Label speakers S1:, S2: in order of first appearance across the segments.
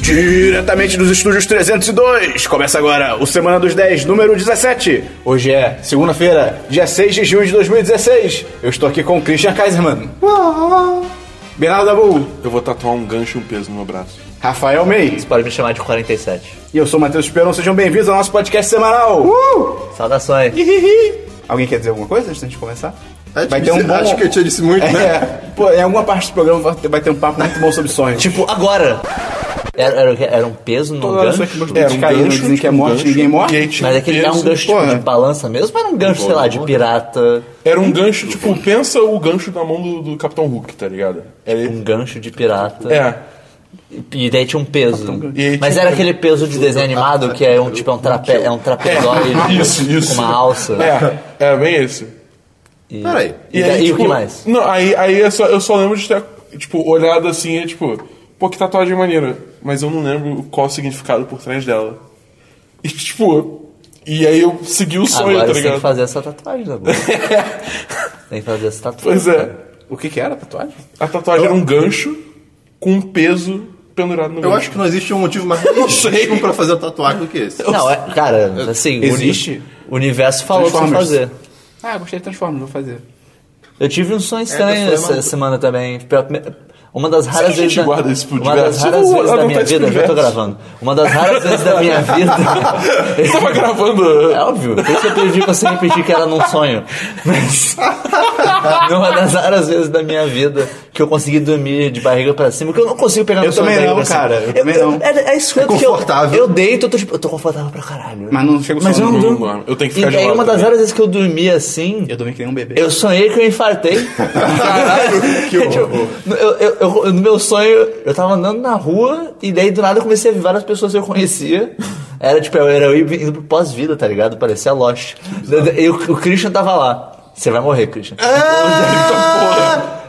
S1: Diretamente dos estúdios 302, começa agora o Semana dos 10, número 17. Hoje é segunda-feira, dia 6 de junho de 2016. Eu estou aqui com o Christian Kaiserman. Bernardo Dabu,
S2: Eu vou tatuar um gancho e um peso no meu braço.
S1: Rafael May
S3: Você pode me chamar de 47.
S1: e eu sou o Matheus Esperon. Sejam bem-vindos ao nosso podcast semanal.
S3: Saudações.
S1: Alguém quer dizer alguma coisa antes da gente começar? um
S2: Acho que você- É
S3: um
S2: acho que eu tinha disse muito,
S1: É,
S2: né?
S1: pô, em alguma parte do programa vai ter, vai ter um papo muito bom sobre sonhos.
S3: Tipo, agora! Era, era, o quê? Era um peso no
S1: Toda hora
S3: gancho?
S1: só que meus dentes caindo,
S2: gancho,
S1: dizem que é
S2: tipo, um
S1: morte,
S2: gancho.
S1: ninguém morre.
S2: E aí tinha
S3: Mas aquele era um
S2: peso,
S3: gancho
S1: porra.
S3: tipo, né? de balança mesmo? Era um gancho, sei lá, de pirata?
S2: Era um gancho, tipo, pensa o gancho na mão do, do Capitão Hulk, tá ligado? Era,
S3: Um gancho de pirata.
S2: é.
S3: E daí tinha um peso.
S2: E aí
S3: Mas
S2: tinha
S3: era
S2: um-
S3: aquele peso de desenho animado que é um tipo é um, trape... é um trapezóide
S2: Isso, isso.
S3: com uma alça.
S2: É, é bem esse.
S3: E...
S4: Peraí.
S3: E, daí,
S2: aí,
S3: e o
S2: tipo,
S3: que mais?
S2: Não, aí, aí eu, só, eu só lembro de ter, tipo, olhado assim e, tipo, pô, que tatuagem maneira. Mas eu não lembro qual o significado por trás dela. E, tipo, e aí eu segui o sonho,
S3: Agora
S2: tá
S3: você tem que
S2: ligado?
S3: fazer essa tatuagem da boca. tem que fazer essa tatuagem.
S2: Pois é.
S1: O que que era a tatuagem?
S2: A tatuagem era um gancho com um peso pendurado no
S4: Eu
S2: gancho.
S4: acho que não existe um motivo mais
S2: sei.
S4: legítimo pra fazer tatuagem do que esse.
S3: Não, é, cara, assim, o uni-
S1: Existe?
S3: O universo falou pra você
S1: Transformers.
S3: fazer.
S1: Ah, gostei de Transformers, vou fazer.
S3: Eu tive um sonho
S4: É,
S3: estranho
S4: foi
S3: essa
S4: uma-
S3: semana também. Pela prime- Uma das raras
S2: a gente
S3: vezes. da-
S2: guarda isso pro
S3: uma das
S2: diverso?
S3: raras
S2: Ou
S3: vezes da
S2: ela
S3: minha
S2: acontece pro
S3: vida. Já tô
S2: diverso?
S3: gravando. Uma das raras vezes da minha vida.
S2: Eu tava gravando.
S3: É óbvio. Por isso que eu pedi pra você repetir que era num sonho. Mas. Numa das raras vezes da minha vida que eu consegui dormir de barriga pra cima, que eu não consigo pegar no
S1: Eu
S3: sono
S1: também
S3: de barriga
S1: não,
S3: pra
S1: cara.
S3: cima.
S1: Eu também não.
S3: É, é isso é que eu.
S4: confortável.
S3: Eu deito, eu tô tipo. Eu tô confortável pra caralho.
S1: Mas não chega o
S3: Mas eu
S1: sono.
S3: não
S2: Eu não
S3: durmo.
S2: durmo. Eu tenho que ficar
S3: E
S2: de
S3: aí,
S2: lado
S3: uma das
S2: também.
S3: raras vezes que eu dormi assim.
S1: Eu dormi que nem um bebê.
S3: Eu sonhei que eu infartei. Caralho, que horror. eu, eu- eu- No meu sonho, eu tava andando na rua e daí do nada eu comecei a ver várias pessoas que eu conhecia. Era tipo, eu era eu indo pro pós-vida, tá ligado? Parecia Lost. E o, o Christian tava lá. Você vai morrer, Christian.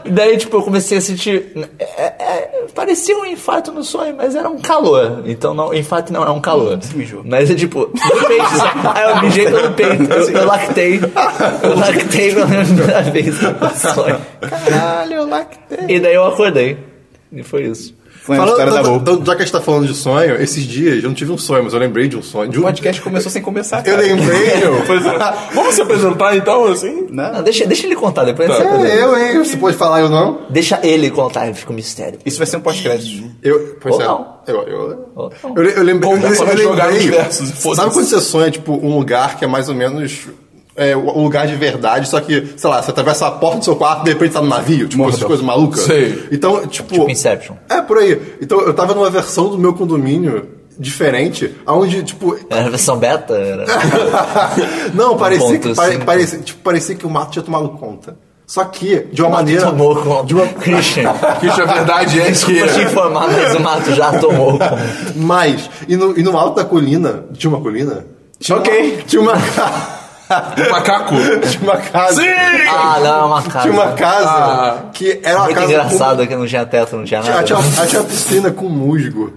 S3: E daí, tipo, eu comecei a sentir. é, é, é, parecia um infarto no sonho, mas era um calor. Então, não, infarto não é um calor.
S1: mijou.
S3: Mas é tipo, no peito. só. Aí eu mijei pelo peito. Eu, eu lactei. Eu lactei pela primeira vez no sonho.
S1: Caralho, eu lactei.
S3: E daí eu acordei. E foi isso.
S1: Foi a história da
S4: então,
S1: boa.
S4: então, já que a gente tá falando de sonho, esses dias eu não tive um sonho, mas eu lembrei de um sonho. De
S1: O
S4: um...
S1: podcast começou sem começar,
S4: Eu
S1: cara.
S4: lembrei. um.
S2: Pois é. Vamos se apresentar então, assim?
S3: Não, deixa, deixa ele contar, depois
S1: Tá,
S3: você conta.
S4: É, eu, hein? Você pode falar eu não?
S3: Deixa ele contar, fica um mistério.
S1: Isso vai ser um pós-crédito.
S4: Eu. Pois
S3: Ou
S4: é.
S3: não.
S4: Eu, eu,
S3: Ou não.
S4: eu, eu lembrei.
S2: Ou
S4: eu,
S2: dá
S4: eu
S2: pra
S4: lembrei-
S2: jogar os versos, foda-se.
S4: Sabe quando você sonha, tipo, um lugar que é mais ou menos. É, um lugar de verdade, só que, sei lá, você atravessa a porta do seu quarto e de repente tá no navio, tipo, essas
S1: Mordor.
S4: coisas malucas.
S2: Sei.
S4: Então, tipo.
S3: Tipo Inception.
S4: É, por aí. Então, eu tava numa versão do meu condomínio diferente, aonde, tipo.
S3: Era a versão beta? Era...
S4: não, parecia que,
S3: 1.5.
S4: pare- parecia, tipo, parecia que o mato tinha tomado conta. Só que, de uma
S3: Mato
S4: maneira.
S3: tomou conta.
S4: De uma,
S3: Christian,
S2: Que a verdade é
S3: desculpa te informar, mas o Mato já tomou conta.
S4: mas, e no, e no alto da colina. Tinha uma colina? Tinha
S1: Ok.
S4: Uma, tinha uma. ca- é
S2: Macaco.
S4: tinha uma casa.
S3: Ah, não, é uma casa.
S4: Tinha uma casa
S2: Ah.
S4: que era uma
S3: Muito
S4: casa.
S3: engraçado que não tinha teto, não tinha
S4: Ela
S3: nada.
S4: tinha, ela tinha uma piscina com musgo.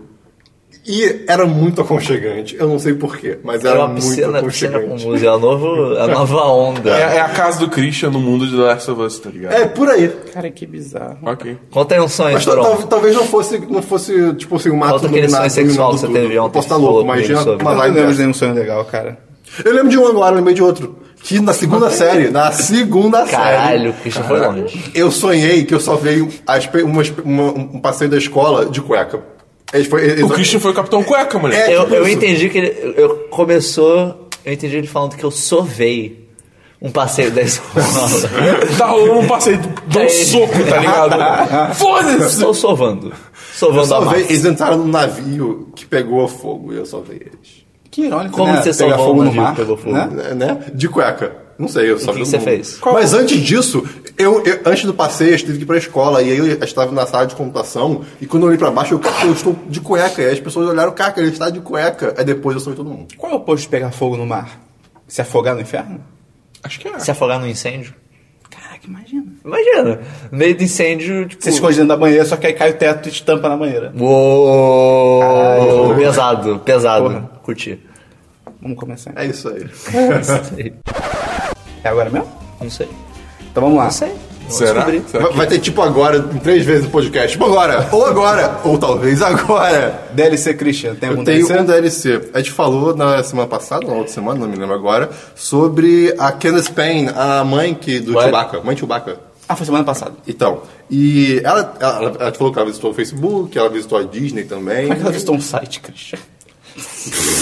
S4: E era muito aconchegante. Eu não sei porquê, mas era,
S3: Era uma
S4: muito
S3: piscina, piscina
S4: aconchegante.
S3: com museu, a, novo, a nova onda.
S2: É, é a casa do Christian no mundo de The Last of Us, tá ligado?
S4: É, por aí.
S1: Cara, que bizarro.
S2: Ok.
S3: Conta aí um sonho,
S4: Mas tá tal-
S3: Toron.
S4: tal- talvez não fosse, não fosse, tipo assim, um mato
S3: Falta aquele
S4: dominado,
S3: sonho sexual que você
S4: dominando
S3: teve
S4: tudo.
S3: ontem,
S4: Posso estar
S3: que você
S4: louco,
S3: falou
S4: mas
S3: comigo
S4: já
S3: sobre.
S4: uma
S1: Não
S4: vibe
S1: lembro de
S4: dessa.
S3: um
S1: nenhum sonho legal, cara.
S4: Eu lembro de um agora, eu lembrei de outro. Que na segunda série, na segunda
S3: Caralho,
S4: série,
S3: Christian foi longe.
S4: eu sonhei que eu salvei as pe- uma espe- uma- um passeio da escola de cueca. Ele foi- ele-
S2: O Christian foi o Capitão Cueca, moleque.
S4: É,
S3: Eu,
S4: tipo
S3: eu
S4: isso.
S3: entendi que ele. eu- Eu começou. Eu entendi ele falando que eu sovei um passeio da escola.
S4: É.
S2: Tá rolando um passeio de um
S3: É.
S2: soco, tá ligado? Foda-se!
S3: Estou sovando.
S4: Eu
S3: Sovando a
S4: salvei,
S3: massa.
S4: eles entraram num navio que pegou fogo e eu salvei eles.
S1: Que irônico,
S3: Como
S1: né?
S3: você
S1: Pegar
S3: salvou
S1: fogo no
S3: um navio
S1: mar,
S3: que pegou fogo?
S1: né?
S4: né? né? De cueca. Não sei, eu só
S3: o que
S4: vi
S3: que você
S4: mundo.
S3: fez?
S4: Mas antes disso, eu, eu- antes do passeio, eu estive que ir pra escola, e aí eu estava na sala de computação, e quando eu olhei pra baixo, eu, "Caraca, eu estou de cueca. E aí as pessoas olharam, caca, ele está de cueca. Aí depois eu sou todo mundo.
S1: Qual é o oposto de pegar fogo no mar? Se afogar no inferno?
S2: Acho que é.
S3: Se afogar no incêndio?
S1: Caraca, imagina.
S3: Imagina. No meio do incêndio, tipo.
S1: Você se esconde dentro da banheira, só que aí cai o teto e te tampa na banheira.
S3: Uou!
S1: Caralho.
S3: Pesado, pesado.
S1: Porra.
S3: Curti.
S1: Vamos começar.
S4: É isso aí.
S1: É agora mesmo?
S3: Não sei.
S1: Então vamos lá.
S3: Não sei.
S2: Será?
S3: descobrir.
S2: Será
S4: Vai,
S2: que-
S4: vai ter tipo agora, em três vezes no podcast. Tipo agora, ou agora, ou talvez agora.
S1: DLC Christian, tem algum
S4: Eu tenho
S1: DLC?
S4: um DLC. A gente falou na semana passada, na outra semana, não me lembro agora, sobre a Candace Payne, a mãe que, do
S3: Vai.
S4: Chewbacca. Mãe Chewbacca.
S1: Ah, foi semana passada.
S4: Então, e ela, ela, ela falou que ela visitou o Facebook, ela visitou a Disney também.
S1: Como é que ela visitou um site, Christian?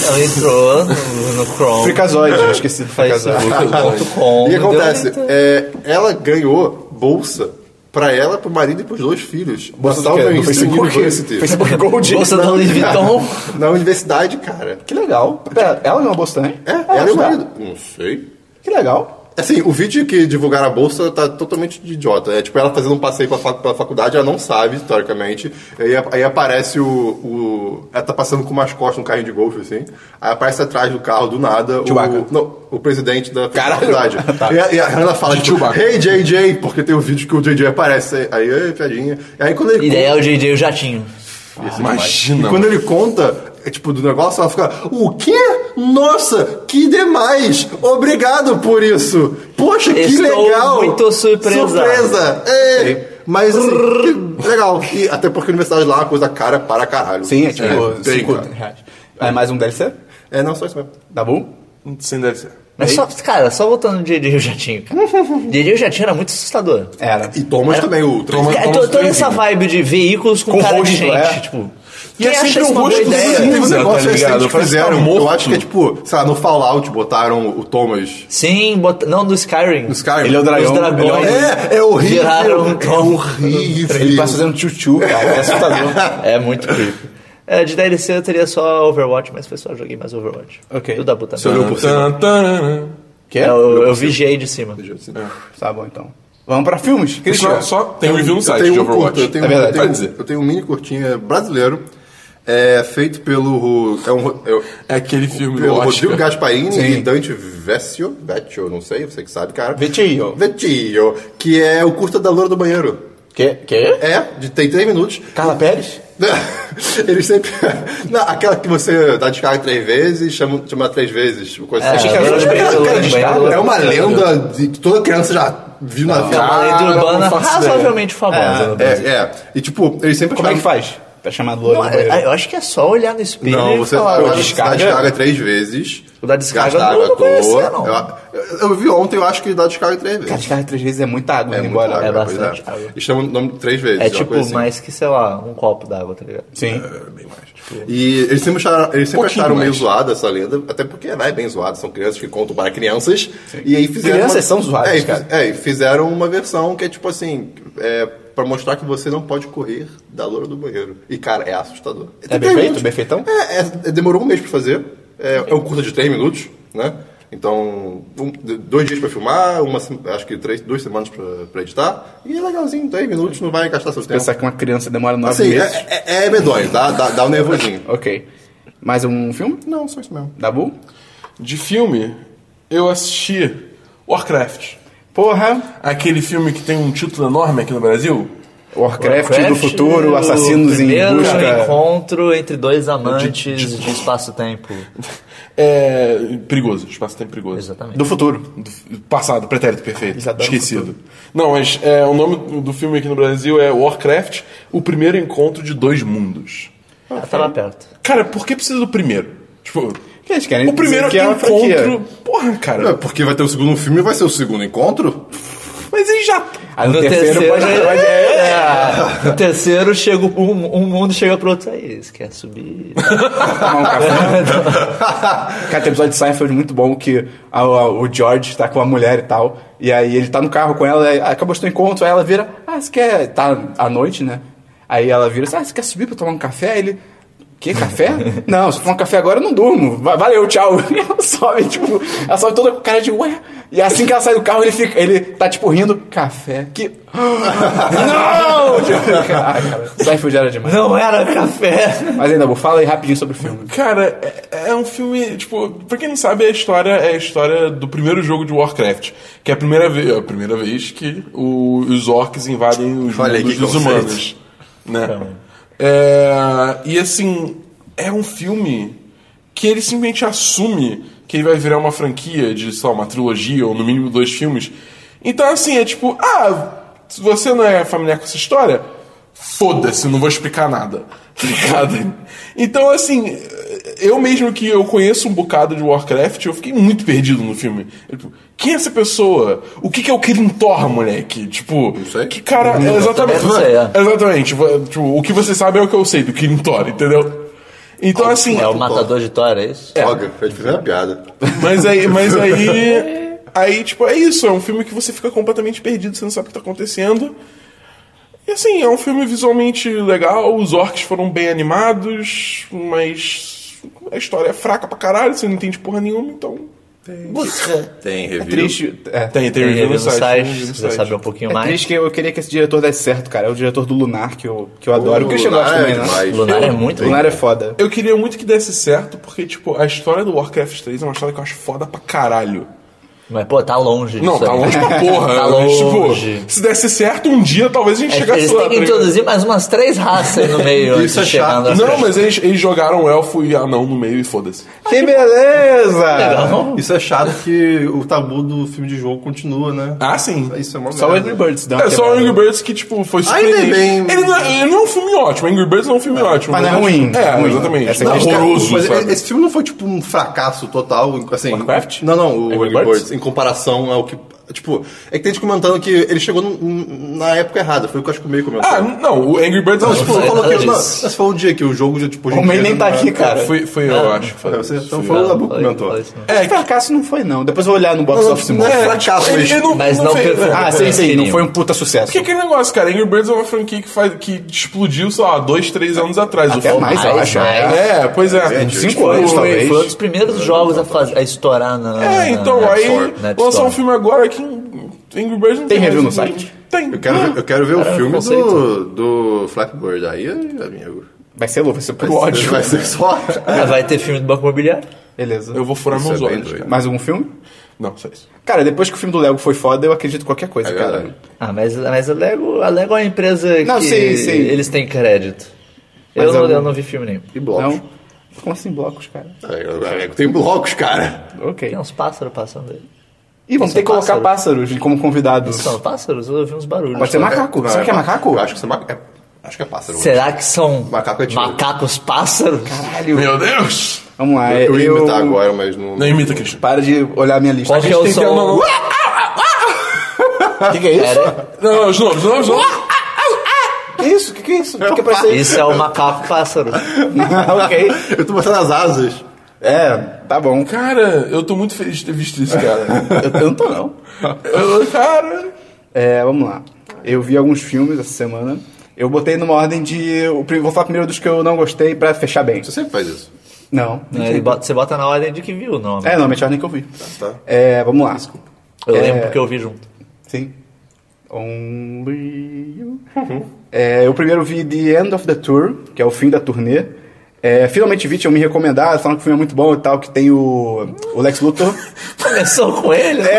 S3: Ela entrou no, no Chrome.
S1: Fricazoide, eu esqueci do Fricazoide.
S3: Facebook.com.
S4: E o que acontece? É, ela ganhou bolsa pra ela, pro marido e pros dois filhos.
S1: Bolsa do
S4: da
S1: quê?
S4: Southern
S1: Do Facebook?
S4: University.
S1: Facebook Gold.
S3: Bolsa do Louis Vuitton.
S4: tipo, Na universidade, cara.
S1: Que legal. Pera, ela ganhou a bolsa também?
S4: É, ela e o
S1: tá.
S4: marido. Não sei.
S1: Que legal.
S4: Assim, o vídeo que divulgaram a bolsa tá totalmente de idiota. É tipo ela fazendo um passeio pela, fac- pela faculdade, ela não sabe, historicamente. Aí, aí aparece o, o- Ela tá passando com o mascote num carrinho de golfe, assim. Aí aparece atrás do carro, do nada,
S1: Chewbacca.
S4: o. Não, o presidente da
S1: Caralho. Tá.
S4: faculdade. E, a- e a Hannah fala, tipo,
S2: Chewbacca.
S4: hey JJ, porque tem o vídeo que o JJ aparece. Aí, aí, piadinha. E aí quando ele.
S3: E daí é o JJ o Jatinho.
S4: E é?
S2: Imagina.
S4: quando ele conta, é, tipo, do negócio, ela fica, o quê? Nossa, que demais! Obrigado por isso! Poxa, que
S3: Estou
S4: legal!
S3: muito surpresa.
S4: Surpresa! É! Mas, assim, que legal. E até porque a universidade lá é uma coisa cara para caralho.
S1: Sim, é tipo
S4: É, bem
S1: 5
S4: cara.
S1: reais. É mais um DLC?
S4: É, não, só isso mesmo.
S1: Tá bom?
S2: Sem DLC.
S3: Mas só, cara, só voltando no JJ o Jatinho. cara. JJ o Jatinho era muito assustador.
S1: Era.
S4: E Thomas também, o
S2: Thomas-
S3: É, to- toda essa vibe de veículos com,
S1: Com
S3: cara de
S1: rosto,
S3: gente,
S1: é.
S3: tipo.
S2: E é
S3: quem acha
S2: sempre
S3: isso
S2: um
S3: uma boa
S2: rosto
S3: ideia?
S2: cinza,
S4: Teve um
S2: tá
S4: negócio
S2: ligado?
S4: recente que
S2: Parece que tá
S4: fizeram. Eu
S2: morto.
S4: acho que é tipo, sei lá, no Fallout botaram o Thomas
S3: Sim, bota- não, do Skyrim.
S4: no Skyrim.
S1: Ele é o dragão.
S3: Os
S1: Ele é o-
S3: dragões.
S4: É, é horrível.
S3: Viraram um
S4: é
S3: Thomas.
S4: horrível.
S1: Ele passa fazendo tchutchu, cara. É assustador.
S3: É muito creepy. É, de DLC eu teria só Overwatch, mas foi só eu joguei mais Overwatch.
S1: Ok.
S3: E o Dabu também.
S4: Você olhou por cima.
S2: Tan, tan, tan. É.
S1: Que
S3: É,
S1: é?
S3: eu, eu vigiei de cima.
S1: Tá bom, então. Vamos pra filmes.
S2: Só,
S1: Christian.
S2: só tem um review no
S4: Eu
S2: site de
S4: tenho um curta, eu
S2: Overwatch.
S4: tenho,
S1: É verdade.
S4: eu tenho-
S2: Vai dizer.
S4: eu tenho um mini curtinha brasileiro, é, feito pelo é um, é,
S2: É aquele filme do
S4: pelo Rodrigo
S2: Oscar.
S4: Gasparini
S1: Sim.
S4: e Dante Vecchio, Vecchio, não sei, você que sabe, cara.
S1: Vecchio.
S4: Vecchio, que é o curta da loura do banheiro.
S1: Que? Que?
S4: É, de, tem três minutos.
S1: Carla Pérez?
S4: Eles sempre. Não, aquela que você dá descarga três vezes, chama, chama três vezes. Coisa
S3: É,
S4: assim.
S1: Achei que era
S3: Loura
S1: só
S3: do
S1: de
S3: Banheiro,
S1: cara,
S3: Loura
S1: cara
S3: do
S1: de
S3: Banheiro,
S1: estado.
S4: É uma lenda de que toda criança já viu na
S3: É
S4: vida.
S3: uma lenda urbana
S2: não faço ideia.
S3: razoavelmente famosa no
S4: É,
S3: Brasil.
S4: é. E tipo, eles sempre
S1: Como é que
S4: tiveram-
S1: faz? Pra chamar loura do
S3: Não, é-
S1: banheiro.
S3: eu acho que é só olhar no espelho
S4: Não,
S3: e
S4: você
S3: falar. "Ah,
S4: dá
S3: "Olha,
S1: descarga-
S4: descarga, descarga três vezes.
S3: O da descarga
S4: Gasta
S3: eu
S4: água
S3: não
S4: à toa.
S3: conhecia, não.
S4: Eu, eu vi ontem, eu acho que dá descarga três
S1: Cara,
S4: vezes.
S1: descarga três vezes é muita água, indo
S4: muito
S1: embora.
S4: água,
S3: é
S4: pois
S3: bastante
S4: é.
S3: água.
S4: E chama o nome três vezes.
S3: É
S4: uma
S3: tipo
S4: coisa assim.
S3: mais que, sei lá, um copo d'água, tá ligado?
S1: Sim.
S4: E eles sempre acharam, eles sempre
S2: tipo, Pouquinho
S4: acharam meio
S2: mais.
S4: zoada essa lenda, até porque ela é bem zoada, são crianças que contam para crianças. E aí fizeram
S1: Crianças
S4: uma-
S1: são zoadas,
S4: é, e fiz-
S1: cara.
S4: É, e fizeram uma versão que é tipo assim, é, pra mostrar que você não pode correr da loura do banheiro. E cara, é assustador. Tem
S1: bem
S4: três
S1: feito?
S4: minutos.
S1: Bem feitão?
S4: É, é- é- demorou um mês pra fazer. É, é um curta de três minutos, né? Então, um- d- dois dias pra filmar, uma, se- acho que três, duas semanas pra, pra editar. E é legalzinho, três minutos, não vai gastar seu tempo.
S1: Pensar que uma criança demora nove
S4: Assim, é,
S1: meses.
S4: é- é medonho, dá, dá, dá um nervosinho.
S1: Ok. Mais um filme?
S4: Não, só isso mesmo.
S1: Dabu?
S2: De filme, eu assisti Warcraft.
S1: Porra.
S2: Aquele filme que tem um título enorme aqui no Brasil.
S1: Warcraft, do futuro,
S3: o
S1: assassinos em
S3: primeiro
S1: busca.
S3: encontro entre dois amantes de, espaço-tempo.
S2: É. Perigoso, espaço-tempo perigoso.
S3: Exatamente.
S1: Do futuro.
S2: Do passado, pretérito perfeito,
S1: Exatamente.
S2: esquecido. Não, mas é, o nome do filme aqui no Brasil é Warcraft, o primeiro encontro de dois mundos.
S3: Ah, tava perto.
S2: Cara, por que precisa do primeiro? Tipo,
S1: Que eles querem
S2: o primeiro um
S1: dizer que é uma
S2: encontro.
S1: franquia.
S2: porra, cara.
S4: É, porque vai ter o segundo filme e vai ser o segundo encontro?
S2: Mas ele já.
S1: Aí no terceiro, pode... pode- é.
S3: é, no terceiro chega um, um mundo chega pro outro. Aí, eles querem subir.
S1: tomar um café. Cara, tem episódio de Seinfeld muito bom que a- a- o George tá com a mulher e tal. E aí ele tá no carro com ela, aí acabou o seu encontro, aí ela vira, ah, você quer. Tá à noite, né? Aí ela vira, ah, você quer subir pra tomar um café? Aí ele. Que café? não, se eu tomar um café agora eu não durmo. Va- Valeu, tchau. E ela sobe, tipo, ela sobe toda com cara de ué. E assim que ela sai do carro, ele fica. Ele tá tipo rindo, café, que. não! Tipo, Ai, cara, Seinfeld era demais.
S3: Não era café.
S1: Mas ainda vou, fala aí rapidinho sobre o filme.
S2: Cara, é, é um filme, tipo, pra quem não sabe, a história é a história do primeiro jogo de Warcraft, que é a primeira vez, a primeira vez que o- os orcs invadem os
S4: Olha,
S2: mundos
S4: que
S2: dos
S4: conceito.
S2: humanos, né? É, e assim, é um filme que ele simplesmente assume que ele vai virar uma franquia de, sei lá, uma trilogia ou no mínimo dois filmes. Então assim, é tipo, ah, se você não é familiar com essa história, foda-se, não vou explicar nada. Tá ligado? Então, assim, eu mesmo que eu conheço um bocado de Warcraft, eu fiquei muito perdido no filme. Eu, tipo, quem é essa pessoa? O que, que é o Kirintor, moleque? Tipo,
S4: sei.
S2: que cara. é, exatamente.
S3: também não sei, é.
S2: Exatamente. Tipo, o que você sabe é o que eu sei do Kirintor, entendeu? Então, assim.
S3: É o matador de Thor, é isso?
S4: Droga, foi de fazer uma piada.
S2: Mas aí, mas aí. Aí, tipo, é isso. É um filme que você fica completamente perdido, você não sabe o que tá acontecendo. E assim, é um filme visualmente legal, os orcs foram bem animados, mas a história é fraca pra caralho, você não entende porra nenhuma, então.
S3: Busca.
S4: Tem review.
S1: Triste. É.
S2: Tem, tem
S3: Tem
S2: review
S3: ele
S2: no
S3: no
S2: site. tem review
S3: site,
S2: no
S3: se quiser
S2: site.
S3: saber um pouquinho
S1: É
S3: mais.
S1: triste que eu queria que esse diretor desse certo, cara. É o diretor do Lunar, que eu, que eu
S4: Pô,
S1: adoro. O Christian
S4: Lunar
S1: gosta também,
S4: é
S1: né?
S4: demais.
S3: Lunar é muito
S1: Lunar é foda.
S2: Eu queria muito que desse certo, porque, tipo, a história do Warcraft 3 é uma história que eu acho foda pra caralho.
S3: Mas, pô, tá longe disso
S2: Não, tá
S3: aí.
S2: longe pra porra.
S3: Tá
S2: mas,
S3: longe.
S2: Tipo, se desse certo, um dia talvez a gente
S3: É,
S2: chegasse
S3: eles
S2: lá.
S3: têm que
S2: tá ligado?
S3: introduzir mais umas três raças aí no meio antes
S4: Isso é
S3: de chegar
S4: chato.
S3: na-
S2: Não, mas eles, eles jogaram o elfo e anão no meio e foda-se.
S1: Que beleza!
S4: Isso é chato que o tabu do filme de jogo continua, né?
S2: Ah, sim.
S4: Isso é uma
S1: Só o
S4: merda.
S1: Angry Birds dá uma
S2: É só o
S1: quebrada.
S2: Angry Birds que, tipo, foi
S4: Ainda
S2: surpreendente.
S4: bem-
S2: Ele não, é, ele não é um filme ótimo. Angry Birds não é um filme ótimo.
S1: mas não é ruim.
S2: É,
S1: Ruim.
S2: exatamente.
S1: Essa
S2: Não,
S1: questão-
S2: horroroso,
S4: Mas
S2: sabe?
S4: é Esse filme não foi tipo um fracasso total, assim.
S2: Warcraft?
S4: Não, não, o
S2: Angry
S4: Angry Birds,
S2: Birds,
S4: em comparação ao que. Tipo, é que tem gente comentando que ele chegou num- na época errada, foi o que eu acho que o meio comentou.
S2: Ah, não, o Angry Birds é um
S4: Não, tipo,
S2: tipo...
S4: você falou
S3: nada
S4: que. Não,
S3: disso.
S4: mas foi um dia que o jogo já, tipo, hoje
S1: O
S4: em
S1: meio
S4: dia
S1: nem tá
S4: não é-
S1: aqui, cara.
S2: Foi, foi eu, acho. que falei.
S4: Você então É, foi o Dabu que comentou.
S3: Fala isso, não.
S1: É, fracasso não foi, não. Depois eu vou olhar no Box Office
S4: não
S1: Mojo.
S4: é fracasso,
S2: tipo, ele-
S4: mas-
S2: ele
S3: mas não
S2: fez-
S3: perfeito.
S1: Ah,
S2: é.
S1: sei, sei. Não
S3: Queriam.
S1: foi um puta sucesso.
S2: Porque aquele negócio, cara, Angry Birds é uma franquia que, faz, que explodiu, sei lá, dois, três anos atrás.
S1: Até
S2: o
S1: é? mais, eu
S3: mais,
S1: acho.
S3: mais.
S1: É.
S2: É, pois é.
S4: Gente,
S1: Cinco
S2: Tipo,
S1: anos,
S2: o-
S1: talvez.
S3: Foi um dos primeiros jogos a, faz- a estourar na. na-
S2: É, então,
S3: na
S2: aí
S3: Store, na App
S2: lançar um
S3: Store.
S2: filme agora que Angry Birds não
S1: Tem
S2: tem mais
S1: review no
S2: um-
S1: site?
S2: Tem.
S4: Eu quero, ver- eu quero ver o
S3: Cara,
S4: filme do,
S3: um conceito.
S4: do Flappy Aí, é, amigo.
S1: Vai ser louco, vai ser pro ódio.
S4: Pode. Vai ser só.
S3: Ah, vai ter filme do Banco Imobiliário?
S1: Beleza.
S2: Eu vou furar
S4: Isso
S2: meus
S4: é bem
S2: olhos.
S4: doido.
S1: Mais algum filme?
S2: Não, só isso.
S1: Cara, depois que o filme do Lego foi foda, eu acredito em qualquer coisa,
S4: É
S1: cara.
S4: verdade.
S3: Ah, mas, mas a, Lego, a Lego é uma empresa
S1: Não,
S3: que
S1: sim, sim.
S3: eles têm crédito.
S1: Mas
S3: Eu não,
S1: algum-
S3: eu não vi filme nenhum.
S4: E
S1: Não?
S4: blocos.
S1: Como assim, blocos, cara?
S4: Aí, amigo, Tem blocos, cara.
S1: Ok.
S3: Tem uns pássaros passando aí.
S1: E vamos ter que
S3: São Então,
S1: colocar pássaros como convidados.
S3: São pássaros? Eu ouvi uns barulhos.
S1: Pode ser macaco.
S4: Não,
S1: Será que é macaco?
S4: Eu acho que isso é macaco. acho que é pássaro.
S3: Será que são
S4: Macaco é tiro.
S3: macacos pássaros?
S1: Caralho.
S2: Meu Deus!
S1: Vamos lá.
S4: Eu ia imitar agora, mas não.
S2: Não imita, Cristian.
S1: Para de olhar a minha lista.
S3: Qual que é o
S2: Tem que
S3: som?
S2: ter um- não, não.
S1: O que, que é isso?
S3: Pera,
S2: Não, não, os nomes, os nomes, os nomes.
S1: Que isso? Que que é isso? Que que é pra ser?
S3: Isso é o macaco pássaro.
S1: ok.
S4: Eu tô botando as asas.
S1: É, tá bom.
S2: Cara, eu tô muito feliz de ter visto isso, cara.
S1: Eu, eu não tô, não.
S2: Eu- cara.
S1: É, vamos lá. Eu vi alguns filmes essa semana. Eu botei numa ordem de. o pri- Vou falar primeiro dos que eu não gostei pra fechar bem.
S4: Você sempre faz isso.
S1: Não.
S3: Né, ele bota- você bota na ordem de que viu o nome.
S1: É, não, a ordem que eu vi.
S4: Tá.
S1: É, vamos lá.
S3: eu
S1: é-
S3: lembro porque eu vi junto.
S1: Sim. Only you. É, eu primeiro vi The End of the Tour, que é o fim da turnê. É, finalmente vi, tinham me recomendado, falando que o filme é muito bom e tal, que tem o, o Lex Luthor.
S3: Começou com ele? né?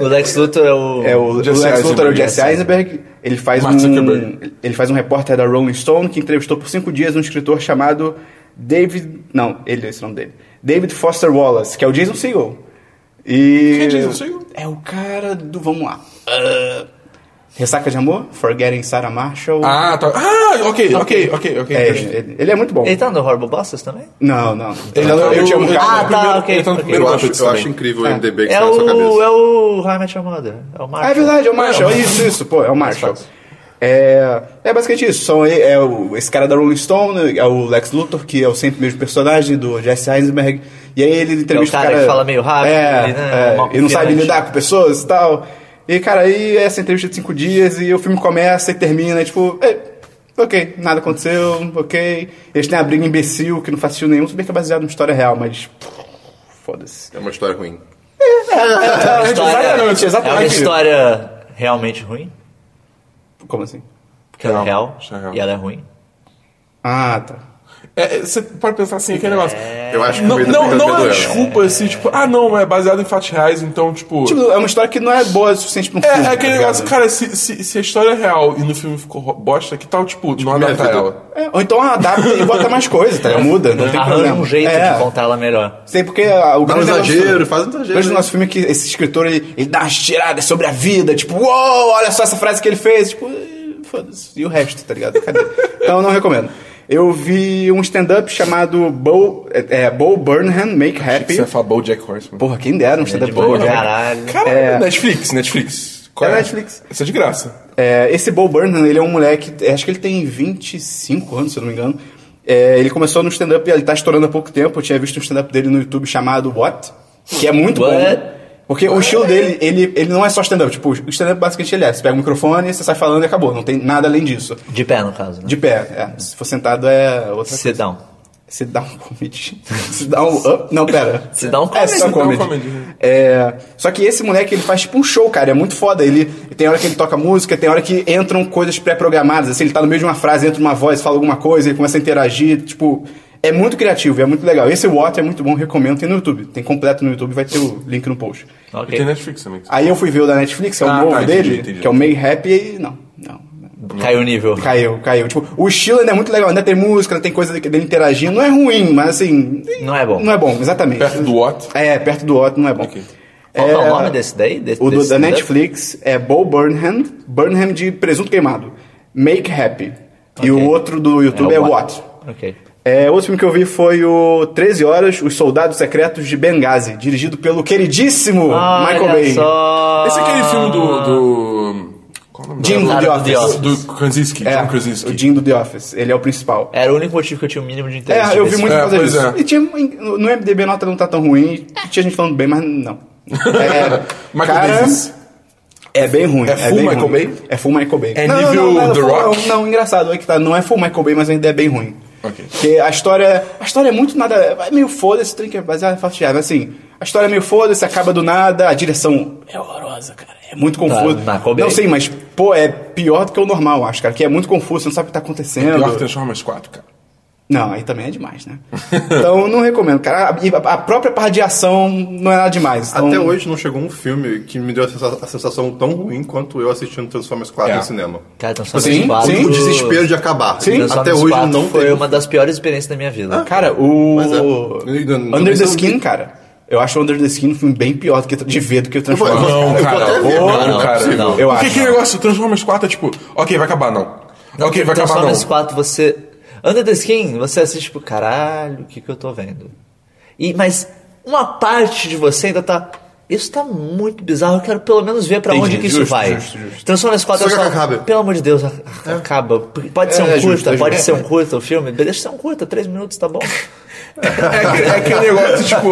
S3: O Lex Luthor é o.
S1: É, o, o
S2: Jesse
S1: Lex Luthor é o
S2: Eisenberg,
S1: Jesse Eisenberg. Ele faz,
S2: Mark
S1: um,
S2: Zuckerberg.
S1: ele faz um repórter da Rolling Stone que entrevistou por cinco dias um escritor chamado David... Não, ele esse é o nome dele. David Foster Wallace, que é o Jason Segel. E...
S2: Quem é Jason Segel?
S1: É o cara do... Vamos lá. Ah, Ressaca de Amor, Forgetting Sarah Marshall.
S2: Ah, tá. Ah, ok, ok, ok, ok.
S1: é, ele, ele- ele é muito bom.
S3: Ele tá no Horrible Bosses também?
S1: Não, não. Ele,
S2: tá
S1: eu,
S2: no-
S1: tinha um
S2: ele
S1: cara...
S3: Ah,
S2: no
S3: tá,
S2: primeiro-
S3: ok,
S2: Ele tá no
S3: ok.
S2: primeiro
S4: Eu acho,
S2: Muppets
S4: eu
S2: também.
S4: acho incrível o MDB que
S3: É
S4: sai na sua
S3: o,
S4: cabeça.
S3: é o How I Met Your Mother. É o Marshall.
S1: Ah, é verdade, é o Marshall. É isso, isso, pô, é o Marshall. É, é basicamente isso. São, e- é o, esse cara da Rolling Stone, é o Lex Luthor, que é o sempre mesmo personagem do Jesse Eisenberg. E aí ele entrevista
S3: É o cara que fala meio rápido,
S1: É,
S3: ele, né,
S1: é,
S3: mal
S1: e não sabe
S3: confiante.
S1: lidar com pessoas e tal. E, cara, aí é essa entrevista de cinco dias e o filme começa e termina, e, tipo... é, ok, nada aconteceu, ok. Eles têm a briga imbecil que não faz sentido nenhum, se bem que é baseado numa história real, mas... pff, Foda-se.
S4: É uma história ruim.
S3: É uma história-
S1: Exatamente, exatamente.
S3: É uma história realmente ruim,
S1: Como assim?
S3: porque ela é
S2: Real,
S3: real,
S2: isso é real.
S3: e ela é ruim.
S1: Ah, tá.
S2: É, você pode pensar assim, aquele negócio.
S4: Eu acho que
S2: Não,
S4: foi do
S2: não,
S4: Peter
S2: não é uma
S4: Pedroel.
S2: desculpa, assim, tipo, ah, não, é baseado em fatos reais, então, tipo.
S1: Tipo, é uma história que não é boa o suficiente pra um
S2: é,
S1: filme.
S2: é aquele
S1: tá
S2: negócio,
S1: ligado?
S2: cara, se, se, se a história é real e no filme ficou ro- bosta, que tal, tipo, não
S4: minha
S2: adaptar
S4: vida.
S2: ela?
S1: É, ou então adapta e bota mais coisa, tá? ligado? Muda, não tem
S3: Arranja
S1: problema.
S3: um jeito
S1: é,
S3: de contar ela melhor.
S1: Sei porque ah, o
S4: Dá um
S3: é
S1: grande negócio-
S4: exagero, faz um exagero.
S1: Vejo no nosso filme que esse escritor ele, ele dá umas tiradas sobre a vida, tipo, uou, olha só essa frase que ele fez, tipo, eh, foda-se. E o resto, tá ligado? Cadê? então eu não recomendo. Eu vi um stand-up chamado Bo, é, é, Bo Burnham Make
S2: Você
S1: Happy.
S2: é fabou Jack Horseman.
S1: Porra, quem dera um stand-up
S3: é de
S1: do Bo
S3: boa,
S1: Jack.
S3: caralho.
S2: Cara,
S1: É.
S2: Netflix, Netflix.
S1: É Netflix.
S2: Isso é de graça.
S1: É, esse Bo Burnham, ele é um moleque, eh, acho que ele tem 25 anos, se eu não me engano. É, ele começou no stand-up, ele tá estourando há pouco tempo. Eu tinha visto um stand-up dele no YouTube chamado What? Que é muito
S3: What?
S1: bom. Porque o show dele, ele, ele não é só stand-up. Tipo, o stand-up basicamente ele é. Você pega o microfone, você sai falando e acabou. Não tem nada além disso.
S3: De pé, no caso, né?
S1: De pé, é. Se for sentado é outra
S3: Sit down.
S1: se dá um comedy. Se dá um up. Não, pera.
S3: Se dá um
S1: É,
S3: comedy.
S1: se dá um
S2: Se dá um
S1: comedy.
S2: comedy.
S1: É, só que esse moleque, ele faz tipo um show, cara. É muito foda. Ele, tem hora que ele toca música, tem hora que entram coisas pré-programadas. Assim, ele tá no meio de uma frase, entra uma voz, fala alguma coisa, ele começa a interagir. Tipo, é muito criativo, é muito legal. Esse Water é muito bom, recomendo. Tem no YouTube. Tem completo no YouTube, vai ter o link no post.
S2: E tem
S3: Ok.
S2: Netflix também.
S1: É. Aí eu fui ver o da Netflix, que é o
S2: Ah,
S1: novo
S2: tá, entendi,
S1: dele,
S2: entendi.
S1: que é o May Happy e... Não, não, não.
S3: Caiu o nível.
S1: Caiu, caiu. Tipo, o estilo ainda é muito legal, ainda tem música, ainda tem coisa dele interagindo. Não é ruim, mas assim.
S3: Não é bom.
S1: Não é bom, exatamente.
S2: Perto do What?
S1: É, perto do Otto não é bom.
S3: Qual que é o nome desse daí? Desse-
S1: O do-
S3: desse
S1: da
S3: stand-up?
S1: Netflix é Bo Burnham, Burnham de presunto queimado. Make Happy. E
S3: Ok.
S1: o outro do YouTube é,
S3: o
S1: What.
S3: Ok.
S1: É, outro filme que eu vi foi o 13 Horas, Os Soldados Secretos de Benghazi, dirigido pelo queridíssimo Michael Bay.
S3: Só...
S2: Esse é aquele filme do. do... Qual é o nome
S1: Jim do
S2: dela?
S1: The
S3: Cara do The
S1: Office.
S3: Office.
S2: Do Krasinski,
S1: É,
S2: John Krasinski.
S1: o Jim do The Office, ele é o principal.
S3: Era o único motivo que eu tinha o mínimo de interesse.
S1: É, eu
S3: nesse
S1: vi muito
S2: É,
S1: por causa
S2: pois
S1: disso.
S2: é.
S1: E tinha, no MDB a nota não tá tão ruim, e tinha gente falando bem, mas não. É,
S2: Michael
S1: cara,
S2: Bay diz.
S1: é bem ruim.
S2: É full
S1: bem
S2: Michael
S1: ruim.
S2: Bay?
S1: É full Michael Bay.
S2: É
S1: não, não,
S2: nível
S1: não, não,
S2: The
S1: não,
S2: Rock?
S1: Não, engraçado, é que tá, não é full Michael Bay, mas ainda é bem ruim.
S2: Ok.
S1: Porque a história, a história é muito nada, é meio foda-se, tem que é baseado em fatos reais, mas assim, a história é meio foda-se, acaba do nada, a direção é horrorosa, cara. É muito
S2: Tá,
S1: confuso.
S3: Michael Bay.
S1: não sei, mas, pô, é pior do que o normal, acho, cara, que é muito confuso, você não sabe o que tá acontecendo.
S2: Pior que Transformers 4, cara.
S1: Não, aí também é demais, né? então não recomendo, cara. A- E a- a própria parte de ação não é nada demais. Então,
S4: Até hoje não chegou um filme que me deu a sensa- a sensação tão ruim quanto eu assistindo Transformers 4
S2: É.
S4: no cinema.
S3: Cara, Transformers
S1: Sim,
S3: 4.
S1: sim,
S4: O desespero de acabar.
S1: Sim.
S4: Até
S3: Transformers
S4: hoje
S3: 4
S4: não
S3: foi
S4: teve.
S3: uma das piores experiências da minha vida.
S1: Ah, Cara, o.
S4: Mas é. Eu não-
S1: Under the
S4: eu não-
S1: Skin, cara. Eu acho o Under the Skin um filme bem pior do que, de ver do que o
S4: Eu vou- eu
S1: Transformers.
S4: vou-
S2: Não,
S4: eu vou
S2: cara,
S4: até ver,
S2: não,
S4: cara.
S2: não, cara.
S3: não.
S1: Eu
S2: Porque
S1: acho.
S2: que negócio, Transformers 4 é tipo, ok, vai acabar não. ok, vai acabar não.
S3: Transformers 4, você. Under the Skin, você assiste tipo, caralho, o que, que eu tô vendo? E, mas uma parte de você ainda tá. Isso tá muito bizarro, eu quero pelo menos ver pra
S1: Entendi,
S3: onde que isso
S1: justo,
S3: vai.
S1: justo, justo.
S3: Transformers 4
S4: Só
S3: é
S4: que
S3: só.
S4: acabe.
S3: Pelo amor de Deus, a- a- acaba. Porque Pode ser um
S1: É,
S3: curta,
S1: justo, é
S3: pode
S1: justo.
S3: ser um curta o filme. Deixa ser um curta, 3 minutos, tá bom.
S2: É aquele, é aquele negócio, tipo,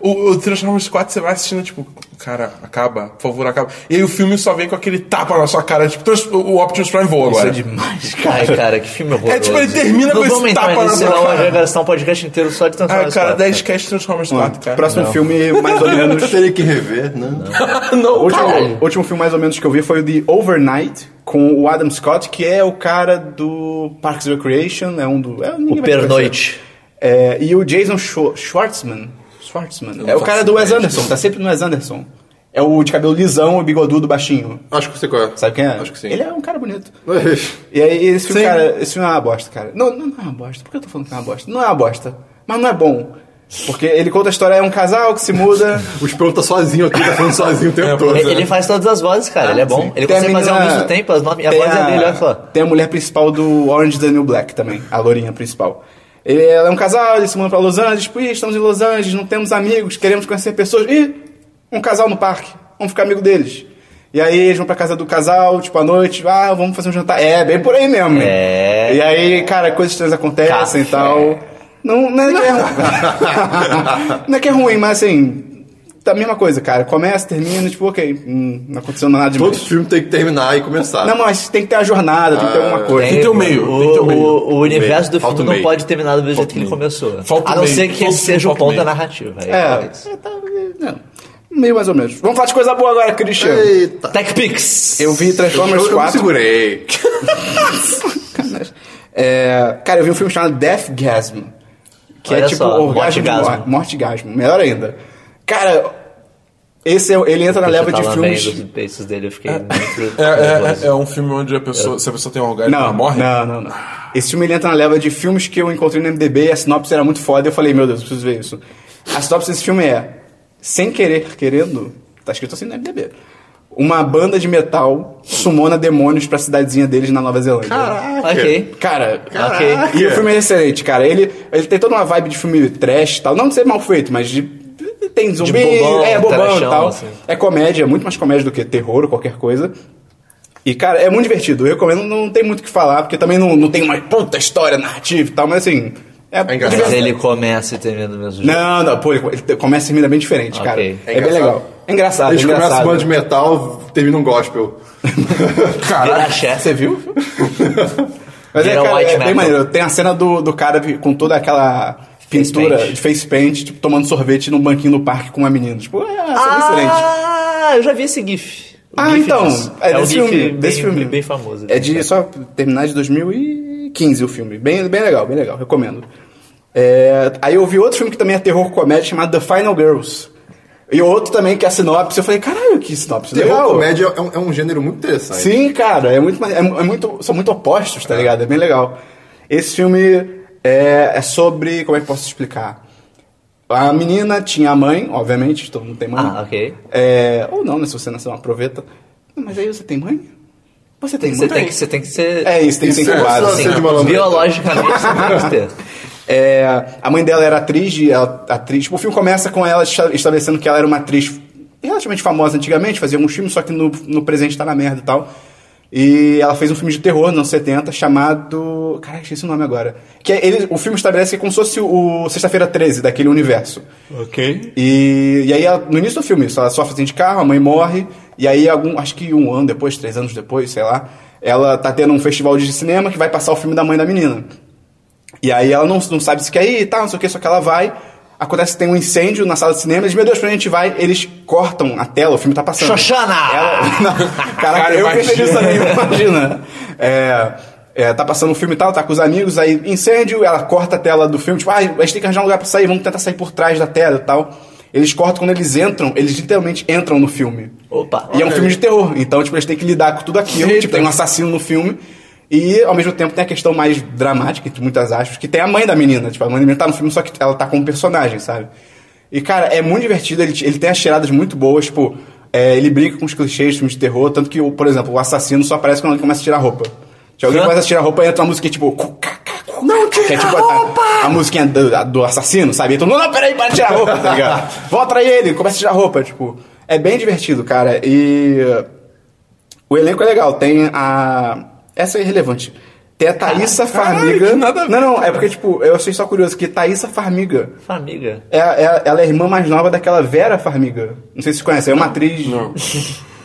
S2: o, o Transformers 4 você vai assistindo, tipo, cara, acaba, por favor, acaba. E aí o filme só vem com aquele tapa na sua cara, tipo, trans- o Optimus Prime voa agora.
S1: é
S2: Ah,
S1: demais.
S3: Ai, cara, que filme horroroso.
S2: É, tipo, ele termina
S3: Não
S2: com esse
S3: vamos entrar
S2: tapa na
S3: nisso,
S2: sua
S3: senão
S2: cara.
S3: eu ia gastar um podcast inteiro só de
S2: Ah,
S3: Transformers
S2: cara,
S3: 4.
S2: 10 cast Transformers 4, cara.
S1: Próximo filme, mais ou menos.
S4: Eu teria que rever, né?
S1: O último,
S3: Caralho.
S1: o último filme, mais ou menos, que eu vi foi o The Overnight, com o Adam Scott, que é o cara do Parks and Recreation, é um do. É, ninguém
S3: O
S1: vai conhecer.
S3: Pernoite.
S1: É, e o Jason Schw- Schwartzman. Schwartzman. É o cara do Wes Anderson, tá sempre no Wes Anderson. É o de cabelo lisão e bigodudo baixinho.
S4: Acho que você conhece.
S1: Sabe quem é?
S4: Acho que sim.
S1: Ele é um cara bonito.
S4: Mas-
S1: E aí, esse filme,
S2: Sim.
S1: cara, esse filme é uma bosta, cara. Não, não, não é uma bosta. Por que eu tô falando que é uma bosta? Não é uma bosta. Mas não é bom. Porque ele conta a história, é um casal que se muda.
S4: O Esperão tá sozinho aqui, tá falando sozinho o tempo
S2: É,
S4: todo.
S3: Ele, ele
S4: né?
S3: faz todas as vozes, cara.
S2: Ah,
S3: ele é bom. Ele
S1: Tem a
S3: consegue fazer ao
S1: menina-
S3: mesmo tempo as nove. A
S1: tem
S3: voz é dele, olha só.
S1: Tem a mulher principal do Orange Daniel Black também, a lourinha principal. Ele, ela é um casal, eles se mudam pra Los Angeles, tipo, "Ih, estamos em Los Angeles, não temos amigos, queremos conhecer pessoas. Ih, um casal no parque, vamos ficar amigo deles. E aí eles vão pra casa do casal, tipo, à noite, ah, vamos fazer um jantar. É, bem por aí mesmo.
S3: É.
S1: E aí, cara, coisas estranhas acontecem e
S3: Café.
S1: tal. Não, não é que é ruim. não é que é ruim, mas assim, tá a mesma coisa, cara. Começa, termina, tipo, ok, hum, não aconteceu nada demais.
S4: Todo filme tem que terminar e começar.
S1: Não, mas tem que ter a jornada, tem que ter alguma coisa.
S2: Tem que ter o um meio, tem que ter o meio.
S3: o- o universo do
S4: Falta
S3: filme não
S4: o meio.
S3: pode terminar do jeito que ele
S4: meio.
S3: começou.
S2: Falta o
S3: a não
S2: meio.
S3: ser que
S2: Todo filme
S3: ele seja o
S2: falta o
S3: ponto da
S2: meio.
S3: narrativa. aí,
S1: É, é,
S3: talvez.
S1: tá, não, meio mais ou menos. Vamos falar de coisa boa agora, Christian.
S2: tá.
S4: Eita.
S3: TechPix!
S1: Eu vi
S4: Eu,
S1: Transformers
S4: eu me
S1: 4.
S4: segurei.
S1: É, cara, eu vi um filme chamado Deathgasm. Que é
S3: Olha
S1: tipo
S3: só,
S1: orgasmo,
S3: mortegasmo.
S1: mor- mortegasmo. Melhor ainda. Cara, esse é- ele entra na leva de filmes.
S3: Dos peitos dele, eu fiquei muito
S2: É,
S3: nervoso.
S2: é, é, é um filme onde a pessoa, se a pessoa tem um orgasmo, ela morre?
S1: Não, não, não. Esse filme ele entra na leva de filmes que eu encontrei no MDB e a sinopse era muito foda. Eu falei, meu Deus, eu preciso ver isso. A sinopse desse filme é: Sem querer, querendo. Tá escrito assim no MDB. Uma banda de metal sumona demônios pra cidadezinha deles na Nova Zelândia.
S3: Ok.
S1: Cara,
S3: Caraca.
S1: e o filme é excelente, cara. Ele, ele tem toda uma vibe de filme trash e tal. Não de ser mal feito, mas de. Tem zumbi,
S3: bobão,
S1: é bobão e
S3: trashão,
S1: tal.
S3: assim.
S1: É comédia, é muito mais comédia do que terror ou qualquer coisa. E, cara, é muito divertido. Eu recomendo, não tem muito o que falar, porque também não, não tem uma puta história narrativa e tal, mas assim. É,
S4: engraçado.
S3: Mas
S1: divertido.
S3: ele começa e termina do mesmo jeito.
S1: Não, não, pô, ele ele começa e termina bem diferente,
S3: Ok.
S1: cara.
S3: É
S1: É, bem
S4: engraçado.
S1: legal. É engraçado,
S4: Eles
S1: é
S4: começam
S1: engraçado.
S4: uma banda de metal, termina um gospel.
S3: Vira chefe.
S1: Você viu? Mas é,
S3: Vira
S1: cara,
S3: white
S1: é bem
S3: metal.
S1: maneiro. Tem a cena do, do cara vi- com toda aquela
S3: Face
S1: pintura
S3: paint.
S1: de face paint, tipo, tomando sorvete num banquinho do parque com uma menina. Tipo, é, é excelente.
S3: Ah, eu já vi esse GIF. O
S1: Ah,
S3: GIF
S1: então.
S3: disso.
S1: É,
S3: um
S1: desse,
S3: GIF
S1: filme,
S3: bem,
S1: desse filme.
S3: Bem famoso.
S1: É de só terminar de 2015 o filme. Bem, bem legal, bem legal. Recomendo. É, aí eu vi outro filme que também é terror comédia chamado The Final Girls. E outro também que é a sinopse. Eu falei, caralho, que sinopse.
S4: Terror
S1: legal.
S4: comédia é um, é um gênero muito interessante.
S1: Sim, cara, é muito, mane- é, mu- é muito, são muito opostos, tá ligado? É bem legal. Esse filme é, é sobre. Como é que eu posso explicar? A menina tinha a mãe, obviamente, todo mundo tem mãe.
S3: Ah, ok.
S1: É, ou não, né? Se você nasceu uma proveta. Não, Mas aí você tem mãe? Você tem
S3: Você
S1: mãe?
S3: tem que, você tem que ser.
S1: É isso, tem que ser
S4: Isso é
S1: incubado.
S4: só
S1: sim.
S4: ser de malandro.
S3: biologicamente você tem que ter.
S1: É, a mãe dela era atriz, e ela, atriz. tipo, o filme começa com ela esta- estabelecendo que ela era uma atriz relativamente famosa antigamente, fazia alguns filmes, só que no, no presente tá na merda e tal. E ela fez um filme de terror nos anos 70 chamado. Caraca, esqueci o nome agora. Que é- ele, o filme estabelece que é como se fosse o Sexta-feira 13 daquele universo.
S2: Ok.
S1: E, e aí, ela- no início do filme, isso, ela sofre acidente assim de carro, a mãe morre, e aí, algum, acho que um ano depois, três anos depois, sei lá, ela tá tendo um festival de cinema que vai passar o filme da mãe da menina. E aí ela não, não sabe se quer ir e tal, não sei o que, só que ela vai. Acontece que tem um incêndio na sala de cinema, eles, meu Deus, pra onde a gente vai, eles cortam a tela, o filme tá passando.
S3: Xoxana!
S1: Ela, não, caraca,
S2: Cara,
S1: eu pensei
S2: imagina.
S1: nisso também, imagina. É, é, tá passando um filme e tal, tá com os amigos, aí incêndio, ela corta a tela do filme, tipo, ah, a gente tem que arranjar um lugar pra sair, vamos tentar sair por trás da tela e tal. Eles cortam quando eles entram, eles literalmente entram no filme.
S3: Opa.
S1: E é um filme de terror, então tipo, eles têm que lidar com tudo aquilo,
S2: Eita.
S1: tipo, tem um assassino no filme. E ao mesmo tempo tem a questão mais dramática, entre muitas aspas, que tem a mãe da menina. Tipo, a mãe da menina tá no filme, só que ela tá como personagem, sabe? E, cara, é muito divertido, ele, ele tem as tiradas muito boas, tipo, é, ele brinca com os clichês de filmes de terror, tanto que, o- por exemplo, o assassino só aparece quando ele começa a tirar a roupa. Tipo, Se alguém
S3: Hã?
S1: começa a tirar a roupa, entra uma música tipo. Não tira que é, tipo, a roupa! A, musiquinha do, do assassino, sabe? Então, não, não, peraí, para de tirar a roupa, tá ligado? Volta aí ele, começa a tirar a roupa, tipo. É bem divertido, cara. E. O elenco é legal, tem a. Essa é irrelevante. Tem a Thaísa
S2: caralho,
S1: Farmiga.
S2: que nada a ver,
S1: não, não, é porque, tipo, eu achei só curioso que Thaísa Farmiga
S3: Família.
S1: é, é- ela é a irmã mais nova daquela Vera Farmiga. Não sei se vocês conhecem, é uma atriz.
S2: Não.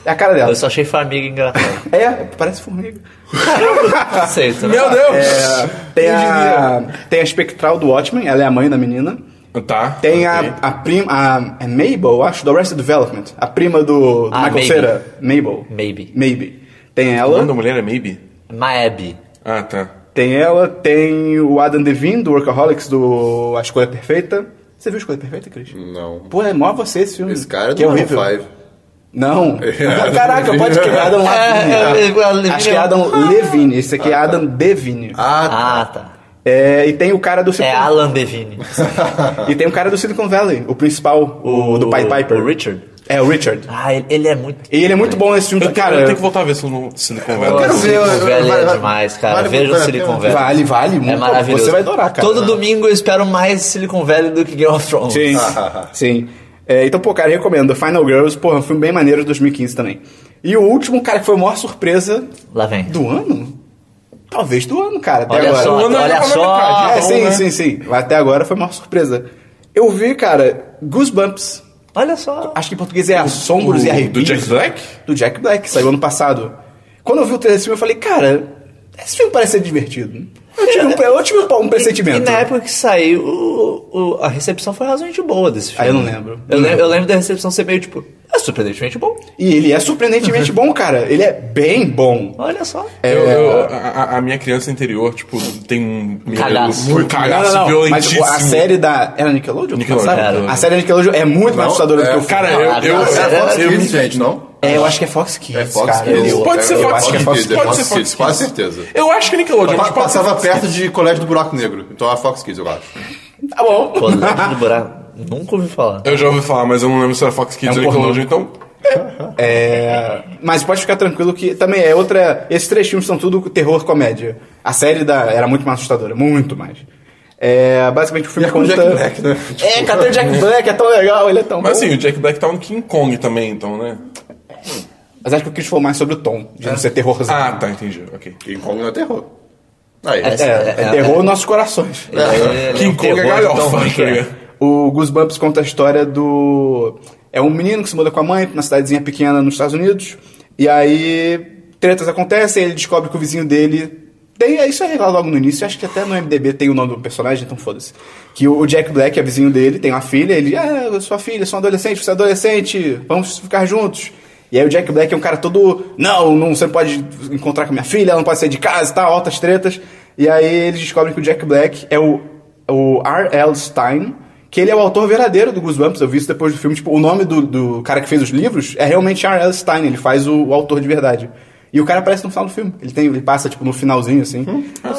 S1: É a cara dela.
S3: Eu só achei família engraçado.
S1: É, parece formiga. Ah,
S3: Não sei, tu não
S2: Meu
S3: sabe.
S2: Deus!
S1: É, tem, a, tem a espectral do Watchmen, ela é a mãe da menina.
S2: Tá.
S1: Tem a, a prima. A, é Mabel, acho, do Arrested Development. A prima do, do
S3: Ah,
S1: Michael
S3: Maybe.
S1: Cera. Mabel.
S3: Maybe.
S1: Maybe. Tem
S2: O nome
S1: ela.
S2: da mulher é Maybe?
S3: Maeb.
S2: Ah, tá.
S1: Tem ela, tem o Adam Devine, do Workaholics, do A Escolha Perfeita. Você viu A Escolha Perfeita, Cris?
S4: Não.
S1: Pô, é mó você esse filme.
S4: Esse cara é
S1: que é
S4: do
S1: horrível.
S4: Five.
S1: Não. Caraca, pode que é Adam Levine.
S3: É, é, é, é,
S1: Acho que é Adam Levine. Esse aqui é Adam Devine.
S4: Ah,
S3: Ah, tá.
S1: É, e tem o cara do
S3: É
S1: Silicon...
S3: Alan Devine.
S1: E tem o cara do Silicon Valley, o principal, o, do Pied Piper.
S3: O Richard.
S1: É, o Richard.
S3: Ah, ele, ele é muito.
S1: E ele é muito bom nesse filme.
S2: Eu, cara,
S1: cara,
S2: eu tenho que voltar a ver se eu não se não
S3: Eu
S2: converso.
S4: quero ver, eu- eu-
S3: Velho
S4: vale-
S3: é
S4: vale-
S3: demais, cara.
S4: vale
S3: Veja o
S4: muito a
S3: Silicon Valley.
S4: pena.
S1: Vale, vale.
S3: É
S1: muito.
S3: maravilhoso.
S1: Você vai adorar, cara.
S3: Todo domingo eu espero mais Silicon Valley do que Game of Thrones.
S1: Sim. Sim. É, então, pô, cara, eu recomendo. Final Girls, porra, um filme bem maneiro de 2015 também. E o último, cara, que foi a maior surpresa
S3: Lá vem.
S1: do ano? Talvez do ano, cara, até
S3: Olha
S1: agora.
S3: só,
S2: Não, não,
S3: olha
S2: não, não,
S3: só.
S2: não,
S1: É,
S2: Então,
S1: sim,
S2: um né?
S1: sim, sim. Até agora foi a maior surpresa. Eu vi, cara, Goosebumps.
S3: Olha só.
S1: Acho que em português é Assombros e
S2: O- Do
S1: Arrepios.
S2: Jack Black?
S1: Do Jack Black, que saiu ano passado. Quando eu vi o trailer desse filme, eu falei, cara, esse filme parece ser divertido. Eu tive um, eu tive um, um pressentimento.
S3: E, na época que saiu, o- o- a recepção foi razoavelmente boa desse filme.
S1: Ah, eu não lembro.
S3: Eu,
S1: Não
S3: lembro, eu lembro da recepção ser meio tipo, É surpreendentemente bom.
S1: E ele é surpreendentemente bom, cara. Ele é bem bom.
S3: Olha só.
S1: É,
S2: Eu- eu- a- a, a minha criança interior, tipo, tem um.
S3: Cagaço.
S2: Um
S1: é,
S2: cagaço
S1: Mas tipo,
S2: violentíssimo.
S1: a série da. Era Nickelodeon?
S2: Nickelodeon,
S1: Passava?
S2: Nickelodeon.
S1: A série da Nickelodeon é muito mais assustadora do que o filme.
S2: Cara, eu.
S3: Não,
S2: eu,
S3: a série
S2: eu-
S4: Fox
S2: eu-
S4: Kids, gente, não?
S1: É, eu acho que é Fox Kids.
S4: É Fox
S1: cara.
S4: Kids.
S1: Eu-
S2: Pode ser
S1: eu
S2: Fox
S1: acho que é
S2: Kids.
S1: Fox
S2: Kids, pode ser Fox Kids.
S4: Com certeza.
S2: eu acho que é Nickelodeon.
S4: Pa-
S2: mas pode ser
S4: Passava
S2: Fox
S4: perto de Colégio do Buraco Negro. Então é Fox Kids, eu acho.
S1: Tá bom.
S3: Pô, Leite do Buraco. Nunca ouvi falar.
S2: Eu já ouvi falar, mas eu não lembro se era Fox Kids
S1: É um
S2: ou Nickelodeon, então.
S1: É, mas pode ficar tranquilo que também é outra. Esses três filmes são tudo terror comédia. A série da, era muito mais assustadora, muito mais. É, basicamente o filme
S4: com
S1: conta.
S4: Jack Black, né?
S1: É, cadê o Jack Black? É tão legal, ele é tão
S2: Mas
S1: bom.
S2: assim, o Jack Black tá no King Kong também, então, né?
S1: Mas acho que eu quis falar mais sobre o tom, de não ser terrorzão.
S2: Ah, tá, entendi. Ok.
S4: King Kong não é terror. Aí.
S1: é, é,
S3: é-
S1: terror nos nossos corações.
S2: King
S1: um
S2: Kong é
S1: então,
S2: galhofa, tá ligado?
S1: O Goosebumps conta a história do. É um menino que se muda com a mãe pra uma cidadezinha pequena nos Estados Unidos. E aí tretas acontecem, ele descobre que o vizinho dele. Tem, é isso aí lá logo no início, acho que até no MDB tem o nome do personagem, então foda-se. Que o Jack Black é vizinho dele, tem uma filha, ele, ah, eu sou a filha, sou um adolescente, você é adolescente, vamos ficar juntos. E aí o Jack Black é um cara todo, não, não, você não pode encontrar com a minha filha, ela não pode sair de casa e tal, altas tretas. E aí eles descobrem que o Jack Black é o o R.L. Stein, que ele é o autor verdadeiro do Goosebumps, eu vi isso depois do filme, tipo, o nome do, do cara que fez os livros é realmente R.L. Stein, ele faz o, o autor de verdade. E o cara aparece no final do filme, ele, tem, ele passa, tipo, no finalzinho, assim.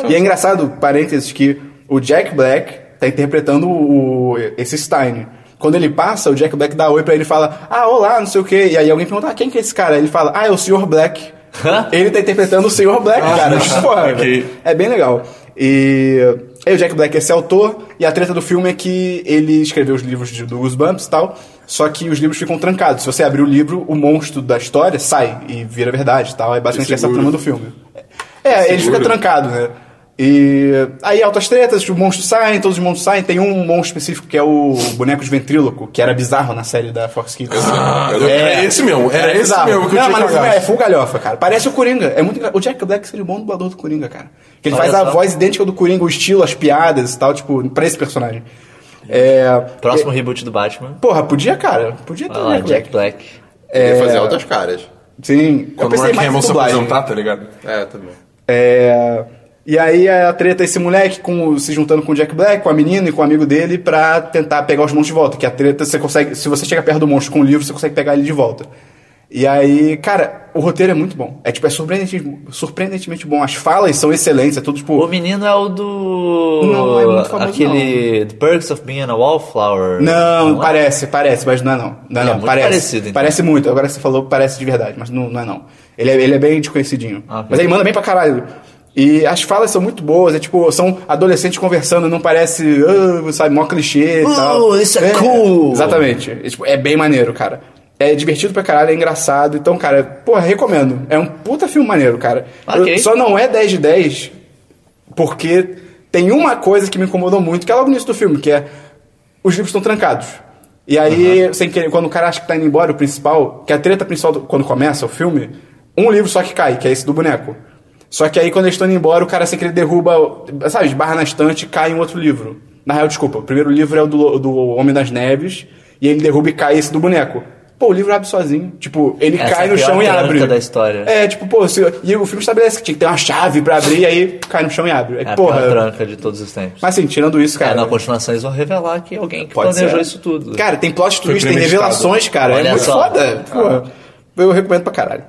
S1: e é engraçado, parênteses, que o Jack Black tá interpretando o, o- esse Stein. Quando ele passa, o Jack Black dá oi pra ele e fala, ah, olá, não sei o quê. E aí alguém pergunta, ah, quem que é esse cara? Ele fala, ah, é o Sr. Black.
S3: Hã?
S1: ele tá interpretando o Sr. Black, cara. Porra,
S2: ok.
S1: é bem legal. E aí o Jack Black é esse autor, e a treta do filme é que ele escreveu os livros de, do Goosebumps e tal, só que os livros ficam trancados. Se você abrir o livro, o monstro da história sai e vira verdade e tal. É basicamente
S4: E
S1: essa
S4: segura.
S1: trama do filme. É, ele fica
S4: Segura.
S1: trancado, né? E aí altas tretas, os monstros saem, todos os monstros saem. Tem um monstro específico que é o boneco de ventríloco, que era bizarro na série da Fox Kids.
S2: Ah, era esse mesmo, era esse
S1: É. bizarro.
S2: mesmo que eu
S1: Não,
S2: tinha
S1: mas no filme
S2: cagado.
S1: é full galhofa, cara. Parece o Coringa. É muito engra- O Jack Black seria um bom dublador do Coringa, cara. Que ele
S3: Olha
S1: faz a
S3: só.
S1: voz idêntica do Coringa, o estilo, as piadas e tal, tipo, pra esse personagem. É...
S3: Próximo reboot do Batman.
S1: Porra, podia, cara. Podia ter
S3: Vai lá,
S1: Jack Black.
S3: Jack Black.
S4: Ele ia fazer altas caras.
S1: Sim. eu
S2: Quando o
S1: pensei
S2: Mark
S1: mais em
S2: Hamill se
S1: dublagem.
S2: apresentar, tá ligado?
S4: É, também.
S1: É, E aí a treta é esse moleque com, o- se juntando com o Jack Black, com a menina e com o amigo dele pra tentar pegar os monstros de volta. Que a treta você consegue. Se você chega perto do monstro com o livro, você consegue pegar ele de volta. E aí, cara, o roteiro é muito bom. É tipo, é surpreendentemente, surpreendentemente bom. As falas são excelentes, é tudo
S3: O
S1: tipo.
S3: menino é o do.
S1: Não, é muito famoso,
S3: Aquele. The Perks of Being a Wallflower.
S1: Não,
S3: é?
S1: parece, parece, mas não é não. Não é,
S3: É
S1: não,
S3: muito
S1: parece.
S3: parecido, então.
S1: Parece muito. Agora que você falou, parece de verdade, mas não, não é não. Ele é, ele é bem desconhecidinho.
S3: Ah, ok.
S1: mas ele manda bem pra caralho. E as falas são muito boas, é tipo, são adolescentes conversando, não parece, ah, sabe, mó clichê e
S3: Uh,
S1: tal.
S3: isso é cool!
S1: Exatamente. É, tipo, é bem maneiro, cara. É divertido pra caralho, é engraçado. Então, cara, porra, recomendo. É um puta filme maneiro, cara.
S3: Ok.
S1: Eu- só não é 10 de 10 porque tem uma coisa que me incomodou muito, que é logo no início do filme, que é os livros estão trancados. E aí, sem querer, quando o cara acha que tá indo embora, o principal, que é a treta principal do- quando começa o filme, um livro só que cai, que é esse do boneco. Só que aí quando eles estão indo embora, o cara sem querer derruba, sabe, esbarra na estante e cai um outro livro. Na real, desculpa, o primeiro livro é o do, Lo- do Homem das Neves, e ele derruba e cai esse do boneco. Pô, o livro abre sozinho. Tipo, ele
S3: Essa é
S1: cai
S3: a
S1: no
S3: pior
S1: chão e
S3: dinâmica
S1: abre.
S3: da história.
S1: É, tipo, pô, se, e o filme estabelece que tinha que ter uma chave pra abrir, e aí cai no chão e abre. Aí,
S3: É a pior
S1: porra.
S3: branca de todos os tempos.
S1: Mas assim, tirando isso,
S3: É,
S1: cara.
S3: na continuação eles vão revelar que alguém que
S1: pode ser.
S3: planejou isso tudo.
S1: Cara, tem plot twist, tem
S2: premeditado.
S1: revelações, cara. é
S3: Olha
S1: muito
S3: só.
S1: foda. Pô, eu recomendo pra caralho.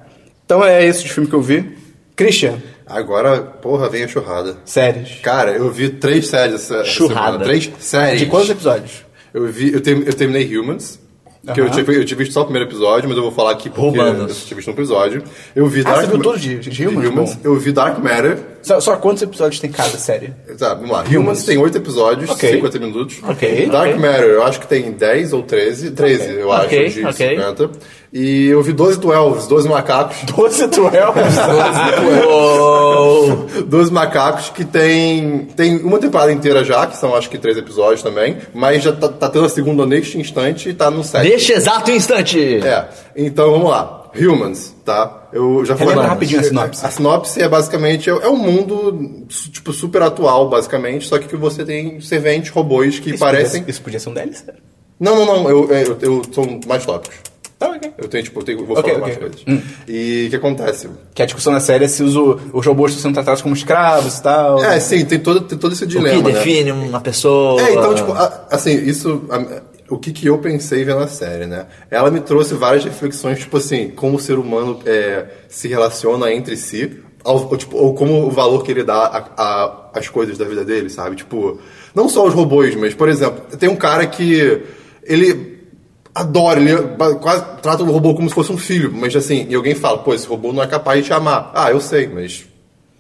S1: Então é esse de filme que eu vi. Christian,
S4: Agora, porra, vem a churrada.
S1: séries.
S4: Cara, eu vi três séries essa essa
S3: Churrada.
S4: semana. Três séries.
S1: De quantos episódios?
S4: Eu, vi, eu, term- eu terminei Humans. Que eu,
S1: Aham.
S4: tinha, eu tinha visto só o primeiro episódio, mas eu vou falar aqui porque
S3: Romanos.
S4: eu tinha visto um episódio. Eu vi
S1: Ah,
S4: Dark
S1: você viu
S4: Ma-
S1: todos de- de Humans? Bom.
S4: Eu vi Dark Matter.
S1: Só, só quantos episódios tem cada série?
S4: Tá, vamos lá. Humans, tem oito episódios,
S1: Ok.
S4: 50 minutos.
S1: Ok,
S4: Dark
S3: ok.
S4: Matter, eu acho que tem 10 ou 13. 13, eu acho,
S3: Ok,
S4: de
S3: ok.
S4: 50. E eu vi 12 duelves, 12 macacos.
S1: 12 duelos.
S4: 12 macacos que tem, tem uma temporada inteira já, que são acho que três episódios também, mas já tá, tá tendo a segunda neste instante e tá no sétimo.
S3: Neste exato instante!
S4: É, então vamos lá. Humans, tá? Eu já falei
S1: Relembra rapidinho a sinopse.
S4: A sinopse é basicamente é, é um mundo su- tipo super atual, basicamente, só que que você tem serventes, robôs que
S1: Isso
S4: parecem.
S1: Podia, isso podia ser um DLC.
S4: é, Não, não, não. Eu, eu, eu são mais tópicos.
S2: Tá, ok.
S4: Eu tenho, tipo, eu tenho, vou
S1: Ok,
S4: falar
S1: ok.
S4: mais coisas.
S3: Hum.
S4: E o que acontece?
S1: Que a discussão na série é se os, os robôs estão sendo tratados como escravos e tal.
S4: É, sim, tem todo, tem todo esse
S3: O
S4: dilema,
S3: que
S4: né?
S3: define uma pessoa.
S4: É, então, tipo, a- assim, isso. a- o que, que eu pensei vendo a série, né? Ela me trouxe várias reflexões, tipo assim, como o ser humano é, se relaciona entre si, ao- ou, tipo, ou como o valor que ele dá a- a- às coisas da vida dele, sabe? Tipo, não só os robôs, mas, por exemplo, tem um cara que. Ele adora, ele ba- quase trata o robô como se fosse um filho, mas assim, e alguém fala, pô, esse robô não é capaz de te amar. Ah, eu sei, mas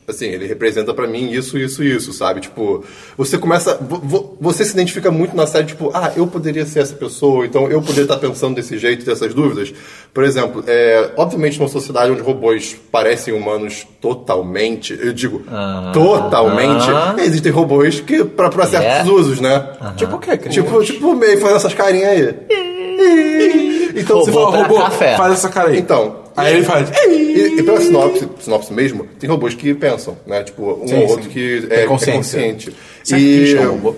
S4: assim, ele representa pra mim isso, isso, isso, sabe? Tipo, você começa, vo- vo- você se identifica muito na série, tipo, ah, eu poderia ser essa pessoa, então eu poderia estar pensando desse jeito, dessas dúvidas. Por exemplo, é, obviamente numa sociedade onde robôs parecem humanos totalmente, eu digo, totalmente, existem robôs que para certos
S3: Yeah.
S4: usos, né? Tipo o quê? Tipo, tipo meio fazendo essas carinhas aí. então,
S3: Robô
S4: você
S2: Pô,
S4: fala,
S3: pra
S1: "Tá,
S2: robô,
S3: café.
S2: faz essa cara aí.
S4: então,
S2: Aí ele faz.
S4: e, e pela sinopse, sinopse mesmo, tem robôs que pensam, né? Tipo, um
S1: Sim,
S4: ou outro
S1: sim.
S4: que
S1: Tem
S4: é, é
S1: consciência.
S4: consciente.
S2: Será que Christian é um robô?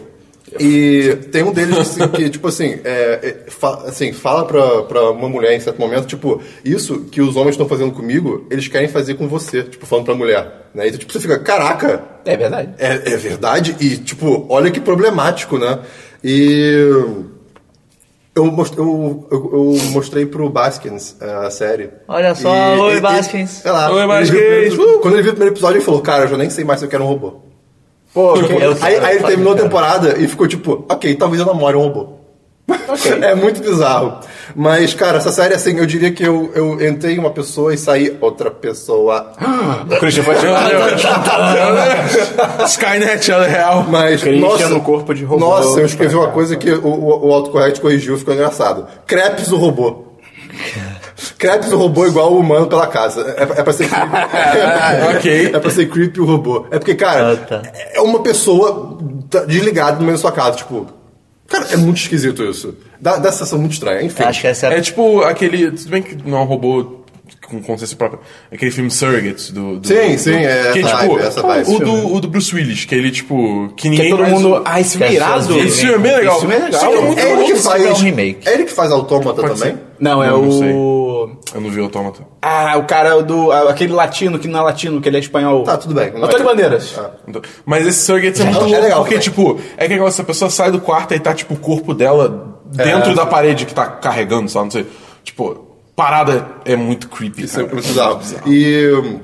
S4: e tem um deles assim, que, tipo assim, é, é, fa- assim, fala pra, pra uma mulher em certo momento, tipo, isso que os homens estão fazendo comigo, eles querem fazer com você, tipo, falando pra mulher. Né? Então, tipo, você fica, caraca,
S1: É verdade.
S4: é, é verdade? E, tipo, olha que problemático, né? E. Eu, mos- eu, eu, eu mostrei pro Baskins eh, a série.
S3: Olha só,
S4: E-
S3: oi,
S4: e- e-
S3: Baskins.
S4: sei lá,
S2: Oi,
S4: ele viu o primeiro-
S2: Baskins, uh!
S4: Quando ele viu o primeiro episódio, ele falou: Cara, eu já nem sei mais se eu quero um robô.
S1: Pô,
S4: Tipo,
S3: Eu né? quero,
S4: aí, aí ele
S3: pode,
S4: terminou a
S3: cara.
S4: temporada e ficou tipo: Ok, talvez eu namore um robô. É muito bizarro. Mas, cara, essa série, assim, eu diria que eu, eu entrei uma pessoa e saí outra pessoa.
S1: o Christian foi
S2: Skynet, ela é real.
S4: Mas,
S1: Christian
S4: nossa,
S1: no corpo de robô. né,
S4: Nossa, eu escrevi uma coisa que o, o, o autocorrect corrigiu, ficou engraçado. Crepes o robô. Crepes o robô igual o humano pela casa. É, é pra ser creepy.
S2: Ok.
S4: É pra ser creepy o robô. É porque, cara,
S3: Ah, tá.
S4: é uma pessoa tá desligada no meio da sua casa, tipo. Cara, é muito esquisito isso. Dá, dá sensação muito estranha, enfim.
S3: Acho que essa é a
S2: É tipo aquele. Tudo bem que não é um robô com consciência própria. Aquele filme Surrogates do. do-
S4: Sim, sim, é
S2: que,
S4: essa
S2: tipo,
S4: vibe, essa vibe.
S2: O, do, o do Bruce Willis, que ele, tipo. Que ninguém.
S1: Que todo
S2: mais-
S1: mundo. Ah, isso é
S3: Que
S1: irado.
S3: as pessoas
S2: Esse filme é bem legal.
S1: Isso é legal.
S2: Só que é muito
S4: É ele
S2: louco.
S4: que
S3: Vamos ver
S4: faz.
S3: um remake.
S4: É ele que faz Autômata
S2: Pode
S4: também?
S2: ser.
S1: Não, é
S2: Não, não sei.
S1: o.
S2: Eu não vi o Autômata.
S1: Ah, o cara do. ah, Aquele latino que não é latino, que ele é espanhol.
S4: Tá, tudo bem.
S1: Antônio Bandeiras.
S4: Ah.
S2: Então, Mas esse Surrogates é muito
S4: é
S2: louco,
S4: legal
S2: porque,
S4: também.
S2: tipo, é que negócio, a pessoa sai do quarto e tá, tipo, o corpo dela
S4: É,
S2: dentro da parede que tá carregando, sabe? Não sei. Tipo, parada é muito creepy.
S4: Isso é
S2: cara.
S4: muito bizarro. E.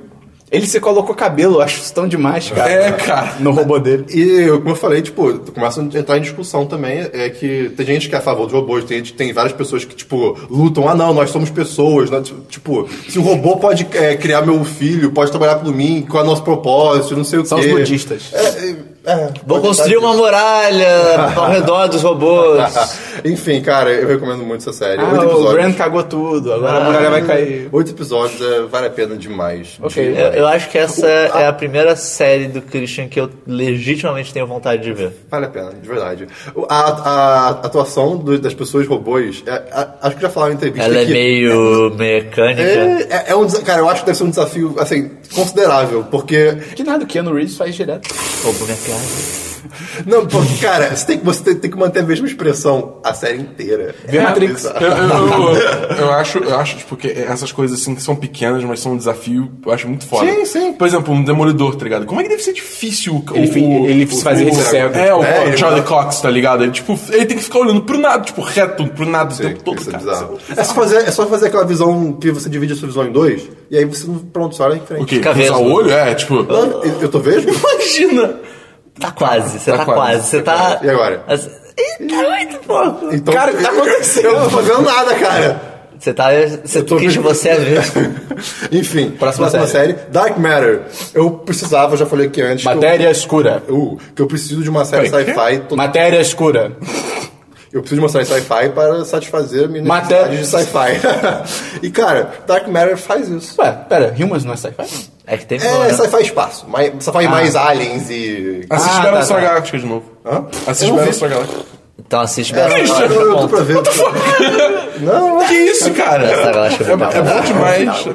S1: Ele se colocou cabelo, eu acho isso tão demais, cara.
S2: É, cara.
S1: No robô dele.
S4: E como eu falei, tipo, começa a entrar em discussão também, é que tem gente que é a favor dos robôs, tem, gente- tem várias pessoas que, tipo, lutam, ah não, nós somos pessoas, né? tipo, se um robô pode é, criar meu filho, pode trabalhar por mim, qual é o nosso propósito, não sei o
S1: São
S4: quê.
S1: os
S4: é,
S1: budistas.
S3: Vou
S4: tipo,
S3: construir uma muralha ao redor dos robôs.
S4: Tá. Enfim, cara, eu recomendo muito Ah. essa série.
S1: Ah, o
S4: Oito
S1: Brand
S4: episódios.
S1: cagou tudo, agora a muralha vai cair.
S4: Oito episódios, é, vale a pena demais.
S1: Ok.
S3: Eu, eu acho que essa é a primeira série do Christian que eu legitimamente tenho vontade de ver.
S4: Vale a pena, de verdade. O- A, a atuação do- das pessoas robôs, é- a- acho que já falaram em entrevista
S3: Ela é
S4: que
S3: meio mecânica.
S4: É, é- é um desa- Cara, eu acho que deve ser um desafio, assim, considerável, porque.
S1: Que nada, o Keanu Reeves faz direto.
S3: Roubou minha piada.
S4: Não, porque, cara, você tem, que- você tem- tem que manter a mesma expressão a série inteira.
S2: É,
S4: É
S1: Vê Matrix.
S4: bizarro.
S2: Eu, eu- eu- eu acho, eu acho, tipo, que essas coisas assim que são pequenas, mas são um desafio, eu acho muito foda.
S4: Sim, sim.
S2: Por exemplo, um demolidor, tá ligado? Como é que deve ser difícil o
S1: Ele fi-
S2: o-
S1: ele
S2: o-
S1: se fazer
S2: o-
S1: esse cego.
S2: É, o,
S4: É,
S2: o
S4: ele-
S2: Charlie Cox, tá ligado? Ele, tipo, ele tem que ficar olhando pro nada, tipo, reto, pro nada o
S4: Sim,
S2: tempo todo,
S4: isso é
S2: cara.
S4: bizarro. É só, fazer, é só fazer aquela visão que você divide a sua visão em dois, e aí você, não- pronto, só olha em frente.
S2: O quê?
S3: Fica
S2: Cruzar
S3: vesgo.
S2: o olho? É, tipo.
S4: Não, eu- Eu tô vendo?
S2: Imagina!
S3: é? Tá quase, você
S2: Tá
S3: tá,
S2: quase,
S3: quase, você tá.
S4: E agora?
S3: As- Eita, muito pouco.
S4: Então,
S1: Cara, o que tá acontecendo?
S4: Eu não tô fazendo nada, cara.
S3: Você tá. Você
S4: tô
S3: Christian,
S4: vendo-
S3: você é mesmo.
S4: Enfim,
S1: Próxima
S4: próxima,
S1: série.
S4: série. Dark Matter. Eu precisava, eu já falei aqui antes. que eu-
S1: Matéria escura.
S4: Uh, que eu preciso de uma série
S2: Peraí, quê?
S4: sci-fi to-
S1: Matéria escura.
S4: Eu preciso de uma série sci-fi para satisfazer minha necessidade
S1: Matéria-
S4: de sci-fi. e, cara, Dark Matter faz isso.
S1: Ué, pera, Humans não é sci-fi?
S3: É que tem boa,
S4: É
S3: né?
S4: sci-fi espaço. Mais, sci-fi
S2: Ah.
S4: mais aliens e...
S2: Assiste
S1: Ah,
S2: Battlestar
S1: tá, tá.
S2: Galactica de novo.
S4: Hã?
S2: Assiste
S4: Eu não vi.
S2: Battlestar Galactica.
S3: Então assiste
S4: Eu, eu, eu tô pra ver. Não,
S2: Que isso, cara?
S3: Battlestar Galactica
S2: É,
S3: foi bom.
S2: é bom demais. O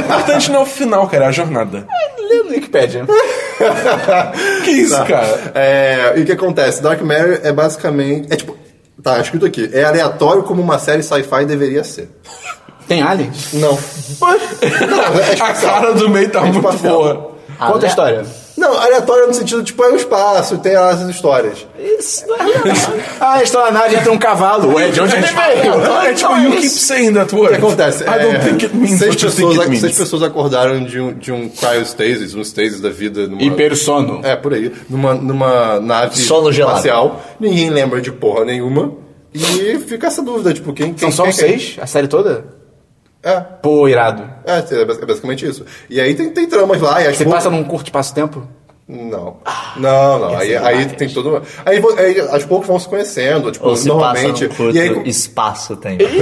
S2: importante não é o final, cara, é a jornada.
S1: Lê no Wikipedia.
S2: Que isso, cara?
S4: É, e o que acontece? Dark Matter é basicamente. É tipo. Tá, escrito aqui. É aleatório como uma série sci-fi deveria ser.
S1: Tem alien?
S4: Não.
S2: A cara do meio tá muito
S4: espacial.
S2: boa.
S1: Conta a história.
S4: Não, aleatório no sentido, tipo, é o espaço, tem as histórias.
S3: Isso não é aleatório.
S1: Ah, a estranagem entre um cavalo. Ué, de onde a gente veio?
S2: É tipo, you keep saying that
S4: O
S2: word.
S4: que acontece? É,
S2: I don't think it means
S4: seis,
S2: what you think
S4: pessoas,
S2: it means.
S4: seis pessoas acordaram de um, de um cryostasis, um stasis da vida. Numa,
S1: Hipersono.
S4: É, por aí. Numa, numa nave
S3: Sono gelado.
S4: espacial. Ninguém lembra de porra nenhuma. E fica essa dúvida, tipo, quem...
S1: São
S4: quem
S1: só
S4: quem-
S1: os seis? A série toda?
S4: É,
S1: Pô, irado.
S4: é, é bas- é basicamente isso. E aí tem, tem tramas lá. E as
S1: Você
S4: por-
S1: passa num curto espaço-tempo?
S4: Não. Não, não. Aí, aí tem todo. Aí, vo- aí aos poucos vão se conhecendo, tipo,
S3: Ou se
S4: normalmente.
S3: passa num
S4: e aí. É.
S3: curto espaço tem.
S1: Eles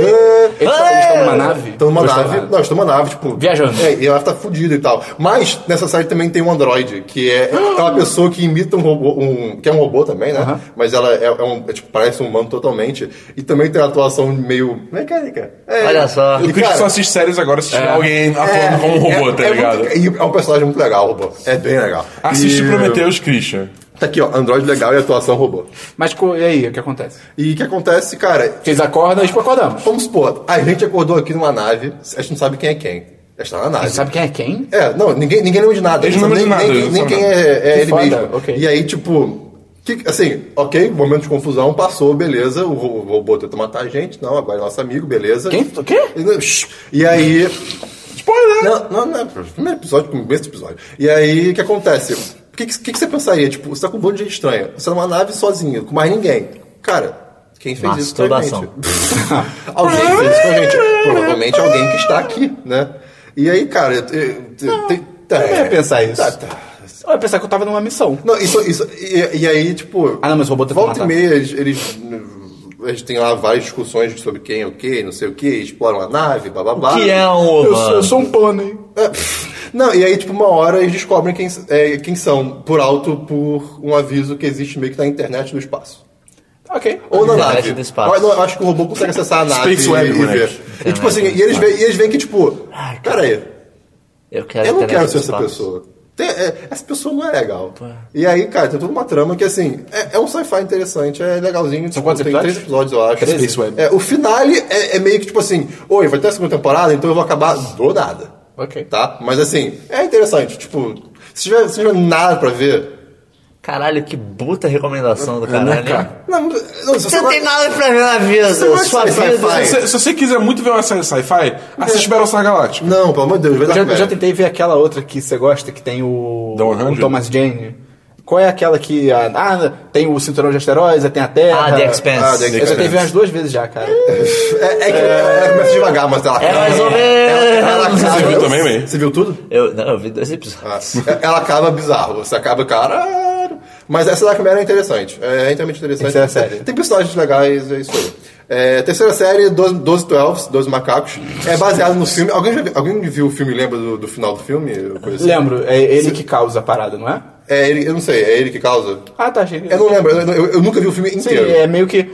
S1: eles estão numa nave?
S4: Estão tá numa
S1: Ou estão
S4: nave. Não, estão numa nave, tipo.
S1: Viajando.
S4: É, e ela tá fudida e tal. Mas nessa série também tem um androide, que é aquela pessoa que imita um robô. Um, que é um robô também, né? Mas ela é, é um. é, tipo, parece um humano totalmente. E também tem uma atuação meio mecânica. É,
S3: Olha só.
S2: O
S4: E,
S2: Christian
S4: cara,
S2: só assiste séries agora se tiver alguém atuando como um robô,
S4: é-
S2: tá
S4: é
S2: ligado?
S4: muito- e é um personagem muito legal, o robô. É bem legal.
S2: Assiste
S4: E-
S2: Prometheus, Christian.
S4: Tá aqui, ó. Android legal e atuação robô.
S1: Mas co- e aí, o que acontece?
S4: E o que acontece, cara,
S1: Vocês acordam, tipo, acordamos.
S4: vamos supor, a gente acordou aqui numa nave, a gente não sabe quem é quem. A gente tá na nave.
S1: Você sabe quem é quem?
S4: É, não, ninguém, ninguém lembra de nada.
S2: Eles não
S4: nem,
S2: lembram de nada,
S4: Nem, nem
S2: eles não
S4: quem
S2: sabem
S4: é, é
S1: Que
S4: ele
S1: foda,
S4: mesmo.
S1: ok.
S4: E aí, tipo, que- assim, ok, momento de confusão, passou, beleza, o, ro- o robô tenta matar a gente, não, agora é nosso amigo, beleza.
S1: Quem? O quê?
S4: E, não, shh, e aí,
S2: Spoiler!
S4: Não, não, não. Primeiro episódio, começo do episódio. E aí, o que acontece? O que, que, que você pensaria? Tipo, você tá com um monte de gente estranha. Você tá numa nave sozinho, com mais ninguém. Cara, quem fez isso com a gente?
S3: Masturbação.
S4: alguém fez isso com a gente. Provavelmente alguém que está aqui, né? E aí, cara, eu, eu, eu- tem- tá,
S1: Eu não ia pensar isso.
S4: Tá, tá.
S1: Eu ia pensar que eu tava numa missão.
S4: Não, isso, isso. E, e aí, tipo.
S1: Ah, não, mas o robô tenta
S4: Volta
S1: matar.
S4: e meia, eles. eles eles têm lá várias discussões sobre quem é o que, não sei o que, exploram a nave, blá blá blá.
S3: Que é
S1: Eu sou,
S3: um
S1: eu
S3: humano.
S1: sou um pônei.
S4: É, Não, e aí, tipo, uma hora eles descobrem quem, é, quem são, por alto, por um aviso que existe meio que na internet do espaço.
S1: Ok.
S4: Ou na
S3: Internet
S4: nave.
S3: do espaço.
S4: Ou- não, eu acho que o robô consegue acessar a nave
S2: Space
S4: e,
S2: Web,
S4: e
S2: moleque.
S4: ver. E tipo assim, e eles, veem, e eles veem que, tipo, peraí,
S3: Eu quero
S4: eu não
S3: internet
S4: quero
S3: no
S4: ser essa
S3: espaço.
S4: pessoa. Tem- é, essa pessoa não é legal. E aí, cara, tem toda uma trama que, assim, é, é um sci-fi interessante, é legalzinho. São
S1: quantos
S4: tem
S1: episódios?
S4: três episódios, eu acho.
S1: Três? Space Web.
S4: É, o finale é, é meio que, tipo assim, oi, vai ter a segunda temporada, então eu vou acabar do nada
S1: Ok.
S4: tá? Mas assim, é interessante. Tipo, se tiver, se tiver nada pra ver.
S3: Caralho, que puta recomendação do caralho. né?
S4: Não, não, se
S3: Você não
S4: vai-
S3: tem nada pra ver na vida.
S4: Você vai
S3: Sua
S4: ser sci-fi.
S3: vida.
S2: Se, se você quiser muito ver uma série sci-fi, assiste Battlestar Galactica.
S4: Não, pelo amor de Deus, vai
S1: Eu
S4: dar
S1: já, eu
S4: merda.
S1: já tentei ver aquela outra que você gosta, que tem o,
S2: The 100?
S1: o Thomas Jane. Qual é aquela que. a- ah, tem o cinturão de asteroides, aí tem a Terra.
S3: Ah, The Expanse.
S4: Ah, The
S1: Eu já tentei ver umas duas vezes já, cara.
S4: É, é que ela começa devagar, mas ela
S3: É mais ou menos.
S4: acaba-
S2: Você viu também, meio?
S4: Você viu tudo?
S3: Eu, não, eu vi dois episódios.
S4: Ah, ela acaba bizarro. Você acaba, caralho. Mas essa da Chimera é interessante. É inteiramente interessante.
S1: Terceira série.
S4: Tem personagens legais, é isso aí. É, terceira série, 12, 12 Twelves, 12 Macacos. É baseado no filme. Alguém, já, viu- alguém viu o filme e lembra do, do final do filme? Coisa assim?
S1: Lembro, é ele que causa a parada, não é?
S4: É ele, eu não sei, é ele que causa?
S1: Ah, tá, achei.
S4: Eu não lembro, eu, eu- eu nunca vi o filme
S1: Sim,
S4: inteiro.
S1: é meio que.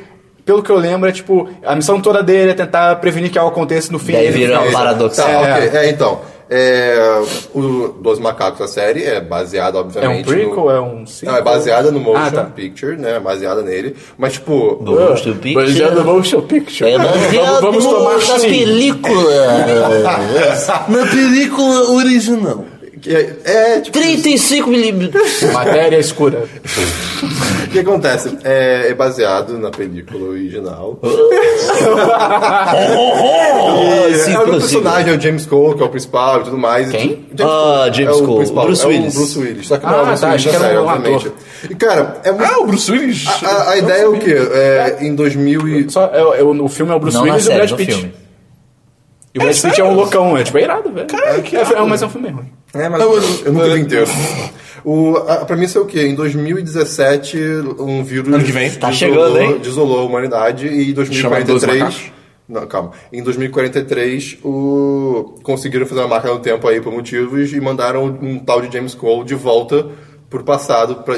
S1: Pelo que eu lembro, é tipo, a missão toda dele é tentar prevenir que algo aconteça no fim.
S3: Daí
S1: ele
S3: vira
S1: fica-
S3: uma
S4: É,
S3: paradoxal.
S4: Tá, ok. É, então. É, o Dois Macacos, a série, é baseada,
S1: É um
S4: obviamente.
S1: prequel,
S4: no...
S1: é um sequel?
S4: Não, é baseada no Motion
S1: Ah, tá.
S4: Picture, né? É baseada nele. Mas, tipo.
S3: Do Motion Picture.
S1: Baseado no Motion Picture.
S3: É baseado
S1: vamos, vamos
S3: no-
S1: tomar
S3: nas
S1: sim.
S4: É,
S3: películas.
S2: Na película original.
S4: que é, é, tipo.
S3: 35 milímetros.
S1: Matéria escura.
S4: O que acontece? É, é baseado na película original.
S3: Ah,
S4: E
S3: sim,
S4: é, o
S3: prossiga.
S4: personagem é o James Cole, que é o principal e tudo mais. e
S1: Quem?
S4: tu- James
S3: Ah,
S4: Cole
S3: James
S4: é
S3: Cole.
S4: O principal,
S3: Bruce
S4: é o
S3: Willis.
S4: Bruce Willis. Só que não é
S1: Ah,
S4: o Bruce
S1: tá,
S4: Willis,
S1: achei que
S4: na
S1: era
S4: série,
S1: um ator.
S4: obviamente. E, cara, é muito.
S2: Ah, o Bruce Willis.
S4: A, a- a ideia é o quê? É, em 2000 e...
S1: Só, é, é o o filme é o Bruce
S3: Não na
S1: Willis e o
S3: série,
S1: Brad
S3: no
S1: Pitt.
S3: filme.
S4: É
S1: E o Brad Pitt é
S2: sério?
S1: um loucão, é tipo, é irado, velho.
S2: Caralho, que
S1: é, é,
S2: irado.
S1: mas é um filme ruim.
S4: É, mas eu nunca vi inteiro. O, a, a premissa é o quê? Em 2017, um vírus...
S2: Ano que vem.
S3: Tá chegando, hein?
S4: Desolou a humanidade e em
S2: Chamado Doze Macacos?
S4: 2043... Não, calma. Em 2043, o, conseguiram fazer uma marca no tempo aí por motivos e mandaram um tal de James Cole de volta pro passado, pra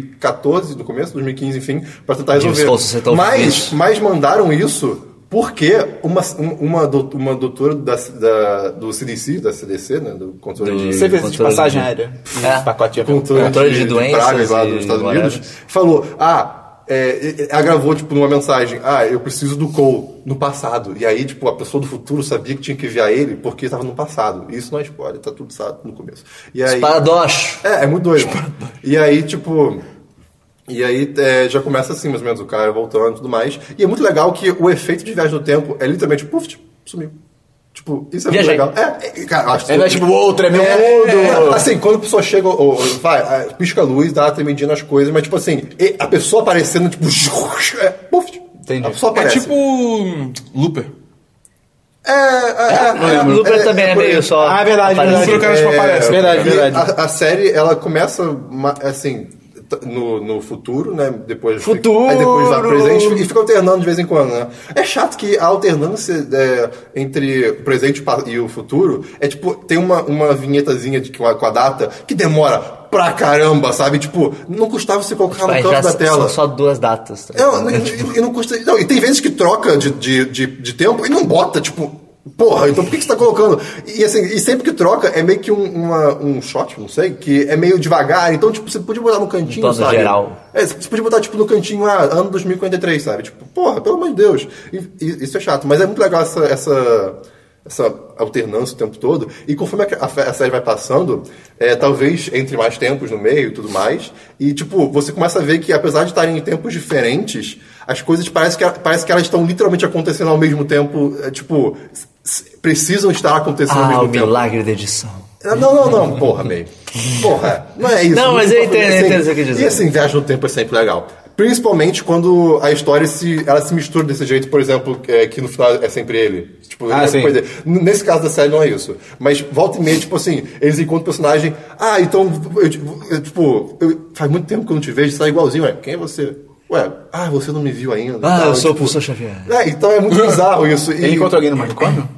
S4: 2014, no começo, 2015, enfim, pra tentar
S3: James
S4: resolver.
S3: Cole, se você tá ouvindo isso.
S4: Mas mas mandaram isso porque uma, um, uma, do- uma doutora da, da- do CDC, da CDC, né, do controle
S3: Do-
S4: de...
S1: Você fez de
S3: controle
S1: passagem
S3: de-
S1: aérea.
S3: É.
S1: Um pacote de avião.
S4: controle
S3: Controle de
S4: de,
S3: doenças
S4: pragas lá
S3: e
S4: dos Estados
S3: whatever.
S4: Unidos, falou, ah, é, ela gravou, tipo, numa mensagem, ah, eu preciso do Cole no passado. E aí, tipo, a pessoa do futuro sabia que tinha que enviar ele porque estava no passado. Isso não é spoiler, tá tudo sabe no começo. E aí,
S3: Paradoxo.
S4: é, é muito doido. E aí, tipo. E aí é, já começa assim, mais ou menos, o cara voltando e tudo mais. E é muito legal que o efeito de viagem no tempo é literalmente, puf, tipo, sumiu. Tipo, isso é
S3: Viajei.
S4: muito legal. É, é, cara, eu acho
S1: Ele é tipo, outro, é meu
S4: é,
S1: mundo.
S4: assim, quando a pessoa chega, ou, ou, vai, a- pisca a luz, dá uma tremidinha nas coisas, mas tipo assim, e- a pessoa aparecendo, tipo, é, puf,
S3: Entendi.
S4: a pessoa
S2: É
S4: aparece.
S2: tipo. hum, Looper.
S4: É, é, é, é,
S3: Looper
S4: é,
S3: também é,
S4: por aí.
S3: meio só.
S1: Ah, é verdade,
S3: aparecido.
S2: Looper o cara tipo, aparece.
S1: É, Verdade,
S4: E
S1: verdade.
S4: A, a série, ela começa, ma- assim, t- no, no futuro, né? Depois,
S1: Futuro!
S4: Aí depois lá no presente, e fica alternando de vez em quando, né? É chato que a alternância é, entre o presente e o pa- e o futuro é tipo, tem uma, uma vinhetazinha de, com, a, com a data que demora pra caramba, sabe? Tipo, não custava você colocar É, no
S3: Mas
S4: canto
S3: já
S4: da
S3: s-
S4: tela. É,
S3: São só duas datas. tá
S4: Não,
S3: ligado?
S4: não, e, e não custa. Não, e tem vezes que troca de, de, de, de tempo e não bota, tipo. Porra, então por que, que você tá colocando? E assim, e sempre que troca, é meio que um, uma- um shot, não sei, que é meio devagar, então, tipo, você podia botar no cantinho,
S3: plano
S4: sabe?
S3: geral.
S4: É, você podia botar, tipo, no cantinho, ah, ano 2043, sabe? Tipo, porra, pelo amor de Deus. E- e- isso é chato, mas é muito legal essa, essa, essa alternância o tempo todo. E conforme a, a fe- a série vai passando, é, talvez entre mais tempos no meio e tudo mais, e, tipo, você começa a ver que, apesar de estarem em tempos diferentes, as coisas parece que, parece que elas estão literalmente acontecendo ao mesmo tempo, é, tipo... s- s- Precisam estar acontecendo ao
S3: Ah,
S4: mesmo
S3: o
S4: tempo.
S3: milagre da edição.
S4: Ah, Não, não, não, porra, meio. Porra, não é isso.
S3: Não, mas eu entendo, eu entendo o que você quer dizer.
S4: E assim, viagem no tempo é sempre legal. Principalmente quando a história se, ela se mistura desse jeito, por exemplo, é, que no final é sempre ele. Tipo,
S1: Ah,
S4: é,
S1: sim.
S4: pois é. N- Nesse caso da série não é isso. Mas volta e meia, tipo assim, eles encontram o personagem. Ah, então, eu, eu, tipo, eu- faz muito tempo que eu não te vejo, você tá igualzinho, ué. Quem é você? Ué, ah, você não me viu ainda.
S3: Ah,
S4: tal,
S3: eu sou o
S4: tipo,
S3: professor Xavier.
S4: É, então é muito bizarro isso. E-
S1: Ele encontra alguém no manicômio?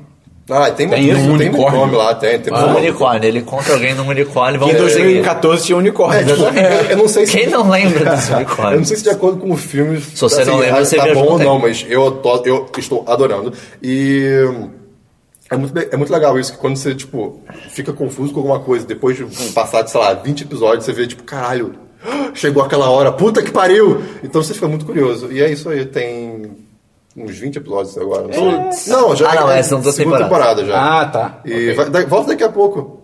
S4: Ah, tem,
S1: Tem isso?
S4: tem
S2: Unicórnio.
S4: unicórnio lá, tem. tem
S3: Um unicórnio. Ele encontra alguém num unicórnio. Vamos
S1: Em
S3: ver.
S1: 2014 tinha um unicórnio.
S4: É, tipo, eu- eu não sei se
S3: Quem não lembra desse
S4: Eu
S3: unicórnio?
S4: não sei se de acordo com o filme
S3: Se você não lembra,
S4: ah,
S3: você
S4: tá
S3: viajou
S4: bom
S3: no
S4: ou
S3: tempo.
S4: não, mas eu, to- eu estou adorando. E é muito, be- é muito legal isso, que quando você, tipo, fica confuso com alguma coisa, depois de passar, de, sei lá, 20 episódios, você vê, tipo, caralho, chegou aquela hora, puta que pariu! Então você fica muito curioso. E é isso aí, tem uns 20 episódios agora. Não,
S3: Putz.
S4: sei. não já
S3: Ah, não,
S4: é
S3: são duas
S4: segunda temporada já.
S1: Ah, tá.
S4: e vai- da- volta daqui a pouco.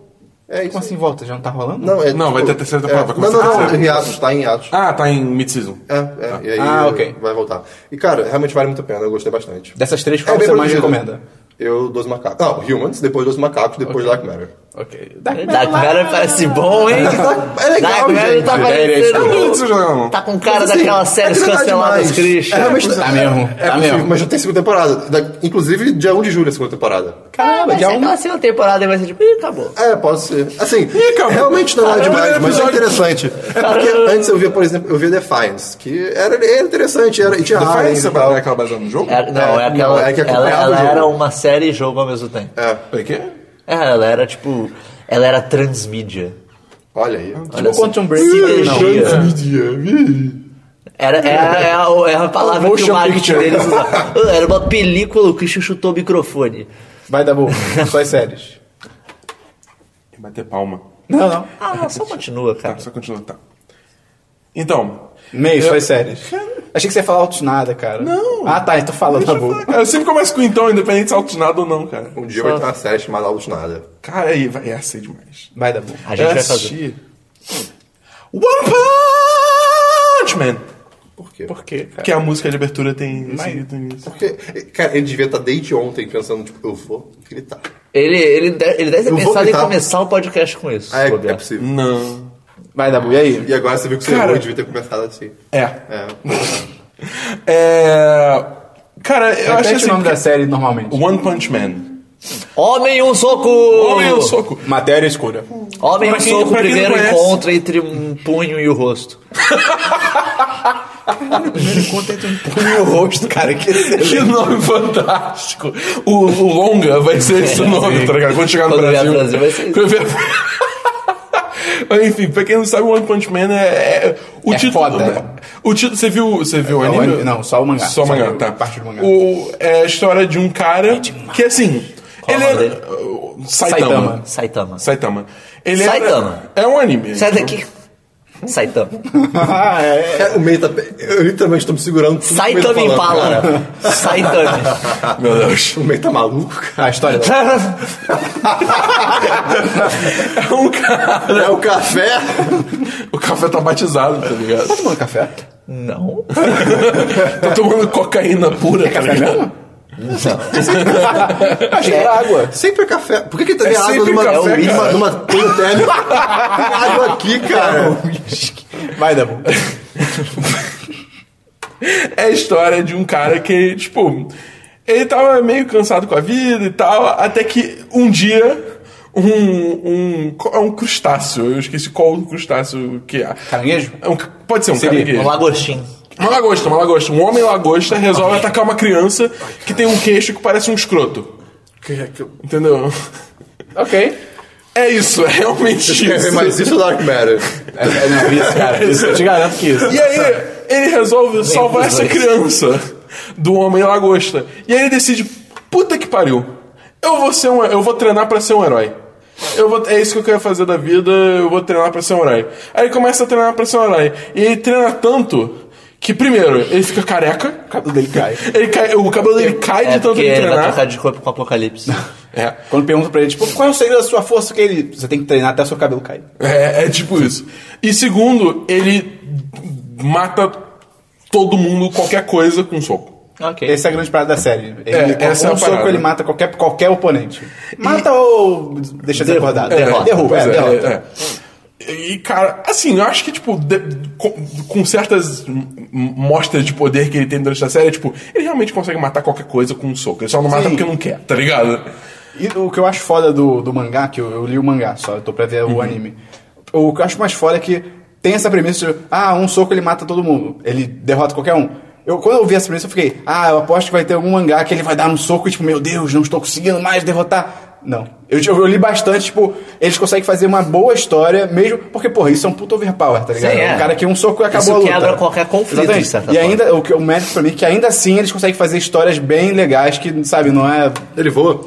S4: É isso.
S1: Como assim volta? Já não tá rolando?
S4: Não, é,
S2: Não, vai ter a terceira temporada, vai
S4: é- não, não,
S2: começar a Tá.
S4: não,
S2: terceira.
S4: em atos, tá em atos.
S2: Ah, tá em mid-season.
S4: É, é, e aí
S1: Ah, ok.
S4: vai voltar. E cara, realmente vale muito a pena, eu gostei bastante.
S1: Dessas três, qual você mais
S4: produzido.
S1: recomenda?
S4: Eu, 12 macacos. Não, Humans, depois 12 macacos, depois Dark Matter.
S1: Ok.
S3: Dark Matter parece bom, hein?
S4: É legal,
S3: Dark Matter
S4: gente.
S3: tá
S4: É,
S2: Não,
S3: parecendo...
S2: mid-season não.
S3: Tá com cara
S4: Mas, assim,
S3: daquela série
S4: é verdade
S3: canceladas,
S4: demais. É,
S3: Christian.
S4: realmente-
S1: Tá mesmo,
S4: é
S1: tá
S4: possível,
S1: mesmo.
S4: Mas já tem segunda temporada. Da- inclusive, dia 1 de julho é a segunda temporada.
S3: Caramba,
S1: já
S3: já
S1: um-
S3: aquela segunda temporada aí vai ser tipo, ih, acabou.
S4: É, pode ser. Assim,
S2: cara,
S4: realmente não é
S2: caramba,
S4: demais, mas é
S2: episódio.
S4: interessante. É porque antes eu via, por exemplo, eu via Defiance, que era, era interessante, era, e tinha né? aliens
S2: Defiance
S4: e
S2: é
S4: tal.
S2: aquela baseada no jogo?
S3: Era- não,
S4: então.
S3: é
S4: É, não,
S3: aquela.
S4: é que
S3: ela
S4: acompanhava
S3: ela
S4: o jogo.
S3: era uma série e jogo ao mesmo tempo.
S4: É,
S2: Peraí, quê?
S3: É, ela era tipo. Ela era transmídia.
S4: olha
S2: Ah,
S4: aí.
S3: Olha
S1: Tipo
S3: só.
S1: Quantum Break.
S3: Sinergia.
S1: É.
S4: Transmídia.
S3: Era, é, é, a- é a palavra que o
S1: Motion
S3: marketing
S1: picture.
S3: deles usava. Era uma película, o Christian chutou o microfone.
S1: Vai dar bom. Só as séries.
S2: Bater palma.
S1: Não, não.
S3: Ah, só continua, cara.
S2: Tá, só continua. Tá. Então,
S1: Meio, só as séries. Achei que você ia falar altos nada, cara.
S2: Não.
S1: Ah, tá. Então fala, tá bom.
S2: cara, eu sempre começo com então, independente se alternado ou não, cara.
S4: Um dia vai ter uma série chamada Algo de Nada.
S2: Cara, aí vai ia ser demais. É
S1: Vai dar bom.
S3: A gente
S2: Eu
S3: vai fazer.
S2: assisti One Punch Man.
S4: Por quê?
S1: Por quê, cara?
S2: Porque a música de abertura tem esse
S1: Mas-
S2: item nisso.
S4: Porque, cara, ele devia estar desde ontem pensando, tipo, eu vou gritar.
S3: Ele, ele, de- ele deve ter
S4: Eu vou
S3: pensado em
S4: gritar.
S3: começar o podcast com isso.
S4: Ah, é,
S3: se bobear.
S4: é possível.
S2: Não.
S1: Vai dar bom. E aí?
S4: E agora você viu que você
S2: Cara.
S4: errou e devia ter começado assim.
S2: É.
S4: É.
S2: É. Cara, eu achei
S1: Repete
S2: assim.
S1: o nome da série normalmente.
S2: One Punch Man.
S3: Homem um soco!
S2: Homem um soco.
S1: Matéria escura. É
S3: Homem
S2: Pra
S3: um
S2: quem-
S3: soco,
S2: pra quem não
S3: primeiro
S2: conhece.
S3: encontro entre um punho e o rosto.
S1: Punho o rosto, cara. Que
S2: Que nome fantástico! O, o Longa vai ser esse nome, tá ligado? Quando chegar no
S3: Quando vier
S2: Brasil.
S3: pro Brasil, vai ser isso.
S2: Quando vier- Mas, Enfim, pra quem não sabe, One Punch Man é. é- o
S1: É
S2: título,
S1: foda.
S2: O título. Você viu, você viu o
S1: Não,
S2: anime?
S1: não, só o mangá.
S2: Só o mangá,
S1: a
S2: tá.
S1: Parte do mangá.
S2: O, é a história de um cara que, assim.
S3: Qual
S2: ele
S3: o nome
S2: era. Saitama.
S1: Saitama.
S3: Saitama.
S2: Saitama. Ele
S3: Saitama.
S2: Era, é um anime.
S3: Sai daqui. Saitama.
S1: Ah, é.
S4: É, o meio tá. Eu literalmente tô me segurando. tudo que o meio tá
S3: Saitama
S4: falando, cara.
S3: Impala. Saitama.
S2: Ah,
S4: Meu Deus. O meio tá maluco, cara.
S1: Ah, A história da...
S2: É um cara.
S4: É o café.
S2: O café tá batizado, tá ligado?
S1: Tá tomando café?
S3: Não.
S2: Tá tomando cocaína pura, tá ligado?
S1: Achei que era água.
S4: Sempre é café. Por que, que tem
S2: É
S4: água
S2: sempre
S4: numa,
S2: café,
S4: numa,
S2: cara.
S4: numa, numa coisa térmica? Tem água aqui, cara.
S1: Vai, Dabu.
S2: É a história de um cara que, tipo, ele tava meio cansado com a vida e tal, até que um dia um um, é um crustáceo, eu esqueci qual o crustáceo que é.
S1: Caranguejo?
S2: É um ca- pode ser um
S1: Seria.
S2: caranguejo.
S3: Um lagostim.
S2: Uma lagosta, uma lagosta. Um homem lagosta resolve atacar uma criança que tem um queixo que parece um escroto.
S4: é
S2: Entendeu?
S1: Ok.
S2: É isso, é realmente
S4: Quer ver
S2: isso.
S4: mais isso, Dark Matter?
S1: É, é, não, isso, cara. Isso, eu te garanto que isso.
S2: E aí, ele resolve salvar
S3: dos
S2: essa
S3: dois.
S2: criança do homem lagosta. E aí ele decide, puta que pariu. Eu vou ser um, eu vou treinar pra ser um herói. Eu vou, é isso que eu quero fazer da vida, eu vou treinar pra ser um herói. Aí ele começa a treinar pra ser um herói. E ele treina tanto que primeiro, ele fica careca, o cabelo dele
S1: cai.
S2: Ele cai, o cabelo dele cai
S3: É
S2: de tanto
S3: porque
S2: ele
S3: ele vai
S2: treinar.
S3: trocar de corpo com o Apocalipse.
S2: É.
S1: Quando pergunta pra ele, tipo, qual é o segredo da sua força que ele. Você tem que treinar até seu cabelo cair.
S2: É, é tipo isso. E segundo, ele mata todo mundo, qualquer coisa com um soco.
S3: ok.
S1: Essa é a grande parada da série. Ele,
S2: É,
S1: com
S2: essa é
S1: um
S2: a
S1: soco
S2: parada.
S1: ele mata qualquer, qualquer oponente. Mata ou deixa
S3: Derruba,
S1: desacordado.
S3: é,
S1: Derruba, derruba,
S2: Pois
S1: é,
S2: é,
S1: derrota.
S2: é, é. E, cara, assim, eu acho que, tipo, de- com, com certas m- mostras de poder que ele tem durante a série, tipo, ele realmente consegue matar qualquer coisa com um soco. Ele só não mata
S1: Sim.
S2: porque não quer, tá ligado?
S1: E o que eu acho foda do, do mangá, que eu, eu li o mangá só, eu tô pra ver
S3: Uhum.
S1: o anime. O que eu acho mais foda é que tem essa premissa de, ah, um soco ele mata todo mundo, ele derrota qualquer um. Eu, quando eu vi essa premissa, eu fiquei, ah, eu aposto que vai ter algum mangá que ele vai dar um soco e tipo, meu Deus, não estou conseguindo mais derrotar. Não. Eu, eu li bastante, tipo, eles conseguem fazer uma boa história, mesmo. Porque, porra, isso é um puto overpower, tá ligado?
S3: Sim, é.
S1: Um cara que um soco e acabou
S3: Isso
S1: a luta.
S3: quebra qualquer conflito,
S1: Exatamente.
S3: de certa
S1: E
S3: forma.
S1: ainda, o, que- o mérito pra mim é que ainda assim eles conseguem fazer histórias bem legais que, sabe, não é.
S4: Ele voa?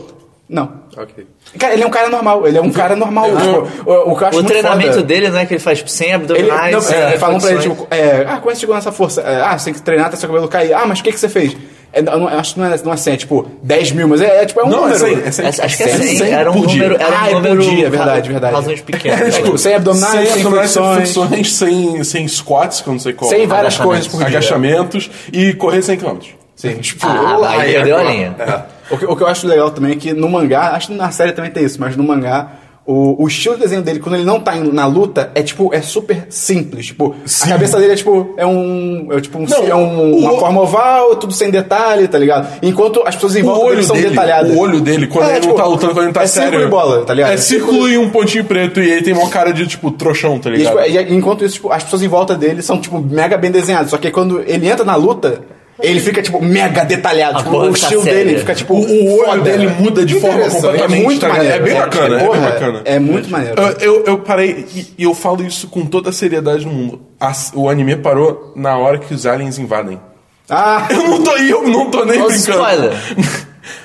S1: Não.
S4: Ok.
S1: Cara, ele é um cara normal, ele é um cara normal. tipo, o, o que eu acho
S3: O
S1: muito
S3: treinamento
S1: foda-
S3: dele, né, que ele faz tipo, sem
S1: Ele,
S3: abdominais.
S1: não, é,
S3: sem
S1: falam pra ele,
S3: flexões.
S1: tipo, é, ah, quando você chegou nessa força? É, ah, você tem que treinar até seu cabelo cair. Ah, mas o que, que você fez? É, não, eu acho que não é, não é 100, é tipo 10 mil, mas é, é, tipo é um
S2: Não, é
S1: número.
S2: cem, é cem.
S3: Acho acho que é
S1: Cem,
S3: 100,
S1: cem
S3: era um
S2: por dia.
S3: número. Era
S1: Ah, é
S3: um
S1: por
S3: número.
S1: dia, verdade, verdade.
S3: Razões pequenas.
S2: É,
S1: tipo, sem abdominais, sem flexões.
S2: sem flexões, sem, sem squats, que eu não sei qual. é
S1: Sem várias
S3: Agachamentos.
S1: coisas por dia.
S2: agachamentos e correr 100 km.
S1: Sim, então. tipo,
S3: Ah,
S1: eu-
S3: aí perdeu a linha.
S1: É. O que, o que eu acho legal também é que no mangá, acho que na série também tem isso, mas no mangá, o, o estilo de desenho dele, quando ele não tá indo na luta, é tipo, é super simples. Tipo, a cabeça dele é tipo, é um. É tipo um,
S2: Não,
S1: é um- uma
S2: o-
S1: forma oval, tudo sem detalhe, tá ligado? Enquanto as pessoas em
S2: O
S1: volta dele
S2: olho
S1: são
S2: dele,
S1: detalhadas.
S2: o olho dele, quando
S1: É,
S2: ele
S1: tipo,
S2: não tá lutando, quando ele tá
S1: é
S2: sério.
S1: círculo e bola, tá ligado?
S2: É círculo e um pontinho preto, e ele tem uma cara de, tipo, trouxão, tá
S1: E,
S2: ligado?
S1: tipo, e- enquanto isso, tipo, as pessoas em volta dele são, tipo, mega bem desenhadas. Só que quando ele entra na luta, ele fica, tipo, mega detalhado.
S3: A
S1: Tipo,
S3: porra
S1: o
S3: tá
S1: estilo
S3: séria.
S1: dele fica, tipo,
S2: O, o olho
S1: foda.
S2: dele muda de forma
S1: Interessante,
S2: completamente.
S1: É muito
S2: tá ligado?
S1: maneiro.
S2: É bem bacana, é,
S1: porra,
S2: bem bacana. Ah.
S1: É muito maneiro.
S2: Eu- Eu, eu parei, e, e eu falo isso com toda a seriedade do mundo. A- o anime parou na hora que os aliens invadem.
S1: Ah,
S2: Eu não tô, eu não tô nem
S3: Olha os
S2: brincando.
S3: spoiler.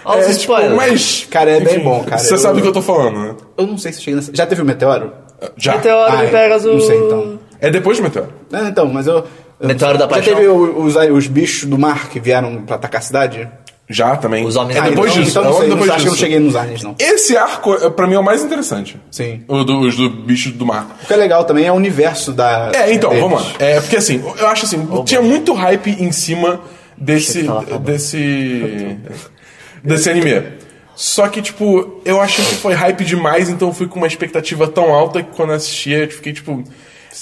S3: Olha os
S2: É, tipo,
S3: spoiler.
S2: mas.
S1: Cara, é bem bom, cara.
S2: Você
S1: Eu-
S2: sabe do que eu tô falando, né?
S1: eu não sei se eu cheguei nessa. Já teve o meteoro?
S2: Já.
S3: Meteoro
S1: Ah,
S3: de Pegasus.
S1: Não sei então.
S2: É depois do meteoro.
S1: Não, então, mas eu. eu
S3: Meteoro da
S1: já
S3: Paixão.
S1: teve o- os, os bichos do mar que vieram pra atacar a cidade?
S2: Já também.
S3: Os homens
S2: é
S3: aliens.
S2: depois
S1: então,
S2: disso.
S1: Então,
S2: é
S1: não
S2: logo
S1: sei,
S2: depois
S1: acho que eu não
S2: disso.
S1: cheguei nos aliens, não.
S2: Esse arco, é, pra mim, é o mais interessante.
S1: Sim.
S2: O do, os do bicho do mar.
S1: O que é legal também é o universo da.
S2: É, então,
S1: deles.
S2: vamos lá. É, porque assim, eu acho assim, tinha muito hype em cima desse.
S3: Achei que tava acabando.
S2: desse. desse anime. Só que, tipo, eu achei que foi hype demais, então eu fui com uma expectativa tão alta que quando eu assisti eu fiquei tipo.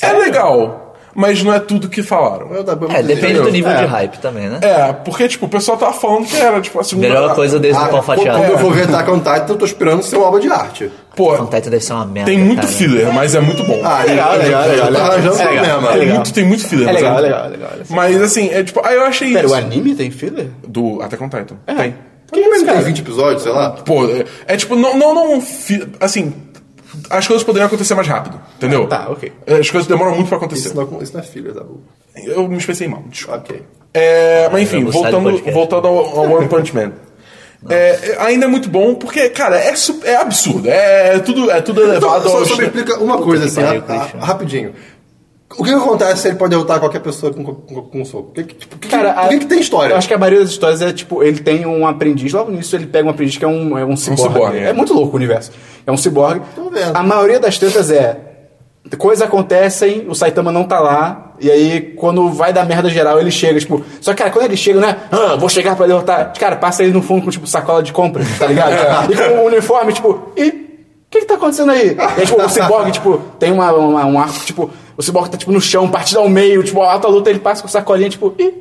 S2: É legal, mas não é tudo que falaram.
S4: Eu dá pra
S3: É,
S4: dizer,
S3: depende
S4: meu.
S3: do nível
S1: É.
S3: de hype também, né?
S2: É, porque, tipo, o pessoal tava falando que era, tipo, a segunda.
S3: Melhor coisa desde o
S4: Ah,
S3: pão
S4: quando quando eu
S3: fatiado.
S4: vou ver Attack on Titan, eu tô esperando ser uma obra de arte.
S2: Pô,
S3: Contato deve ser uma merda.
S2: tem muito
S3: cara.
S2: filler, mas é muito bom.
S4: Ah,
S1: legal,
S4: eu-
S1: legal,
S4: eu- eu
S1: legal,
S4: Tá
S1: legal.
S4: arranjando
S1: É legal,
S4: problema.
S1: é
S2: tem,
S1: legal.
S2: muito, tem muito filler,
S1: É
S2: mas
S1: legal, é
S2: muito
S1: legal,
S2: bom.
S1: é legal. é legal.
S2: Mas assim, é tipo, aí eu achei
S1: Pera, o
S2: isso.
S1: anime tem filler? É.
S2: Do Attack on Titan.
S1: Tem.
S4: Que isso, Tem 20 episódios, sei lá.
S2: Pô, é, é tipo, não, não, não. fi- Assim, as coisas poderiam acontecer mais rápido, entendeu? É,
S1: Tá, ok.
S2: As coisas demoram muito pra acontecer.
S4: Isso não, isso não é filha da Lu.
S2: Eu me expressei mal, desculpa.
S4: Ok.
S2: É, mas enfim,
S3: Eu vou sair do
S2: voltando,
S3: podcast.
S2: voltando ao, ao One Punch Man. É, é, ainda é muito bom porque, cara, é, su- é absurdo. É, tudo, é tudo elevado
S4: Então,
S2: ao
S4: só, só me
S2: extre-
S4: explica uma coisa
S3: que
S4: assim,
S3: pariu,
S4: ra- ra-
S3: Christian.
S4: rapidinho. O que, que acontece se ele pode derrotar qualquer pessoa com, com, com um soco? O que, que, tipo, que-
S1: Cara,
S4: por que, que tem história?
S1: Eu acho que a maioria das histórias é tipo, ele tem um aprendiz, logo nisso ele pega um aprendiz que é um, é um ciborgue.
S2: ciborgue,
S1: é.
S2: é.
S1: muito louco o universo. É um ciborgue.
S4: Tô vendo.
S1: A maioria das tretas é. Coisas acontecem, o Saitama não tá lá, e aí quando vai dar merda geral, ele chega, tipo. Só que, cara, quando ele chega, né? Ah, vou chegar pra derrotar. Cara, passa ele no fundo com, tipo, sacola de compra, tá ligado?
S4: É.
S1: e com o uniforme, tipo, e. O que que tá acontecendo aí? E aí, tipo, o Cyborg, tipo, tem uma, uma- um arco, tipo, o Cyborg tá, tipo, no chão, partido ao meio, tipo, a alta luta, ele passa com sacolinha, tipo, e o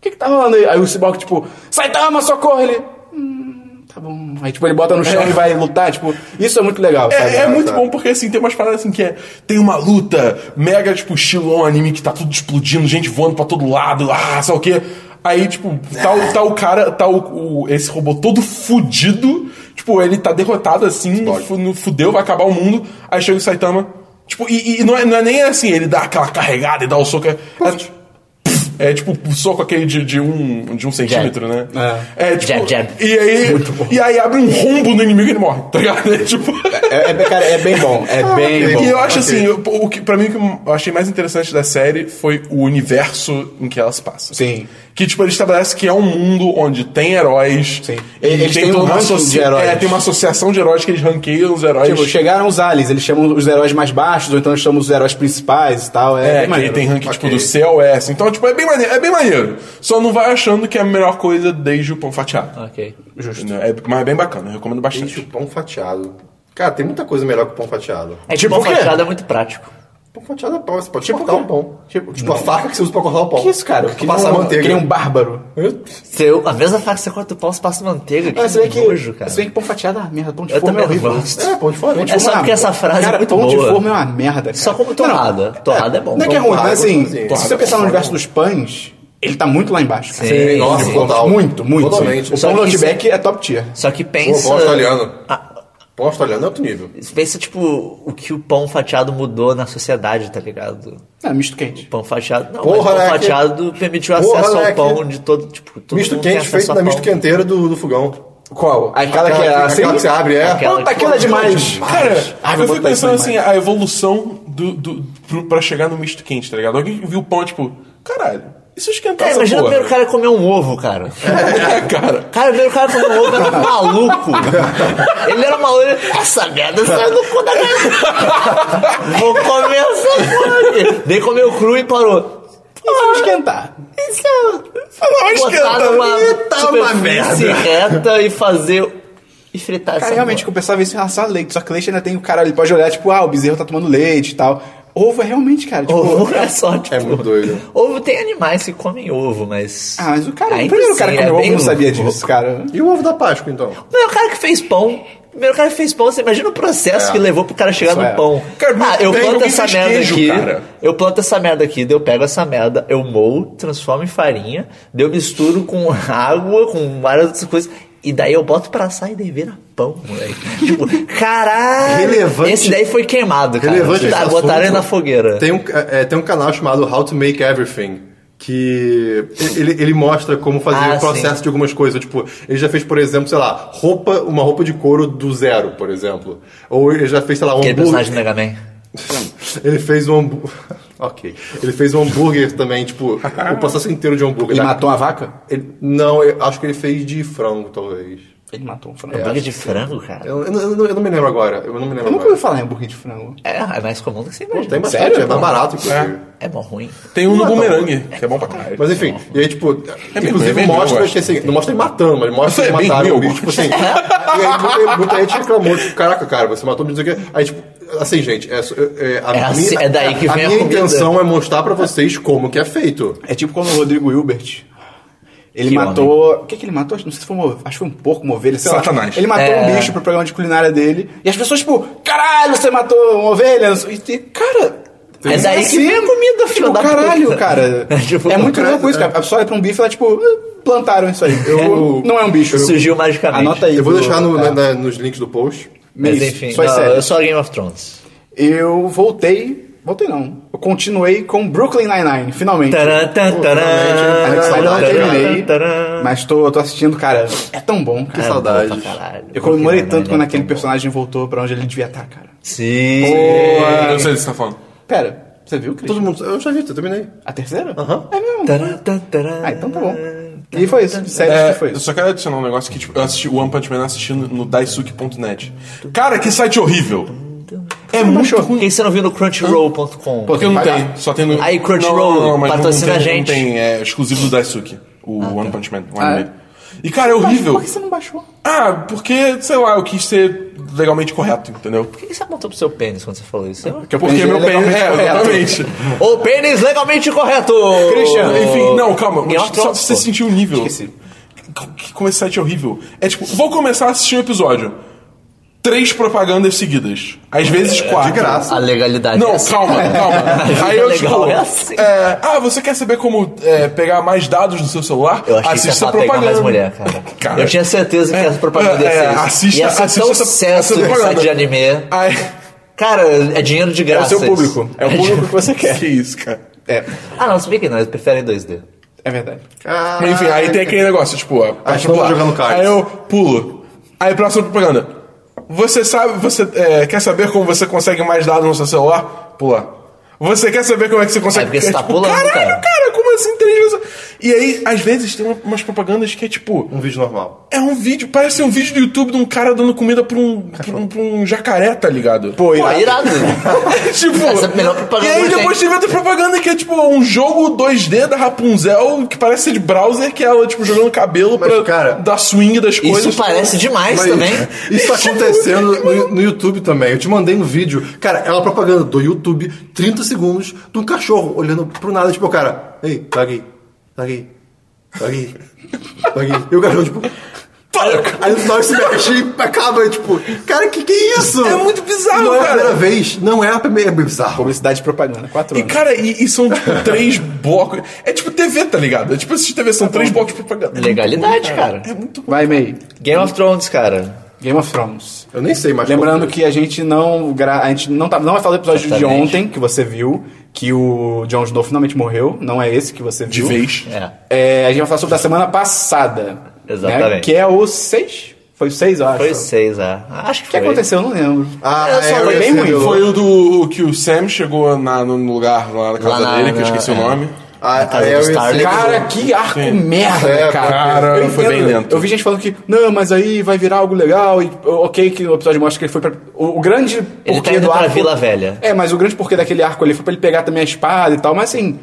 S1: que que tá rolando aí? Aí o Cyborg, tipo, Saitama, socorro! Ele, hum, tá bom. Aí, tipo, ele bota no chão e vai lutar, tipo, isso é muito legal, sabe?
S2: É, é muito bom porque assim, tem umas paradas assim que é. Tem uma luta mega, tipo, estilo um anime que tá tudo explodindo, gente voando pra todo lado, ah, sei lá o quê. Aí, tipo, tá, o- tá o cara, tá o, o- esse robô todo fudido, tipo, ele tá derrotado assim, no, fu- no fudeu, vai acabar o mundo. Aí chega o Saitama, tipo, e, e não, é, não é nem assim, ele dá aquela carregada e dá o soco. É, é, é, tipo, o soco aquele de, de um, de um centímetro, né? É, tipo.
S3: Jab, jab.
S2: E aí, e aí abre um rombo no inimigo e ele morre, tá ligado? É, tipo.
S1: É, é, cara, é bem bom,
S3: Ah,
S1: é bem bom.
S2: E eu acho
S4: ok.
S2: assim, eu- o que, pra mim o que eu achei mais interessante da série foi o universo em que elas passam.
S1: Sim.
S2: Que, tipo, ele estabelece que é um mundo onde tem heróis.
S1: Sim.
S2: E
S1: Eles
S2: tem
S1: têm
S2: toda
S1: um
S2: uma
S1: ranking
S2: associa-
S1: de heróis.
S2: É, tem uma associação de heróis que eles ranqueiam os heróis.
S1: Tipo, chegaram os aliens, eles chamam os heróis mais baixos, ou então eles chamam os heróis principais e tal. É,
S2: é,
S1: bem
S2: que
S1: maneiro.
S2: tem ranking, tipo,
S4: Ok.
S2: do céu, é assim. Então, tipo, é bem maneiro. É bem maneiro. Só não vai achando que é a melhor coisa desde o pão fatiado.
S3: Ok.
S2: Justo. É, mas é bem bacana, eu recomendo bastante.
S4: Gente, o pão fatiado. Cara, tem muita coisa melhor que o pão fatiado.
S3: É que
S1: Tipo
S3: tipo,
S1: o quê?
S3: fatiado é muito prático.
S4: Pão fatiado é pão, você pode cortar o pão. Tipo, a faca que você usa pra cortar o pão.
S1: Que isso, cara?
S4: Que passar
S1: um,
S4: manteiga. É,
S1: que nem um bárbaro.
S3: Você, a mesma faca que você corta o pau, você passa manteiga. Que
S1: Ah, se bem que,
S3: nojo, cara.
S1: se bem que pão fatiado é uma merda, pão de
S3: Eu
S1: forma é
S3: também não
S1: horrível.
S3: gosto.
S4: É, pão de forma.
S1: Pão de
S3: É
S1: forma
S3: só porque
S1: uma-
S3: essa frase é
S1: cara,
S3: muito
S1: pão de
S3: boa.
S1: forma é uma merda, cara.
S3: Só como
S1: Não,
S3: torrada. torrada é, bom.
S1: Não é que é ruim, mas assim,
S4: Torrada,
S1: se você pensar no universo dos pães, ele tá muito lá embaixo. cara.
S3: Sim,
S4: Nossa,
S3: sim.
S4: total.
S1: Muito, muito.
S4: Totalmente.
S1: O
S3: Só
S1: pão do
S3: que isso-
S1: Outback é top tier.
S3: Só que
S4: Pô,
S3: pensa.
S4: pão australiano.
S3: Ah,
S4: Pão australiano é outro nível.
S3: pensa, tipo, o que o pão fatiado mudou na sociedade, tá ligado?
S1: É, misto quente.
S3: Pão fatiado. Não,
S4: Porra,
S3: mas pão
S4: né, que-
S3: fatiado permitiu
S4: Porra,
S3: acesso
S4: né,
S3: ao
S4: que-
S3: pão de todo. Tipo, todo
S4: misto
S3: mundo tem
S4: quente
S3: acesso
S4: feito
S3: a
S4: na
S3: pão.
S4: misto quenteira do, do fogão.
S1: Qual? Aquela que é
S4: aquela,
S1: assim.
S4: aquela que você abre, é.
S3: Aquela-
S1: Puta, aquilo é demais.
S2: Cara,
S1: Ai, vou
S2: eu
S1: botar
S2: fico
S1: isso
S2: pensando
S1: na
S2: assim, a evolução do, do, pro- pra chegar no misto quente, tá ligado? Alguém viu o pão, tipo, caralho, isso esquentar
S3: Cara,
S2: essa
S3: É, imagina o
S2: porra.
S3: primeiro cara comer um ovo, cara.
S2: É, cara.
S3: Cara, o primeiro cara comer um ovo era um maluco. Ele era maluco. Ele, essa merda saiu do cu da cara. Vou comer essa porra aqui. Daí comeu cru e parou.
S1: E vamos esquentar.
S3: Isso é- Botar
S2: esquenta.
S3: numa
S4: Ih, tá uma
S3: superfície
S4: merda.
S3: reta e fazer... E fritar essa
S1: Cara, realmente, tipo, que eu
S3: porra.
S1: pensava isso em relação a leite. Só que leite ainda tem o cara, ele pode olhar, tipo, ah, o bezerro tá tomando leite e tal. Ovo é realmente, cara, tipo...
S3: Ovo é só, tipo...
S4: É muito doido.
S3: Ovo tem animais que comem ovo, mas...
S1: Ah, mas o cara...
S3: Ainda
S1: o primeiro cara
S3: assim,
S1: que comeu
S3: é
S1: ovo
S3: bem
S1: não sabia
S3: louco.
S1: disso, cara.
S4: E o ovo da Páscoa, então?
S3: é O primeiro cara que fez pão... O primeiro cara que fez pão, você imagina o processo
S4: É.
S3: que levou pro cara chegar
S1: Isso
S3: no
S1: é.
S3: pão.
S2: Cara,
S3: ah, eu
S2: tem
S3: planto
S2: alguém que
S3: essa
S2: fez
S3: merda
S2: queijo,
S3: aqui,
S2: cara.
S3: eu planto essa merda aqui, daí eu pego essa merda, eu moo, transformo em farinha, daí eu misturo com água, com várias outras coisas, e daí eu boto pra assar e daí vira pão, moleque. tipo, caralho!
S4: Relevante-
S3: Esse daí foi queimado, cara.
S4: Relevante
S3: Tá,
S4: esse
S3: botaram ele
S4: assunto.
S3: na fogueira.
S4: Tem um, é, tem um canal chamado How to Make Everything. Que ele, ele mostra como fazer
S3: Ah,
S4: o processo
S3: sim.
S4: de algumas coisas. Tipo, ele já fez, por exemplo, sei lá, roupa, uma roupa de couro do zero, por exemplo. Ou ele já fez, sei lá, um
S3: Aquele
S4: hambúrguer.
S3: personagem do Mega Man.
S4: Ele fez um hambú- Ok. Ele fez um hambúrguer também, tipo, o processo inteiro de hambúrguer.
S1: Ele
S4: Da-
S1: matou uma vaca?
S4: Ele- não, eu acho que ele fez de frango, talvez.
S1: Ele matou um frango.
S3: Hambúrguer de frango, cara.
S4: Eu, eu não- eu não- eu não me lembro agora. Eu não me lembro
S1: Eu nunca
S4: agora.
S1: ouvi falar em hambúrguer de frango.
S3: É, é mais comum do que você imagina.
S4: Tem bastante,
S1: Sério?
S4: é mais barato, inclusive.
S3: É bom ruim.
S2: Tem um no bumerangue, que é bom pra caralho.
S4: Mas enfim, e aí, tipo,
S2: é
S4: inclusive
S2: bem ruim, eu
S4: mostra
S2: gosto.
S4: que assim, não mostra ele matando, mas mostra
S2: É
S4: ele
S2: bem
S4: mataram
S2: ruim,
S4: o
S2: eu
S4: bicho, tipo assim. e aí muita, muita gente reclamou, tipo, caraca, cara, você matou o bicho, não sei o quê. Aí, tipo, assim, gente, é, é, a
S3: É assim- é daí que
S4: a
S3: vem a
S4: minha
S3: comida.
S4: intenção é mostrar pra vocês como que é feito.
S1: É tipo quando o Rodrigo Hilbert. Ele
S3: Que
S1: matou. O que, que ele matou? Não sei se foi uma, acho que foi um porco, uma ovelha, sei lá.
S2: Satanás.
S1: Ele matou
S3: É.
S1: um bicho pro programa de culinária dele. E as pessoas, tipo, caralho, você matou uma ovelha. não sei- E, tem- cara.
S3: É daí que
S1: assim,
S3: vem a comida, filho
S1: Tipo,
S3: da
S1: caralho,
S3: puta.
S1: cara.
S3: É tipo,
S1: é muito
S4: cara,
S1: louco isso,
S4: é.
S1: cara. A pessoa olha pra um bife e ela, tipo, "Ah, plantaram isso aí. Eu- não é um bicho.
S3: Surgiu magicamente.
S1: Anota aí.
S4: Eu vou
S1: Bruno.
S4: deixar no-
S1: É.
S4: na- na- nos links do post.
S3: Mas
S1: Isso,
S3: enfim,
S1: só é
S3: não,
S1: sério.
S3: eu sou a Game of Thrones.
S1: Eu voltei. Voltei não. Eu continuei com Brooklyn Nine-Nine, finalmente.
S3: Taran, taran, taran,
S4: Ai, que
S1: Ainda não
S4: saudade,
S1: terminei,
S3: taran.
S1: mas tô, tô assistindo, cara. É tão bom,
S4: Que
S1: cara.
S4: saudade.
S3: Puta caralho.
S1: Eu comemorei tanto quando
S3: Caralho,
S1: aquele
S3: é tão bom.
S1: personagem voltou pra onde ele devia estar, cara.
S3: Sim.
S2: Eu sei o que você tá falando.
S1: Pera. Você viu, Cris?
S4: Todo mundo. Eu já vi, eu terminei.
S1: A terceira? É mesmo.
S3: Tará, tá, tará.
S1: Ah, então tá bom. E foi isso. Sério
S2: É,
S1: que foi
S2: eu
S1: isso.
S2: só quero adicionar um negócio que tipo, eu assisti o One Punch Man assistindo no daisuke.net. Cara, que site horrível! É muito ruim.
S3: Quem você não viu no crunchyroll.com?
S2: Porque não tem, só tem no.
S3: Aí, Crunchyroll,
S2: Não, não, não, mas não
S3: patrocina
S2: tem-
S3: a gente. tá.
S2: Não tem, é exclusivo do Daisuke, o One Punch Man, o
S1: Ah,
S2: anime. E cara, é horrível.
S1: Por que você não baixou?
S2: Ah, porque, sei lá, eu quis ser legalmente correto, entendeu?
S3: Por que você apontou pro seu pênis quando você falou isso?
S1: Porque,
S2: Porque meu pênis. É, exatamente.
S3: O pênis legalmente correto!
S1: Christian,
S2: Enfim, não, calma.
S3: Eu
S2: Só pra
S3: troco.
S2: você sentir o nível.
S1: Esqueci.
S2: Que- Como esse site é horrível. É tipo, vou começar a assistir um episódio. Três propagandas seguidas. Às
S3: É,
S2: vezes quatro.
S4: De graça.
S3: A legalidade é
S2: Não,
S3: assim.
S2: calma, calma. Aí eu,
S3: Legal,
S2: tipo,
S3: é assim.
S2: é, ah, você quer saber como é, pegar mais dados do seu celular?
S3: Eu achei que
S2: Assista
S3: ia
S2: a
S3: pegar
S2: propaganda.
S3: mais mulher, cara.
S2: Cara.
S3: Eu tinha certeza que essa propaganda ia
S2: É,
S3: ser
S2: é,
S3: isso.
S2: assista-
S3: ia ser
S2: assista
S3: tão
S2: essa- essa
S3: sucesso esse
S2: propaganda.
S3: site de anime.
S2: Aí-
S3: Cara, é dinheiro de
S1: É o
S3: graça.
S1: seu
S3: isso.
S1: público. É o público que você quer.
S2: que tipo isso, cara.
S1: É,
S3: Ah, não, se bem que não, eles preferem 2D.
S1: é verdade.
S4: Caraca.
S2: Enfim, aí tem aquele negócio, tipo, ó,
S4: Aí
S2: acho que eu
S4: vamos
S2: pular.
S4: jogando cards.
S2: Aí eu pulo. Aí próxima propaganda. Você sabe, você é, quer saber como você consegue mais dados no seu celular? Pula. Você quer saber como é que você consegue.
S3: É porque você
S2: é,
S3: tá pulando,
S2: Caralho,
S3: cara."
S2: cara. como assim três vezes? E aí, às vezes, tem uma- umas propagandas que é tipo.
S4: Um vídeo normal.
S2: É um vídeo, parece ser um vídeo do YouTube de um cara dando comida pra um, pra um, pra um jacaré, tá ligado?
S1: Pô,
S3: Pô,
S1: irado.
S3: irado.
S2: tipo.
S3: Essa é a melhor propaganda
S2: e
S3: que
S2: aí
S3: tem.
S2: depois teve outra propaganda que é tipo um jogo 2D da Rapunzel que parece ser de browser, que é ela, tipo, jogando cabelo
S4: Mas,
S2: pra
S4: cara,
S2: dar swing das coisas.
S3: Isso parece
S2: Ah,
S3: demais
S4: Mas
S3: também.
S4: Isso tá acontecendo no, no YouTube também. Eu te mandei um vídeo. Cara, é uma propaganda do YouTube, 30 segundos, de um cachorro olhando pro nada, tipo, cara, ei, tá paguei, paguei, paguei, paguei. E o cachorro, tipo. Aí no final esse mexer e acaba, tipo, cara, que que é isso?
S2: É muito bizarro,
S4: Não é a
S2: cara.
S4: primeira vez, não é a primeira. É bizarro.
S1: Publicidade e propaganda. Quatro
S2: E
S1: anos.
S2: cara, e, e são tipo três blocos. É tipo TV, tá ligado? É tipo assistir TV, são três blocos de propaganda.
S3: É Legalidade, cara.
S2: É muito ruim.
S1: Vai, May.
S3: Game of Thrones, cara.
S1: Game of Thrones.
S4: Eu nem sei mais qual
S1: Lembrando
S4: foi.
S1: que a gente não gra... a gente não, tá... não vai falar do episódio de
S3: Exatamente.
S1: ontem que você viu, que o Jon Snow finalmente morreu. Não é esse que você
S2: De
S1: viu.
S2: vez.
S3: É.
S1: É, a gente vai falar sobre a semana passada.
S3: Exatamente.
S1: né? Que é o 6. Foi o 6, eu acho.
S3: Foi seis, é. Acho que
S1: O que
S3: foi.
S1: aconteceu? Eu não lembro.
S4: Ah,
S3: Eu só
S4: é,
S3: foi
S4: eu
S1: bem
S4: sei,
S1: ruim.
S4: eu-
S2: Foi o do o que o Sam chegou na, no lugar lá na casa
S3: Lá na-
S2: dele, que eu
S3: na-
S2: esqueci
S3: é.
S2: o nome.
S4: A, a
S3: casa do
S4: Ares-
S3: Starling.
S1: Cara, que arco merda,
S4: É,
S1: cara.
S2: cara,
S1: Eu
S2: foi
S1: entendo.
S2: bem lento.
S1: Eu vi gente falando que, não, mas aí vai virar algo legal. E, ok, que o episódio mostra que ele foi pra. O, o grande
S3: Ele tá
S1: porquê
S3: indo
S1: do
S3: pra
S1: arco.
S3: Vila Velha.
S1: É, mas o grande porquê daquele arco ali foi pra ele pegar também a espada e tal. Mas assim.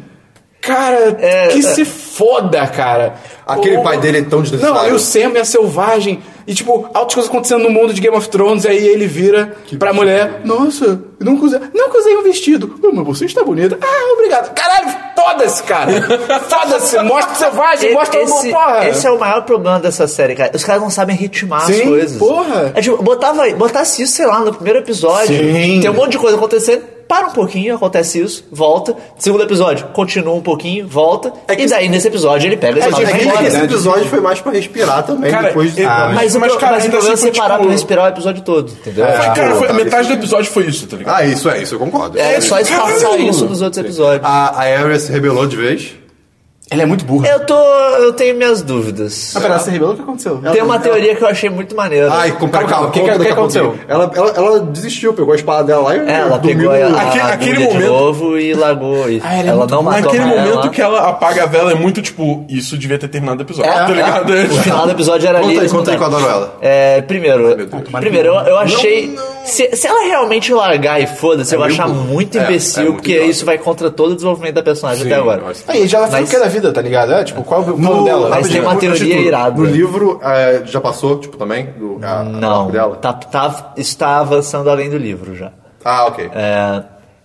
S1: Cara,
S3: É,
S1: que
S3: é.
S1: se foda, cara.
S4: Aquele pai dele é tão desnecessário.
S1: Não, e o Sam é selvagem. E, tipo, altas coisas acontecendo no mundo de Game of Thrones. E aí ele vira pra mulher: Nossa, eu não usei, não usei um vestido. Oh, mas você está bonita. Ah, obrigado. Caralho, foda-se, cara. foda-se. Mostra o selvagem, mostra o
S3: esse,
S1: porra.
S3: esse é o maior problema dessa série, cara. Os caras não sabem ritmar as
S1: Sim,
S3: coisas.
S1: porra.
S3: É tipo, botava, botasse isso, sei lá, no primeiro episódio.
S1: Sim.
S3: Tem um monte de coisa acontecendo. Para um pouquinho, acontece isso, volta. Segundo episódio, continua um pouquinho, volta.
S4: É que-
S3: e daí, nesse episódio, ele pega esse
S4: Mas
S3: episódio
S4: é
S3: e
S4: que
S3: vai embora.
S4: esse episódio foi mais pra respirar também.
S2: Cara,
S4: depois
S2: eu-
S4: Ah,
S3: Mas, o
S2: Mas,
S3: pro-
S2: cara,
S3: mas o
S2: ainda
S3: problema é
S2: assim foi,
S3: separar
S2: tipo-
S3: pra respirar o episódio todo, entendeu?
S2: Foi, cara, foi-
S4: tá,
S2: metade do episódio foi isso, tá ligado?
S4: Ah, isso é, isso eu concordo.
S3: É só espaçar
S2: Caralho!
S3: isso nos outros episódios.
S4: A, a Aria se rebelou de vez.
S1: Ele é muito burro.
S3: Eu tô. Eu tenho minhas dúvidas.
S1: Ah, pera, você rebelou? O que aconteceu?
S3: Tem uma teoria que eu achei muito maneira.
S4: Ai, com- pera,
S1: Calma, calma,
S4: calma,
S1: o que que- o
S4: conta
S1: que
S4: daqui a
S1: aconteceu?
S4: pouquinho. Ela, ela, ela desistiu, pegou a espada dela lá e
S3: É, Ela
S4: dormiu
S3: pegou a,
S4: no-
S3: a,
S2: Aque-
S3: a
S2: aquele
S3: bunda de
S2: momento-
S3: novo e largou isso.
S1: Ah, ela é
S3: ela
S1: muito
S3: não matou
S2: Naquele
S3: a
S2: momento
S3: ela.
S2: que ela apaga a vela é muito tipo, isso devia ter terminado o
S3: É,
S2: episódio, tá ligado?
S3: O final do episódio era
S4: Conta
S3: ali.
S4: aí,
S3: eles
S4: conta aí que eu
S3: mudaram.
S4: adoro ela.
S3: É, primeiro,
S4: Deus.
S3: primeiro eu, eu achei. Se, se ela realmente largar e foda-se, eu vou
S4: meio
S3: achar
S4: burro.
S3: muito
S4: É, é
S3: imbecil,
S4: muito
S3: porque
S4: idiota.
S3: isso vai contra todo o desenvolvimento da personagem até agora.
S4: nossa.
S1: Aí, já foi
S3: Mas-
S1: o que da vida, tá ligado? É, tipo, qual é o plano dela?
S3: mas tem
S4: rapidinho,
S3: uma
S4: antes de
S3: teoria
S4: tudo,
S3: irada.
S4: No livro é, já passou, tipo, também? Do, a, a
S3: Não,
S4: dela?
S3: tá, tá, está avançando além do livro já.
S4: Ah, ok.
S3: É,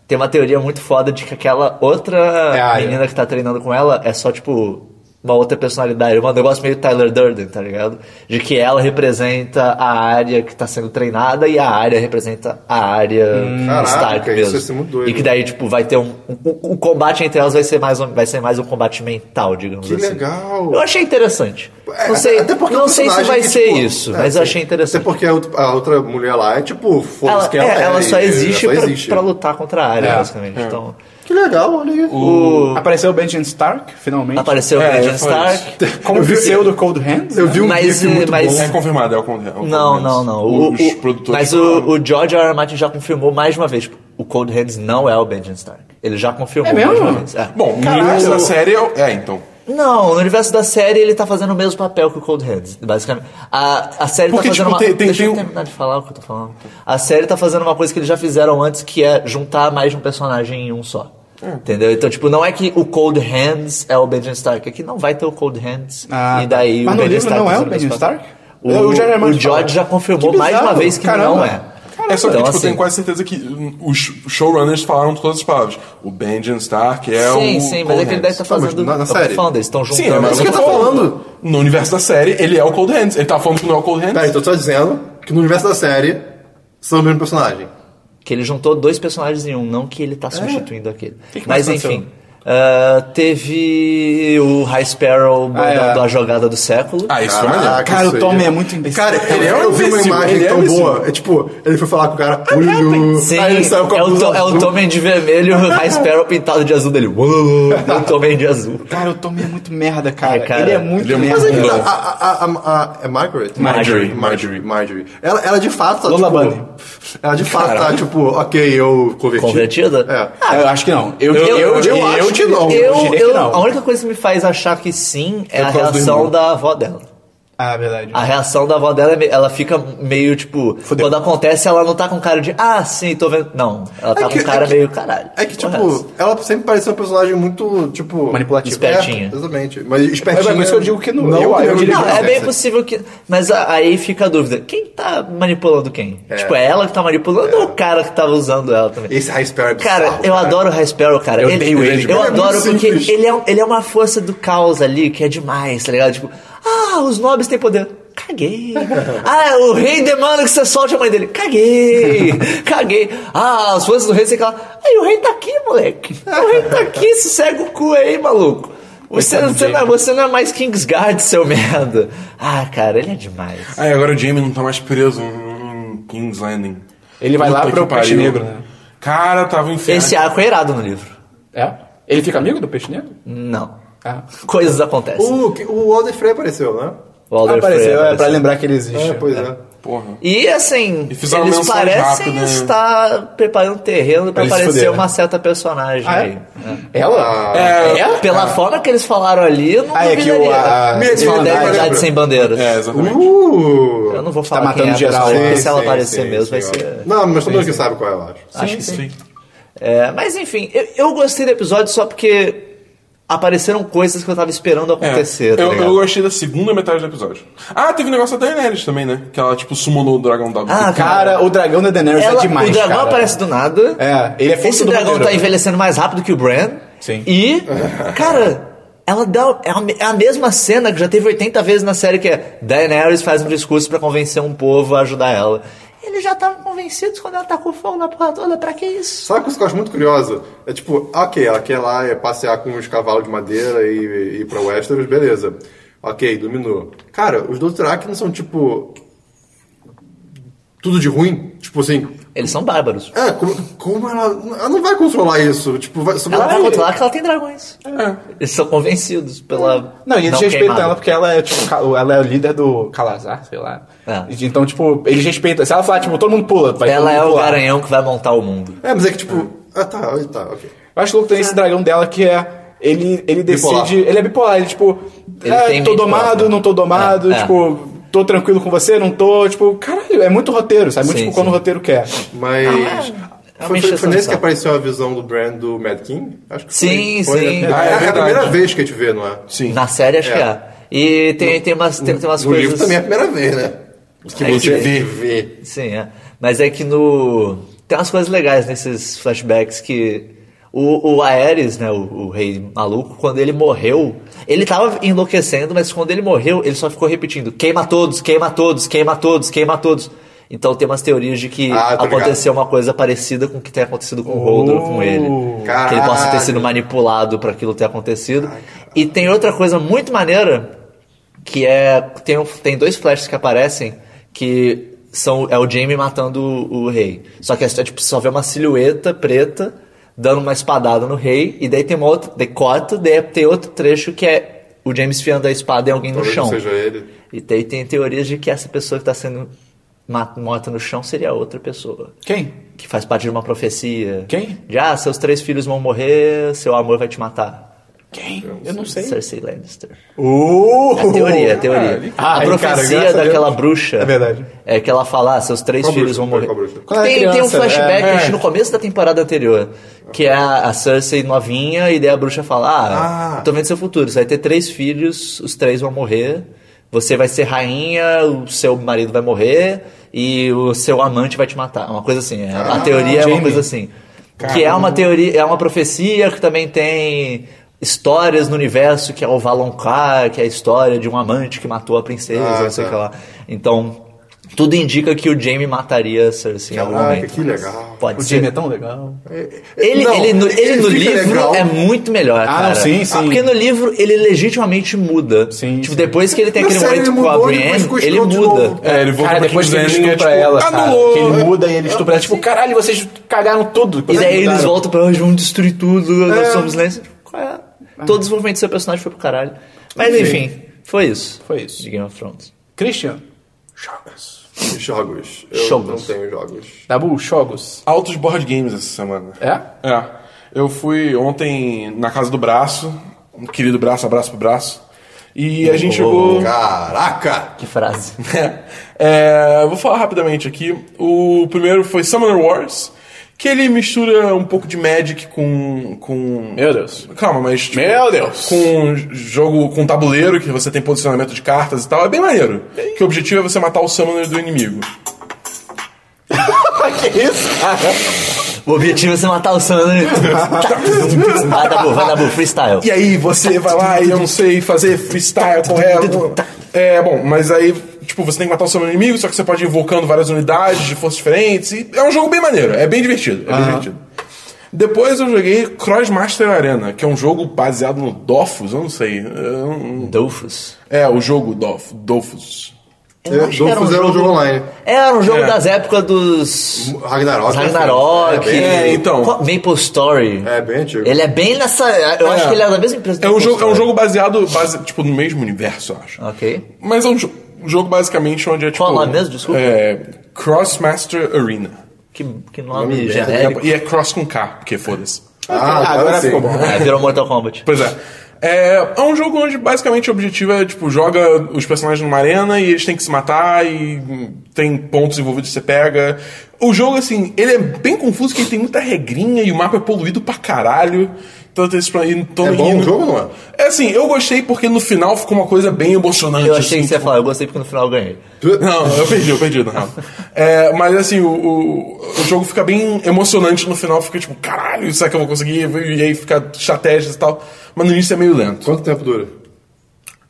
S3: tem uma teoria muito foda de que aquela outra
S1: É a Arya.
S3: menina que tá treinando com ela é só, tipo, uma outra personalidade. Um negócio meio Tyler Durden, tá ligado? De que ela representa a área que tá sendo treinada e a área representa a área
S4: Hum, Caraca,
S3: Stark
S4: isso
S3: mesmo.
S4: ia ser muito doido.
S3: E que daí, tipo, vai ter um... O, o combate entre elas vai ser mais um, vai ser mais um combate mental, digamos
S4: Que
S3: assim.
S4: legal.
S3: Eu achei interessante.
S4: É,
S3: Não sei,
S4: até porque é um
S3: não sei se
S4: personagem
S3: vai
S4: que,
S3: ser
S4: tipo,
S3: isso,
S4: é,
S3: mas eu
S4: sim.
S3: achei interessante.
S4: Até porque a outra, a outra mulher lá é tipo, foda-se
S3: Ela,
S4: quem ela
S3: é,
S4: é,
S3: ela só
S4: e-
S3: existe,
S4: ela
S3: pra,
S4: só existe.
S3: pra lutar contra a área,
S1: É.
S3: basicamente. Então,
S4: Que legal, olha aí.
S1: Apareceu o Benjamin Stark, finalmente.
S3: Apareceu o
S2: É,
S3: Agent
S2: eu falei
S3: Stark.
S1: Como pseudo Cold Hands.
S4: Eu vi um
S3: Mas, eh,
S4: gif muito
S3: mas-
S4: bom.
S2: É confirmado, é o con- é o
S3: Não,
S2: confirmado.
S3: não, não. O-
S2: Os
S3: o-
S2: produtores.
S3: mas o, o George R. R. Martin já confirmou mais uma vez. o Cold Hands não é o Benjamin Stark. Ele já confirmou.
S1: É mesmo?
S3: mais uma vez, é.
S2: Bom, no universo da série é. o- É, então.
S3: Não, no universo da série ele tá fazendo o mesmo papel que o Cold Hands, basicamente. A, a série
S2: Porque,
S3: tá fazendo
S2: tipo,
S3: uma...
S2: tem- tem-
S3: Deixa
S2: tem
S3: eu
S2: um-
S3: terminar de falar o que eu tô falando. A série tá fazendo uma coisa que eles já fizeram antes, que é juntar mais de um personagem em um só. Entendeu? Então, tipo, não é que o Cold Hands é o Benjamin Stark, é que não vai ter o Cold Hands.
S1: Ah,
S3: e daí
S1: mas
S3: o
S1: no
S3: Benjamin
S1: livro não é
S3: Stark... tá
S1: o
S3: fazendo
S1: Benjamin
S3: esse papel.
S1: Stark? É
S3: O,
S1: o Jeremy
S3: o
S1: Irons
S3: George
S1: fala.
S3: já confirmou
S1: Que
S3: mais uma
S1: bizarro,
S3: vez que
S1: caramba.
S3: não é.
S2: É só que,
S3: Então,
S2: tipo, eu tenho
S3: assim-
S2: quase certeza que hum, os showrunners falaram todas as palavras. O Benjamin Stark é o.
S3: sim, sim, mas é que ele deve estar
S4: Não, mas
S3: fazendo.
S4: na- na
S3: eu tô
S4: série.
S3: falando, eles estão juntando. um
S2: Sim, é, mas
S4: Mas
S2: o que eu tô
S4: tá
S2: falando.
S4: falando?
S2: No universo da série, ele é o Cold Hands. Ele tá falando que não é o Cold Hands.
S4: Peraí, tô só dizendo que no universo da série são o mesmo personagem.
S3: Que ele juntou dois personagens em um, não que ele
S4: É.
S3: tá substituindo aquele.
S4: tá
S2: que mais
S3: Mas
S2: aconteceu?
S3: enfim. ah, teve o High Sparrow
S1: Ah, é.
S3: mandando a jogada do século.
S2: Ah, isso foi maneiro.
S1: cara,
S4: isso
S1: o
S4: aí.
S1: Tommy é muito imbecil.
S4: Cara, ele
S2: é um
S4: eu vi uma
S2: imbecil,
S4: imagem
S2: ele é um
S4: tão
S2: imbecil.
S4: boa. É tipo, ele foi falar com o cara, Ululu.
S3: Sim,
S4: Aí ele saiu com a
S3: é, o
S4: blusa
S3: to, é o
S4: azul.
S3: Tommen de vermelho e o High Sparrow pintado de azul dele. Uou, é o Tommen de azul.
S1: Cara, o Tommy é muito merda, cara.
S3: É, cara.
S1: Ele é muito
S2: Ele é muito
S1: merda.
S4: Mas é que tá,
S2: Não.
S4: a, a, a, a, é Margaret?
S3: Marjorie,
S4: Marjorie. Marjorie. Ela, ela de fato tá,
S1: Lola
S4: tipo...
S1: Bunny.
S4: Ela de fato tá, tipo, ok, eu converti.
S3: Convertida?
S4: É.
S1: Ah, eu acho que não. Eu, eu,
S2: Eu-
S1: eu,
S2: eu
S1: acho
S4: acho que não.
S1: Eu,
S3: Eu,
S1: diria
S3: eu-
S1: que não.
S3: a única coisa que me faz achar que sim é
S4: É
S3: a
S4: por causa do
S3: reação
S4: irmão.
S3: da avó dela.
S1: Ah, verdade.
S3: A reação da avó dela, é meio- ela fica meio tipo. Quando acontece, ela não tá com cara de. Ah, sim, tô vendo. Não. Ela tá
S4: É que-
S3: com cara
S4: é que-
S3: meio caralho.
S4: É que, tipo,
S3: Porra, essa.
S4: ela sempre parecia um personagem muito, tipo...
S1: Manipulativo.
S3: Espertinha.
S4: É, exatamente. Mas espertinha...
S1: Mas é por isso que eu digo que não. Eu- eu
S4: eu
S1: diria
S3: Não,
S1: que
S3: é bem possível
S4: possível.
S3: que. Mas a- aí fica a dúvida: quem tá manipulando quem? Tipo, é ela que tá manipulando ou o cara que tava usando ela também?
S4: Esse High Sparrow é
S3: Cara,
S4: bizarro,
S3: eu
S4: cara.
S3: adoro o High Sparrow, cara.
S1: Eu
S3: ele,
S1: odeio ele,
S3: Eu
S1: cara.
S4: É muito
S3: adoro porque
S4: simples.
S3: ele é, um- ele é uma força do caos ali que é demais, tá ligado? Tipo, ah, os nobres têm poder. Caguei. Ah, o rei demanda que você solte a mãe dele. Caguei. Caguei. Ah, as forças do rei, sei lá. Aí o rei tá aqui, moleque. O rei tá aqui, sossega o cu aí, maluco. Você, você, não, é- você não é mais Kingsguard, seu merda. Ah, cara, ele é demais.
S2: Aí agora o Jamie não tá mais preso em King's Landing.
S1: Ele vai lá
S2: que
S1: pro Peixe
S2: pariu.
S1: Negro, né?
S2: Cara, tava um enfermo.
S3: Esse arco é irado no livro.
S1: É? Ele fica amigo do peixe negro?
S3: Não.
S1: Ah.
S3: Coisas acontecem.
S4: O, o Alder Frey apareceu, né?
S3: O Alder
S1: Um
S3: Frey
S1: Apareceu, é,
S3: apareceu.
S1: pra lembrar que ele existe.
S4: É, pois é.
S2: Porra.
S3: E assim,
S2: E fizeram
S3: eles
S2: menção
S3: parecem
S2: rápida, né?
S3: estar preparando um terreno pra
S1: Pra eles
S3: aparecer
S1: fuderem.
S3: uma certa personagem
S1: Ah,
S3: aí.
S1: é? Ela?
S2: É,
S1: Ela?
S3: Pela forma que eles falaram ali, eu não
S1: Ah, é que o-
S3: duvidaria.
S1: a-
S3: Eles
S4: Eles
S3: falam da
S4: falaram,
S3: Idade
S4: lembra?
S3: Sem Bandeiras.
S2: É, exatamente.
S4: Uh!
S3: Eu não vou
S1: Tá
S3: falar quem é
S1: matando
S3: a
S1: geral,
S3: personagem,
S1: né?
S3: porque se ela
S4: Sim,
S3: aparecer
S4: sim,
S3: mesmo vai
S4: sim,
S3: ser...
S4: ó. Não, mas todo mundo que sabe qual é, eu acho.
S3: Acho que sim.
S2: Sim.
S3: É, mas enfim, eu, eu gostei do episódio só porque apareceram coisas que eu tava esperando
S2: É,
S3: acontecer, tá
S2: eu,
S3: ligado?
S2: eu gostei da segunda metade do episódio. Ah, teve um negócio da Daenerys também, né? Que ela, tipo, sumonou o dragão da
S3: Ah,
S1: Cara, o dragão da Daenerys
S3: Ela-
S1: é demais,
S3: o dragão
S1: cara.
S3: aparece do nada.
S1: É, ele é força
S3: Esse
S1: do
S3: dragão
S1: roteiro.
S3: tá envelhecendo mais rápido que o Bran.
S1: Sim.
S3: E, cara, ela dá. É a, me- é a mesma cena que já teve 80 vezes na série, que é Daenerys faz um discurso pra convencer um povo a ajudar ela. Eles já estavam convencidos quando ela tacou fogo na porra toda, pra que isso?
S4: Sabe uma coisa que eu acho muito curiosa? É tipo, ok, ela quer lá é passear com os cavalos de madeira e, e ir pra Westeros, beleza. Ok, dominou. Cara, os Dothraki não são tipo. Tudo de ruim? Tipo assim.
S3: Eles são bárbaros.
S4: É, como, como ela. Ela não vai controlar isso. Tipo, vai.
S3: Ela tá vai controlar que ela tem dragões. Eles são convencidos pela.
S1: É. Não, e eles respeitam
S3: queimada.
S1: ela porque ela é, tipo, ca- ela é o líder do Calazar, sei lá.
S3: É.
S1: Então, tipo, eles respeitam. Se ela falar, tipo, todo mundo pula, vai todo
S3: Ela
S1: mundo
S3: é o
S1: pular.
S3: garanhão que vai montar o mundo.
S4: É, mas é que tipo. Ah, tá, tá, ok.
S1: Eu acho louco também esse dragão dela que é. Ele, ele decide.
S4: Bipolar.
S1: Ele é bipolar, ele tipo.
S3: Ele
S1: é,
S3: tem
S1: tô
S3: mente
S1: domado,
S3: própria.
S1: não tô domado,
S3: É, é.
S1: tipo, tô tranquilo com você, não tô. Tipo, caralho, é muito roteiro, sabe? Muito
S3: Sim,
S1: tipo quando o
S3: sim.
S1: roteiro quer.
S4: Mas.
S3: é uma
S4: foi, foi,
S3: encheção
S4: foi
S3: de
S4: nesse que
S3: saco.
S4: apareceu a visão do Brand do Mad King? Acho que
S3: Sim,
S4: foi. Foi,
S3: sim.
S4: né?
S2: Ah, é
S4: é, a
S2: verdade.
S4: primeira vez que a gente vê, não é?
S2: Sim.
S3: Na série, acho
S4: É.
S3: que é. E tem, tem umas, tem, tem umas
S4: No
S3: coisas.
S4: livro também é a primeira vez, né? Que
S3: É,
S4: você
S3: que-
S4: vê. vê.
S3: Sim, é. Mas é que no. Tem umas coisas legais nesses flashbacks que. O, o Aerys, né, o, o rei maluco, quando ele morreu, ele tava enlouquecendo, mas quando ele morreu, ele só ficou repetindo: queima todos, queima todos, queima todos, queima todos. Então tem umas teorias de que
S4: Ah, tô
S3: aconteceu uma coisa parecida com o que tem acontecido com o Holder, com ele. Que ele possa ter
S4: caralho.
S3: sido manipulado pra aquilo ter acontecido. e tem outra coisa muito maneira que é tem, um- tem dois flashes que aparecem que são é o Jamie matando o, o rei. Só que é, só, tipo só vê uma silhueta preta dando uma espadada no rei e daí tem uma outra decota, daí tem outro trecho que é o Jamie enfiando a espada em alguém
S4: Talvez
S3: no
S4: não
S3: chão.
S4: seja ele.
S3: E daí tá tem teorias de que essa pessoa que está sendo ma- morta no chão seria outra pessoa.
S1: Quem?
S3: que faz parte de uma profecia.
S1: Quem?
S3: Já, seus três filhos vão morrer, seu amor vai te matar.
S1: Quem? Eu não sei.
S3: Cersei Lannister.
S1: Uh!
S3: É teoria, é teoria.
S2: caralho.
S1: Ah, aí,
S3: a
S1: cara,
S3: profecia
S1: graças a
S3: daquela
S1: Deus.
S3: bruxa.
S1: É verdade.
S3: É que ela fala, ah, seus três
S4: Qual
S3: filhos
S4: bruxa?
S3: vão morrer.
S4: Qual bruxa?
S1: Quando
S3: tem,
S1: era
S3: tem um
S1: criança,
S3: flashback
S1: é.
S3: acho, no começo da temporada anterior. Que é a a Cersei novinha, e daí a bruxa fala: Ah, tô vendo seu futuro. Você vai ter três filhos, os três vão morrer. Você vai ser rainha, o seu marido vai morrer, e o seu amante vai te matar. Uma coisa assim. é.
S4: Ah,
S3: a teoria é uma
S1: Jaime.
S3: coisa assim. Que é uma teoria, é uma profecia que também tem histórias no universo, que é o Valonqar, que é a história de um amante que matou a princesa,
S4: Ah,
S3: não sei o
S4: tá.
S3: que lá. Então, tudo indica que o Jamie mataria a Cersei em algum
S4: Caraca,
S3: momento. né?
S4: que legal.
S3: Pode
S1: O
S3: ser.
S1: Jimmy é tão legal.
S3: Ele,
S4: Não,
S3: ele, no, ele no
S4: fica
S3: livro
S4: legal.
S3: é muito melhor,
S1: Ah,
S3: cara.
S1: não, sim, sim.
S3: Porque no livro ele legitimamente muda.
S1: Sim,
S3: tipo,
S1: sim.
S3: depois que ele tem
S4: Na
S3: aquele
S4: série
S3: momento
S4: ele
S3: com a
S4: mudou, depois
S3: Brienne, ele
S4: continuou de
S3: muda.
S4: novo.
S2: É, ele voltou
S1: cara,
S2: pra
S1: depois que
S2: 15
S1: ele
S2: anos
S1: liga
S2: e,
S1: pra
S2: tipo,
S1: ela,
S2: anulou.
S1: cara, que ele muda e ele estupra ela, tipo, caralho, vocês cagaram tudo.
S3: E daí eles
S1: Mudaram.
S3: voltam pra hoje, vamos destruir tudo, nós somos lenses. Qual é? Todo o desenvolvimento do seu personagem foi pro caralho. Mas enfim, foi isso.
S1: Foi isso.
S3: De Game of Thrones.
S1: Christian,
S4: Jogos. Eu
S3: Jogos.
S4: não tenho jogos.
S1: Dabu, Chogos.
S2: Altos board games essa semana.
S1: É?
S2: É. Eu fui ontem na casa do braço, um querido braço, abraço pro braço. E a gente jogou.
S4: Caraca!
S3: Que frase.
S2: É, vou falar rapidamente aqui. O primeiro foi Summoner Wars, que ele mistura um pouco de Magic com. com...
S1: Meu Deus.
S2: Calma, mas. tipo,
S1: Meu Deus.
S2: Com jogo com tabuleiro, que você tem posicionamento de cartas e tal, é bem maneiro. Que o objetivo é você matar o summoner do inimigo.
S3: O objetivo é você matar o Sandro. Vai, Dabu, vai, Dabu, freestyle.
S2: E aí você vai lá e eu não sei fazer freestyle correto. É, bom, mas aí, tipo, você tem que matar o seu inimigo, só que você pode ir invocando várias unidades de forças diferentes. e é um jogo bem maneiro, é bem divertido. É bem divertido. Depois eu joguei Crossmaster Arena, que é um jogo baseado no Dofus, eu não sei. eu não-
S3: Dolphus.
S2: É, o jogo Dof, Dofus.
S3: Eu acho que era
S4: Dofus era um jogo online.
S3: Era um jogo
S2: É.
S3: das épocas dos.
S4: Ragnarok.
S3: Ragnarok.
S4: É, bem-
S2: É, então.
S3: Qual- Maple Story.
S4: É, bem antigo.
S3: Ele é bem nessa. Eu acho que ele é da mesma empresa. que
S2: É um,
S3: Maple
S2: jogo, é um
S3: Story.
S2: jogo baseado, base- tipo, no mesmo universo, eu acho.
S3: Ok.
S2: Mas é um, jo- um jogo basicamente onde é tipo.
S3: Ah. Qual o nome mesmo? Desculpa.
S2: É. Crossmaster Arena.
S3: Que, que nome
S4: Nome
S3: genérico.
S2: E é cross com K, porque foda-se.
S4: Ah, agora ficou bom.
S3: É, virou Mortal Kombat.
S2: Pois é. é. É um jogo onde basicamente o objetivo é, tipo, joga os personagens numa arena e eles têm que se matar e hum, tem pontos envolvidos que você pega. O jogo, assim, ele é bem confuso, porque ele tem muita regrinha e o mapa é poluído pra caralho. Então, tem esse pra- e todo
S4: É bom
S2: mundo-
S4: o jogo, não é?
S2: É assim, eu gostei porque no final ficou uma coisa bem emocionante.
S3: Eu achei
S2: assim,
S3: que você ia
S2: tipo,
S3: falar, eu gostei porque no final eu ganhei.
S2: não, eu perdi, eu perdi, na real. É, mas assim, o, o, o jogo fica bem emocionante no final, fica tipo, caralho, será que eu vou conseguir? E aí fica estratégias e tal. Mas no início é meio lento.
S4: Quanto tempo dura?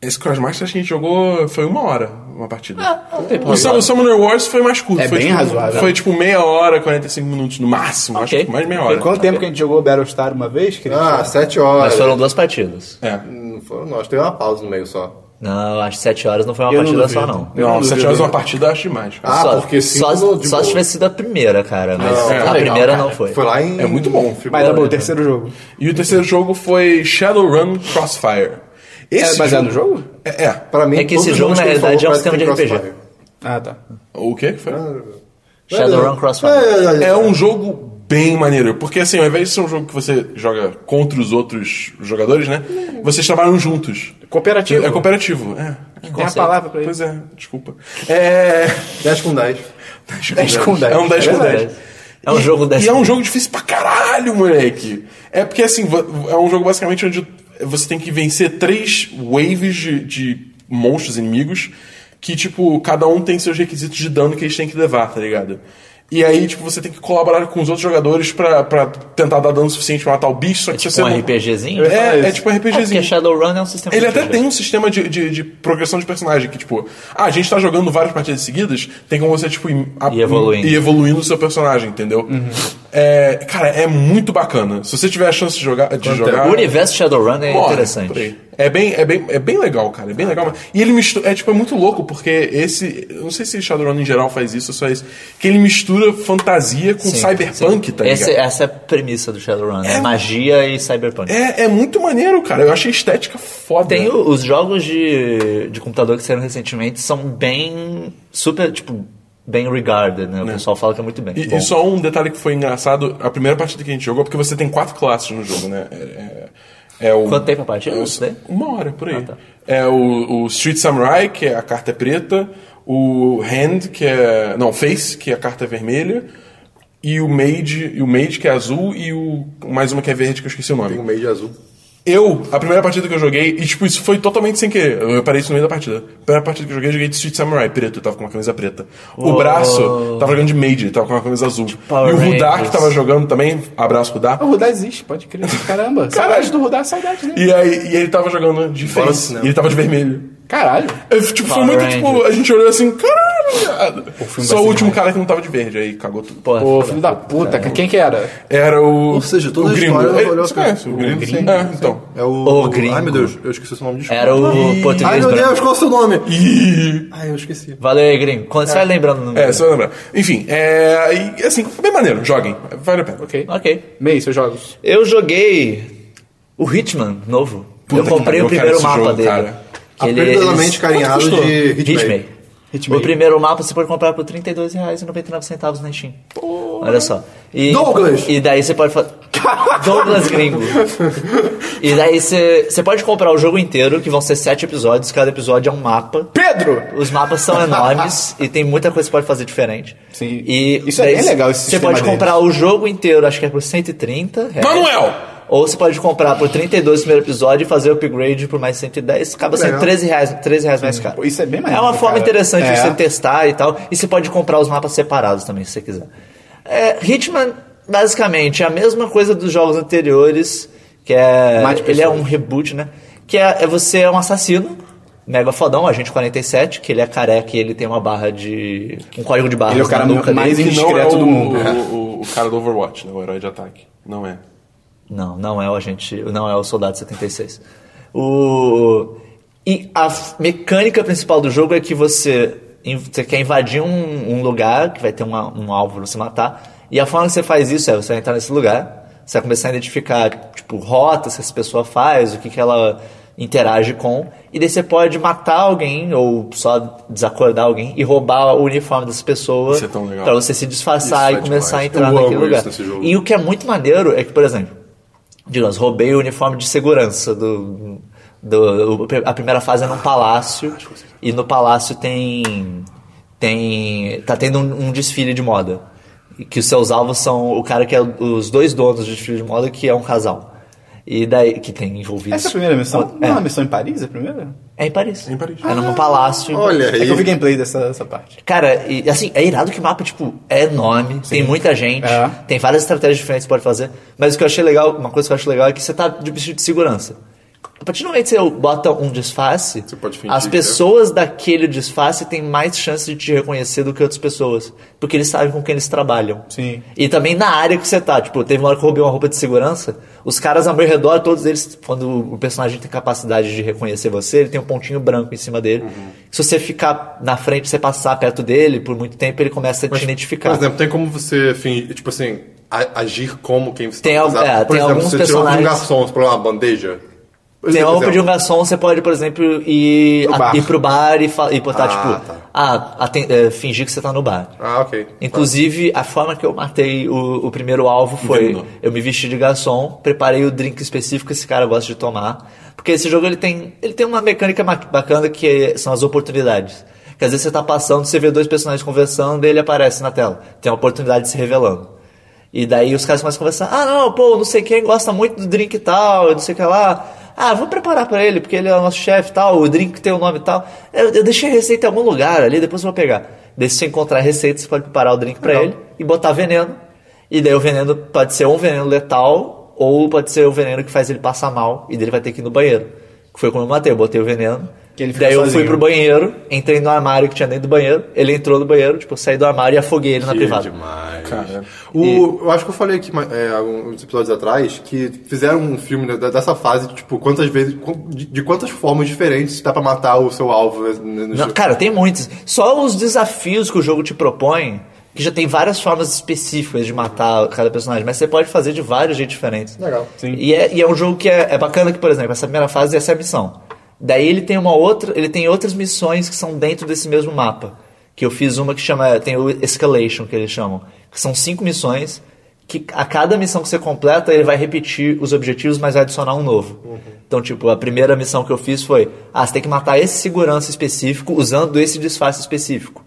S2: Esse Crossmaster acho que a gente jogou foi uma hora uma partida.
S3: Não tem
S2: o, Sum- o Summoner Wars foi mais curto.
S1: É
S2: foi,
S1: bem
S2: tipo,
S1: razoável.
S2: Foi tipo meia hora, 45 minutos no máximo.
S3: Ok.
S2: Acho que mais meia
S1: Tem
S2: hora.
S1: quanto tempo que a gente jogou Battlestar uma vez, Christian?
S4: Ah, sete horas.
S3: Mas foram duas partidas.
S2: É.
S4: Não foram, não. Acho que teve uma pausa no meio só.
S3: Não, acho que sete horas não foi uma
S1: Eu não
S3: partida só,
S1: duvido.
S3: não.
S2: Não,
S1: não
S2: sete
S1: duvido.
S2: horas é uma partida acho demais. cara.
S4: Ah,
S3: só,
S4: porque cinco
S3: só,
S4: no- de
S3: só
S4: boa.
S3: se tivesse sido a primeira, cara. Mas
S4: Não,
S3: a
S1: tá legal,
S3: primeira
S1: cara.
S3: não foi.
S4: Foi lá em.
S2: É muito bom.
S1: Mas Dabu, o terceiro jogo.
S2: E o terceiro jogo foi Shadowrun Crossfire. Esse
S1: É baseado no jogo?
S2: É, é.
S4: Pra mim,
S3: É que esse
S4: todos os
S3: jogo,
S4: jogos
S3: na
S4: que ele
S3: realidade, é
S4: falou
S3: um sistema de
S4: parece que tem
S3: RPG.
S4: Crossfire.
S1: Ah, tá.
S2: O que que foi?
S3: Shadowrun Crossfire.
S4: É, é, é.
S2: É um jogo bem maneiro, porque assim, ao invés de ser um jogo que você joga contra os outros jogadores, né? Vocês trabalham juntos.
S1: Cooperativo.
S2: É cooperativo, é.
S1: Tem a palavra pra
S2: Pois
S1: isso.
S2: é, desculpa. É.
S4: 10 com 10.
S1: 10 com 10.
S2: É um 10 com
S1: É
S2: 10.
S3: É um
S2: E-
S3: jogo desse.
S2: E é um jogo difícil pra caralho, moleque. É porque assim, va- é um jogo basicamente onde você tem que vencer três waves de, de monstros inimigos que, tipo, cada um tem seus requisitos de dano que eles têm que levar, tá ligado? E aí, tipo, você tem que colaborar com os outros jogadores pra, pra tentar dar dano suficiente pra matar o bicho, só que
S3: Tipo
S2: se você.
S3: um
S2: não-
S3: RPGzinho?
S1: ia falar
S2: É, é
S1: isso.
S2: tipo um
S3: É, porque
S2: RPGzinho.
S3: Shadowrun é um sistema
S2: Ele
S3: de
S2: até
S3: RPG.
S2: tem um sistema de, de, de progressão de personagem, que tipo, ah, a gente tá jogando várias partidas seguidas, tem como você, tipo, im- a-
S3: E evoluindo. Uhum.
S2: e evoluindo o seu personagem, entendeu? É, cara, é muito bacana. Se você tiver a chance de jogar. De jogar
S3: O universo de Shadowrun
S2: uma
S3: é
S2: hora, por aí.
S3: interessante. Ah, tá.
S2: É bem, é, bem, é bem legal, cara. É bem legal. E ele mistura. É tipo, é muito louco, porque esse. eu Não sei se Shadowrun em geral faz isso, só isso. Que ele mistura fantasia com
S3: Sim,
S2: cyberpunk,
S3: sim.
S2: tá ligado?
S3: Esse- essa é a premissa do Shadowrun. É, magia e cyberpunk.
S2: É, é muito maneiro, cara. Eu achei a estética foda.
S3: Tem o- os jogos de, de computador que saíram recentemente são bem super, tipo, bem regarded, né? O pessoal fala que é muito bem.
S2: E,
S3: Bom.
S2: e só um detalhe que foi engraçado, a primeira partida que a gente jogou, porque você tem quatro classes no jogo, né? É, é- é o,
S3: Quanto tempo a partida?
S2: é o-
S3: Isso daí?
S2: uma hora, por aí.
S3: Ah, tá.
S2: É o, o Street Samurai, que é a carta preta, o Hand, que é... Não, Face, que é a carta vermelha, e o Mage, e o Mage que é azul, e o mais uma que é verde, que eu esqueci o nome.
S4: Tem um meio de azul.
S2: Eu, a primeira partida que eu joguei, e tipo, isso foi totalmente sem querer. Eu parei isso no meio da partida. A primeira partida que eu joguei, eu joguei de Street Samurai preto, eu tava com uma camisa preta. O braço tava jogando de Mage, tava com uma camisa azul.
S3: Power
S2: e o Rudar
S3: Rangers.
S2: que tava jogando também, abraço Rudar.
S1: Ah, O Rudá existe, pode crer. Caramba. saudade do Rudá, saudade dele.
S2: E aí e ele tava jogando de
S4: Fora
S2: face,
S4: cinema.
S2: e ele tava de vermelho.
S1: Caralho.
S2: Eu, tipo, foi
S3: Power
S2: muito tipo,
S3: Rangers.
S2: a gente olhou assim, caralho, viado.
S1: filme vai
S2: Só
S1: ser
S2: o último cara que não tava de verde, aí cagou tudo.
S3: Pô,
S1: Ô, filho da puta, cara, quem que era?
S2: Era o.
S4: Ou seja, toda
S2: o
S4: a
S2: gringo.
S4: história
S2: Ele-
S4: assim. valeu a
S2: Você
S4: pena.
S2: conhece o
S4: O
S2: gringo?
S4: gringo, sim.
S2: É, então.
S4: É o.
S3: O gringo.
S4: Ai, meu Deus, eu esqueci o nome
S2: é
S4: de
S3: Era o português
S4: Ai, meu
S3: branco.
S4: Deus, qual é o seu nome?
S2: Ih.
S4: Ai, eu esqueci.
S3: Valeu aí, gringo. Quando você vai lembrando o número.
S2: É, só lembrar. Enfim, é. E, assim, foi bem maneiro, joguem. Vale a pena.
S1: Ok.
S3: Ok.
S1: Meio, seus jogos.
S3: Eu joguei o Hitman novo. eu
S2: que
S3: comprei
S2: pariu,
S3: o
S2: cara,
S3: primeiro
S2: esse
S3: mapa
S2: jogo,
S3: dele.
S2: cara.
S3: Que ele- é
S4: Apelidosamente
S3: eles-
S4: carinhado
S3: Quanto custou?
S4: de Hitman.
S3: Hitman.
S4: Hitman.
S3: O primeiro mapa você pode comprar por R$ 32,99 na Steam. Olha só. E,
S4: Douglas!
S3: E daí você pode fazer. Douglas Gringo. E daí você você pode comprar o jogo inteiro, que vão ser sete episódios, cada episódio é um mapa.
S1: Pedro!
S3: Os mapas são enormes e tem muita coisa que você pode fazer diferente.
S1: Sim.
S3: E
S1: Isso é
S3: daí
S1: bem legal, esse
S3: Você
S1: sistema
S3: pode
S1: deles.
S3: comprar o jogo inteiro, acho que é por 130 reais.
S2: Manuel!
S3: Ou você pode comprar por 32 no primeiro episódio e fazer o upgrade por mais 110. Acaba sendo
S4: Legal.
S3: 13 reais, 13 reais mais caro.
S1: Pô, isso é bem maneiro,
S3: É uma forma
S1: cara.
S3: interessante
S1: É.
S3: de você testar e tal. E você pode comprar os mapas separados também, se você quiser. É, Hitman, basicamente, é a mesma coisa dos jogos anteriores, que é...
S1: Mate
S3: ele é
S1: pessoas.
S3: um reboot, né? Que é, é você é um assassino, mega fodão, agente 47, que ele é careca e ele tem uma barra de... um código de barras
S1: Ele é o cara
S3: na nuca
S1: mais
S3: dele.
S2: Que não é
S1: Indiscreto
S2: o,
S1: do mundo.
S2: O, o- o cara do Overwatch, né? O herói de ataque. Não é.
S3: Não, não é o agente, não é o soldado 76. O e a f- mecânica principal do jogo é que você, in- você quer invadir um, um lugar que vai ter uma- um alvo pra você matar. E a forma que você faz isso é você vai entrar nesse lugar, você vai começar a identificar tipo rotas que essa pessoa faz, o que que ela interage com, e daí você pode matar alguém ou só desacordar alguém e roubar o uniforme dessa pessoa
S2: Isso é tão legal.
S3: pra você se disfarçar
S4: Isso é
S3: e começar
S4: demais.
S3: a entrar
S4: Eu
S3: naquele
S4: amo
S3: lugar.
S4: isso nesse jogo.
S3: E o que é muito maneiro é que, por exemplo, digamos, roubei o uniforme de segurança do. do a primeira fase é num palácio. E no palácio tem. tem tá tendo um, um desfile de moda. e Que os seus alvos são o cara que é os dois donos do desfile de moda, que é um casal. E daí, que tem envolvidos.
S1: Essa é a primeira missão?
S3: É,
S1: Não é uma missão em Paris, a primeira?
S3: é em Paris.
S2: É em Paris.
S3: É num palácio.
S4: Olha
S1: É
S4: aí.
S1: que eu vi gameplay dessa, dessa parte.
S3: Cara, e, assim, é irado que o mapa, tipo, é enorme, tem muita gente,
S1: É.
S3: tem várias estratégias diferentes que você pode fazer, mas o que eu achei legal, uma coisa que eu acho legal é que você tá de vestido de segurança. A partir do momento que você bota um disfarce,
S4: pode fingir,
S3: as
S4: né?
S3: pessoas daquele disfarce têm mais chance de te reconhecer do que outras pessoas, porque eles sabem com quem eles trabalham.
S1: Sim.
S3: E também na área que você tá. Tipo, teve uma hora que eu roubei uma roupa de segurança. Os caras ao meu redor, todos eles, quando o personagem tem capacidade de reconhecer você, ele tem um pontinho branco em cima dele. Se você ficar na frente, você passar perto dele por muito tempo, ele começa a te identificar.
S4: Por exemplo, tem como você, fingir, tipo assim, a- agir como quem você
S3: Tem
S4: tá
S3: al-
S4: usando?
S3: é,
S4: Por
S3: tem
S4: exemplo,
S3: alguns
S4: você tirou de um
S3: personagens-
S4: garçom, você pulou uma bandeja.
S3: tem uma roupa de um
S4: garçom.
S3: garçom, você pode, por exemplo, ir,
S1: Pro
S3: a-
S1: bar.
S3: ir pro bar e, fa- e botar,
S4: Ah,
S3: tipo,
S4: tá.
S3: ah, aten- eh, fingir que você tá no bar.
S4: Ah, ok.
S3: Inclusive, a forma que eu matei o, o primeiro alvo foi...
S2: Envenenou.
S3: Eu me vesti de garçom, preparei o drink específico que esse cara gosta de tomar. Porque esse jogo, ele tem, ele tem uma mecânica ma- bacana que são as oportunidades. Que às vezes você tá passando, você vê dois personagens conversando e ele aparece na tela. Tem uma oportunidade de se revelando. E daí os caras começam a conversar. Ah, não, pô, não sei quem gosta muito do drink e tal, não sei o que lá. Ah, vou preparar pra ele, porque ele é o nosso chefe e tal, o drink tem o nome e tal. Eu, eu deixei a receita em algum lugar ali, depois eu vou pegar. Daí se você encontrar a receita, você pode preparar o drink pra ele e botar veneno. E daí o veneno pode ser um veneno letal, ou pode ser o veneno que faz ele passar mal, e daí ele vai ter que ir no banheiro. Que foi como eu matei, eu botei o veneno.
S1: Que ele fica
S3: daí eu fui
S1: sozinho.
S3: pro banheiro, entrei no armário que tinha dentro do banheiro, ele entrou no banheiro, tipo, eu saí do armário e afoguei ele na privada.
S4: Demais.
S2: Cara.
S4: O, Eu acho que eu falei aqui mas, é, alguns episódios atrás que fizeram um filme da- da- dessa fase, tipo, quantas vezes. De, de quantas formas diferentes dá pra matar o seu alvo. né, no- no
S3: Não,
S4: jogo.
S3: cara, tem muitos. Só os desafios que o jogo te propõe, que já tem várias formas específicas de matar cada personagem, mas você pode fazer de vários jeitos diferentes.
S4: Legal.
S1: Sim.
S3: E é, e é um jogo que é, é bacana que, por exemplo, essa primeira fase essa é a missão. Daí ele tem uma outra, ele tem outras missões que são dentro desse mesmo mapa. que eu fiz uma que chama, tem o Escalation, que eles chamam, que são cinco missões, que a cada missão que você completa, ele vai repetir os objetivos, mas vai adicionar um novo. Então, tipo, a primeira missão que eu fiz foi, ah, você tem que matar esse segurança específico usando esse disfarce específico.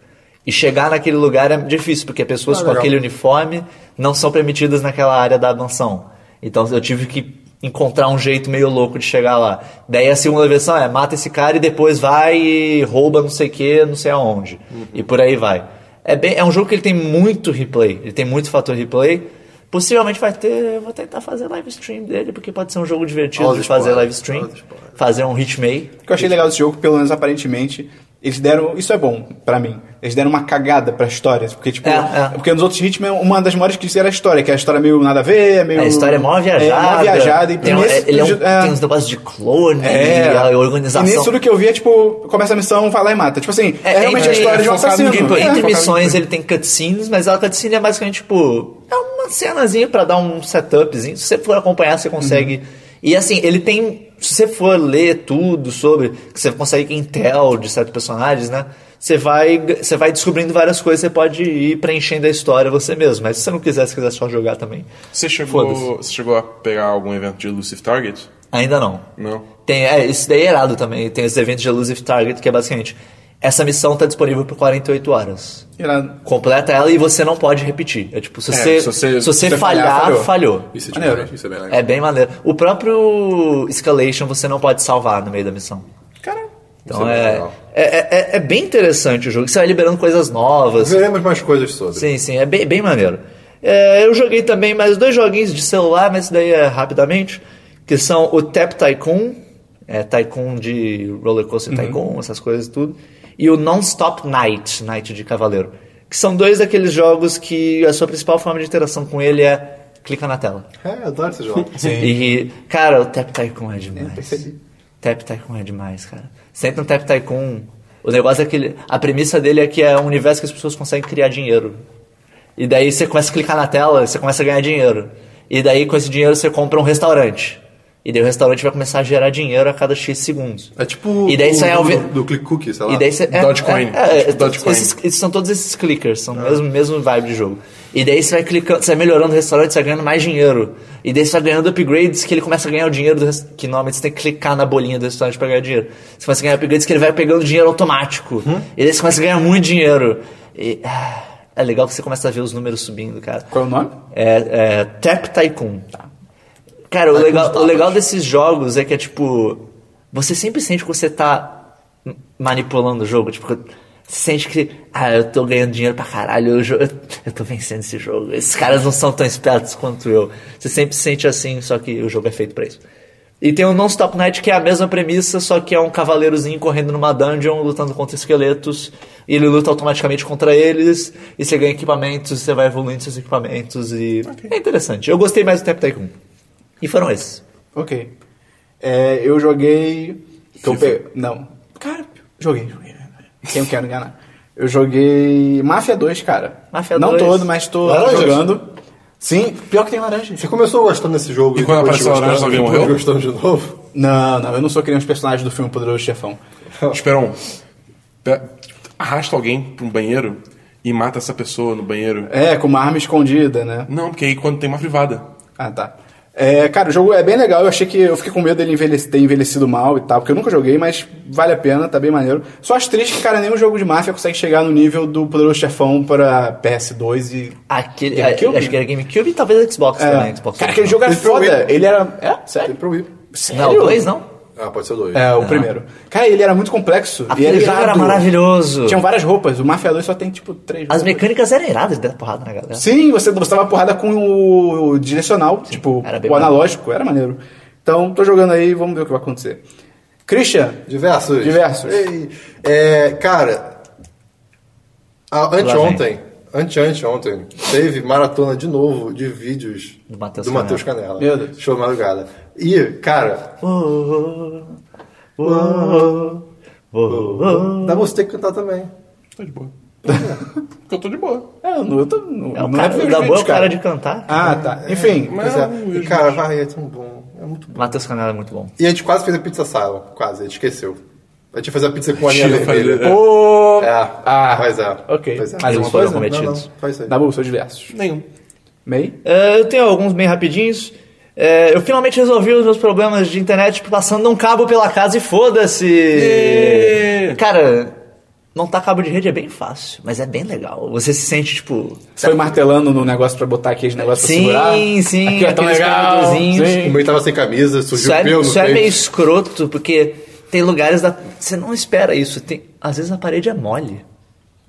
S3: E chegar naquele lugar é difícil, porque pessoas com aquele uniforme não são permitidas naquela área da mansão. Então eu tive que encontrar um jeito meio louco de chegar lá. Daí a segunda versão é mata esse cara e depois vai e rouba não sei o que, não sei aonde. E por aí vai. É, bem, é um jogo que ele tem muito replay, ele tem muito fator replay. Possivelmente vai ter. Eu vou tentar fazer live stream dele, porque pode ser um jogo divertido
S4: Olha
S3: de
S4: os
S3: fazer
S4: spoilers,
S3: live stream.
S4: olha os spoilers.
S3: Fazer um hitmay.
S1: O que eu achei legal desse jogo, pelo menos aparentemente, eles deram. Isso é bom pra mim. Eles deram uma cagada pra história. Porque, tipo,
S3: É, é.
S1: porque nos outros ritmos, uma das maiores que era a história, que a história é meio nada a ver, é meio.
S3: A história é mó viajada.
S1: É mó viajada. E
S3: tem, um-
S1: nesse-
S3: ele é um- tem uns negócios de clone,
S1: É.
S3: a organização.
S1: E nisso tudo que eu vi é tipo, começa a missão, vai lá e mata. Tipo assim, é, realmente a história de um
S3: focado
S1: assassino.
S3: no gameplay.
S1: É.
S3: Entre
S1: Focado-
S3: missões ele tem cutscenes, mas a cutscene é basicamente tipo. É uma cenazinha pra dar um setupzinho. Se você for acompanhar, você consegue.
S1: Uhum.
S3: E assim, ele tem. Se você for ler tudo sobre. Que você consegue intel de certos personagens, né? Você vai, você vai descobrindo várias coisas, você pode ir preenchendo a história você mesmo. Mas se você não quiser, se quiser só jogar também.
S2: Você
S3: Foda-se.
S2: chegou, você chegou a pegar algum evento de Elusive Target?
S3: Ainda não.
S2: Não.
S3: Tem, é, isso daí é errado também. Tem os eventos de Elusive Target, que é basicamente... Essa missão tá disponível por 48 horas.
S1: Irado.
S3: Completa ela e você não pode repetir. É tipo, se,
S2: É,
S3: você,
S2: se você-
S3: se você
S2: se você
S3: falhar,
S1: falhar, falhou.
S3: falhou.
S4: Isso é
S1: Maneiro.
S4: diferente, isso é bem legal.
S3: É bem maneiro. O próprio Escalation você não pode salvar no meio da missão.
S1: Caralho.
S3: Então
S4: Isso é bem
S3: é,
S4: legal.
S3: é, é, é- é bem interessante o jogo. Você vai liberando coisas novas.
S4: Veremos mais coisas sobre.
S3: Sim, sim, é bem, bem maneiro. É, eu joguei também mais dois joguinhos de celular, mas isso daí é rapidamente, que são o Tap Tycoon, é, Tycoon de Roller Coaster Tycoon, essas coisas e tudo, e o Non-Stop Night, Night de Cavaleiro, que são dois daqueles jogos que a sua principal forma de interação com ele é clica na tela.
S4: É, eu adoro esse jogo.
S3: E, cara, o Tap Tycoon é demais.
S4: percebi.
S3: Tap Tycoon é demais, cara. Sempre no Tap Tycoon, o negócio é que... ele- A premissa dele é que é um universo que as pessoas conseguem criar dinheiro. E daí você começa a clicar na tela, você começa a ganhar dinheiro. E daí com esse dinheiro você compra um restaurante. E daí o restaurante vai começar a gerar dinheiro a cada X segundos.
S4: É tipo
S3: E daí
S4: o
S3: isso aí é o
S4: do,
S3: ve-
S4: do Click Cookie, sei lá.
S3: E daí você. É,
S2: Tá Dogecoin.
S3: É, é,
S2: Tipo Dogecoin. É.
S3: esses- esses são todos esses clickers, são o mesmo, mesmo vibe de jogo. E daí você vai clicando, você vai melhorando o restaurante, você vai ganhando mais dinheiro. E daí você vai ganhando upgrades que ele começa a ganhar o dinheiro do res- que normalmente você tem que clicar na bolinha do restaurante pra ganhar dinheiro. Você começa a ganhar upgrades que ele vai pegando dinheiro automático.
S2: Uhum.
S3: E daí você começa a ganhar muito dinheiro. E, ah, é legal que você começa a ver os números subindo, cara.
S1: Qual é o nome?
S3: É, é Tap Tycoon.
S2: Tá.
S3: Cara, o legal, o legal desses jogos é que é tipo. Você sempre sente que você tá m- manipulando o jogo. Tipo, você sente que. Ah, eu tô ganhando dinheiro pra caralho. Eu, jo- eu, eu tô vencendo esse jogo. Esses caras não são tão espertos quanto eu. Você sempre se sente assim, só que o jogo é feito pra isso. E tem o Non-Stop Night, que é a mesma premissa, só que é um cavaleirozinho correndo numa dungeon, lutando contra esqueletos, e ele luta automaticamente contra eles, e você ganha equipamentos, você vai evoluindo seus equipamentos, e... É interessante. Eu gostei mais do Tap Tycoon. E foram esses.
S1: Ok. É, eu joguei. que eu
S2: FIFA.
S1: pe- Não. Cara, joguei, joguei. Quem eu quero enganar? Eu joguei Máfia 2, cara.
S3: Máfia
S1: Não
S3: 2.
S1: todo, mas tô
S4: Laranjas?
S1: jogando. Sim, pior que tem laranja.
S4: Você começou gostando desse jogo
S2: E quando
S4: depois
S2: apareceu a laranja,
S4: gostando,
S2: alguém
S4: depois
S2: morreu?
S4: gostando de novo?
S1: Não, não, eu não sou que nem os personagens do filme Poderoso Chefão.
S2: Espera um. Pe- Arrasta alguém pra um banheiro e mata essa pessoa no banheiro.
S1: É, com uma arma escondida, né?
S2: Não, porque aí quando tem uma privada.
S1: Ah, tá. É, cara, o jogo é bem legal. Eu achei que eu fiquei com medo dele envelhec- ter envelhecido mal e tal, porque eu nunca joguei, mas vale a pena, tá bem maneiro. Só acho triste que, cara, nenhum jogo de máfia consegue chegar no nível do Poderoso Chefão para PS2 e.
S3: Aquele,
S1: GameCube?
S3: a- acho que era GameCube e talvez Xbox também.
S1: É.
S3: Xbox
S1: Cara,
S3: One.
S1: aquele jogo era
S4: Tem pra
S1: foda.
S4: Wii.
S1: Ele era. É? Sério?
S4: Tem pra Wii.
S3: Não, o dois não?
S4: Ah, pode ser dois.
S1: É, o primeiro. Cara, ele era muito complexo. e
S3: Aquele
S1: era
S3: jogo era
S1: irado.
S3: maravilhoso.
S1: Tinham várias roupas. O Mafia 2 só tem, tipo, três
S3: As
S1: roupas.
S3: mecânicas eram iradas de dar porrada na galera.
S1: Sim, você gostava porrada com o, o direcional, tipo,
S3: era bem
S1: o
S3: maneiro.
S1: analógico, era maneiro. Então, tô jogando aí, vamos ver o que vai acontecer. Christian,
S4: Diversos.
S1: Diversos.
S4: Ei, é, cara, a- anteontem, anteanteontem, teve maratona de novo de vídeos
S3: Do Matheus
S4: Canela.
S1: Meu Deus.
S4: Show de madrugada. E, cara,
S3: Oh, oh, oh, oh, oh, oh.
S4: dá você ter que cantar também.
S2: Tô Tá de boa. eu tô de boa.
S1: É, eu não, eu tô, não,
S3: É o
S1: não
S3: cara,
S1: é pra ver
S3: da
S1: os
S3: boa
S1: vídeos,
S3: é o cara de cantar.
S1: Ah, tá. Enfim,
S4: Pois é. E, cara, vai, é tão bom. É muito bom.
S3: Matheus Canela é muito bom.
S4: E a gente quase fez a Pizza Sala, quase, a gente esqueceu. A gente fez a pizza com a linha
S2: Chega,
S4: vermelha.
S2: falei, é.
S1: Pô!
S4: É.
S1: Ah,
S4: Pois é.
S1: ok.
S4: Pois é.
S3: Mas
S1: Alguma
S3: eles foram
S1: coisa?
S3: cometidos.
S4: Não, não, faz isso aí.
S1: Nabu, seus diversos.
S2: Nenhum.
S1: Meio?
S3: É, eu tenho alguns bem rapidinhos. É, eu finalmente resolvi os meus problemas de internet passando um cabo pela casa e foda-se!
S2: Ê!
S3: Cara, montar cabo de rede é bem fácil, mas é bem legal. Você se sente, tipo...
S1: Você foi martelando no negócio pra botar aqui os negócios pra
S3: Sim,
S1: segurar?
S3: sim,
S1: Aqui é tão
S3: aqueles
S1: legal.
S3: canudozinhos.
S1: Sim.
S4: O meu tava sem camisa,
S3: Isso
S4: surgiu
S3: é,
S4: o pelo no
S3: isso é meio
S4: peito.
S3: escroto, porque tem lugares da... Você não espera isso. Tem, às vezes a parede é mole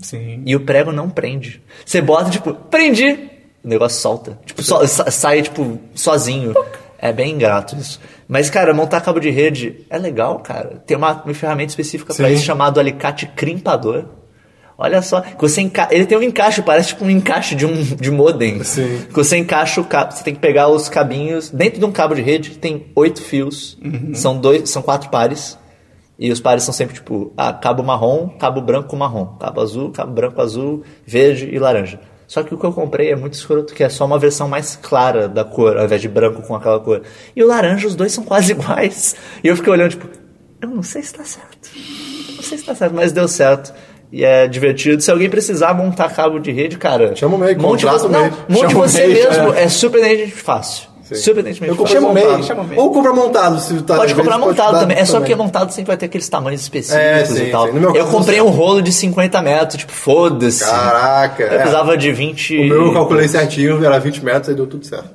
S1: Sim.
S3: e o prego não prende. Você bota, tipo, prendi! O negócio solta. Tipo, so- sa- sai, tipo, sozinho. É bem ingrato isso. Mas, cara, montar cabo de rede é legal, cara. Tem uma, uma ferramenta específica pra
S4: Sim.
S3: isso chamado alicate crimpador. Olha só, que você enca... ele tem um encaixe, parece tipo um encaixe de um de modem.
S4: Sim.
S3: Que você encaixa o cabo, você tem que pegar os cabinhos. Dentro de um cabo de rede tem oito fios,
S4: Uhum.
S3: são dois, são quatro pares. E os pares são sempre tipo, ah, cabo marrom, cabo branco marrom, cabo azul, cabo branco azul, verde e laranja. Só que o que eu comprei é muito escroto, que é só uma versão mais clara da cor, ao invés de branco com aquela cor. E o laranja, os dois são quase iguais. E eu fiquei olhando, tipo, eu não sei se tá certo. Eu Não sei se tá certo, mas deu certo. E é divertido. Se alguém precisar montar cabo de rede, cara.
S4: Chama o MEI,
S3: monte
S4: contrata
S3: você,
S4: o MEI.
S3: não, monte
S4: Chama o
S3: você
S4: MEI,
S3: mesmo. É, surpreendentemente fácil. Surpreendentemente
S4: Eu
S3: fácil.
S4: comprei
S1: Chama o MEI,
S4: montado.
S1: chama o MEI.
S4: Ou compra montado, se tá
S3: Pode
S4: às
S3: comprar
S4: vezes, pode
S3: montado
S4: dar
S3: também. É só porque montado sempre vai ter aqueles tamanhos específicos
S4: É, sim,
S3: e tal.
S4: sim. No meu
S3: Eu
S4: caso,
S3: comprei
S4: não
S3: um rolo de 50 metros, tipo, foda-se.
S4: Caraca,
S3: Eu
S4: é.
S3: precisava de 20.
S4: O meu eu calculei certinho, era 20 metros, aí deu tudo certo.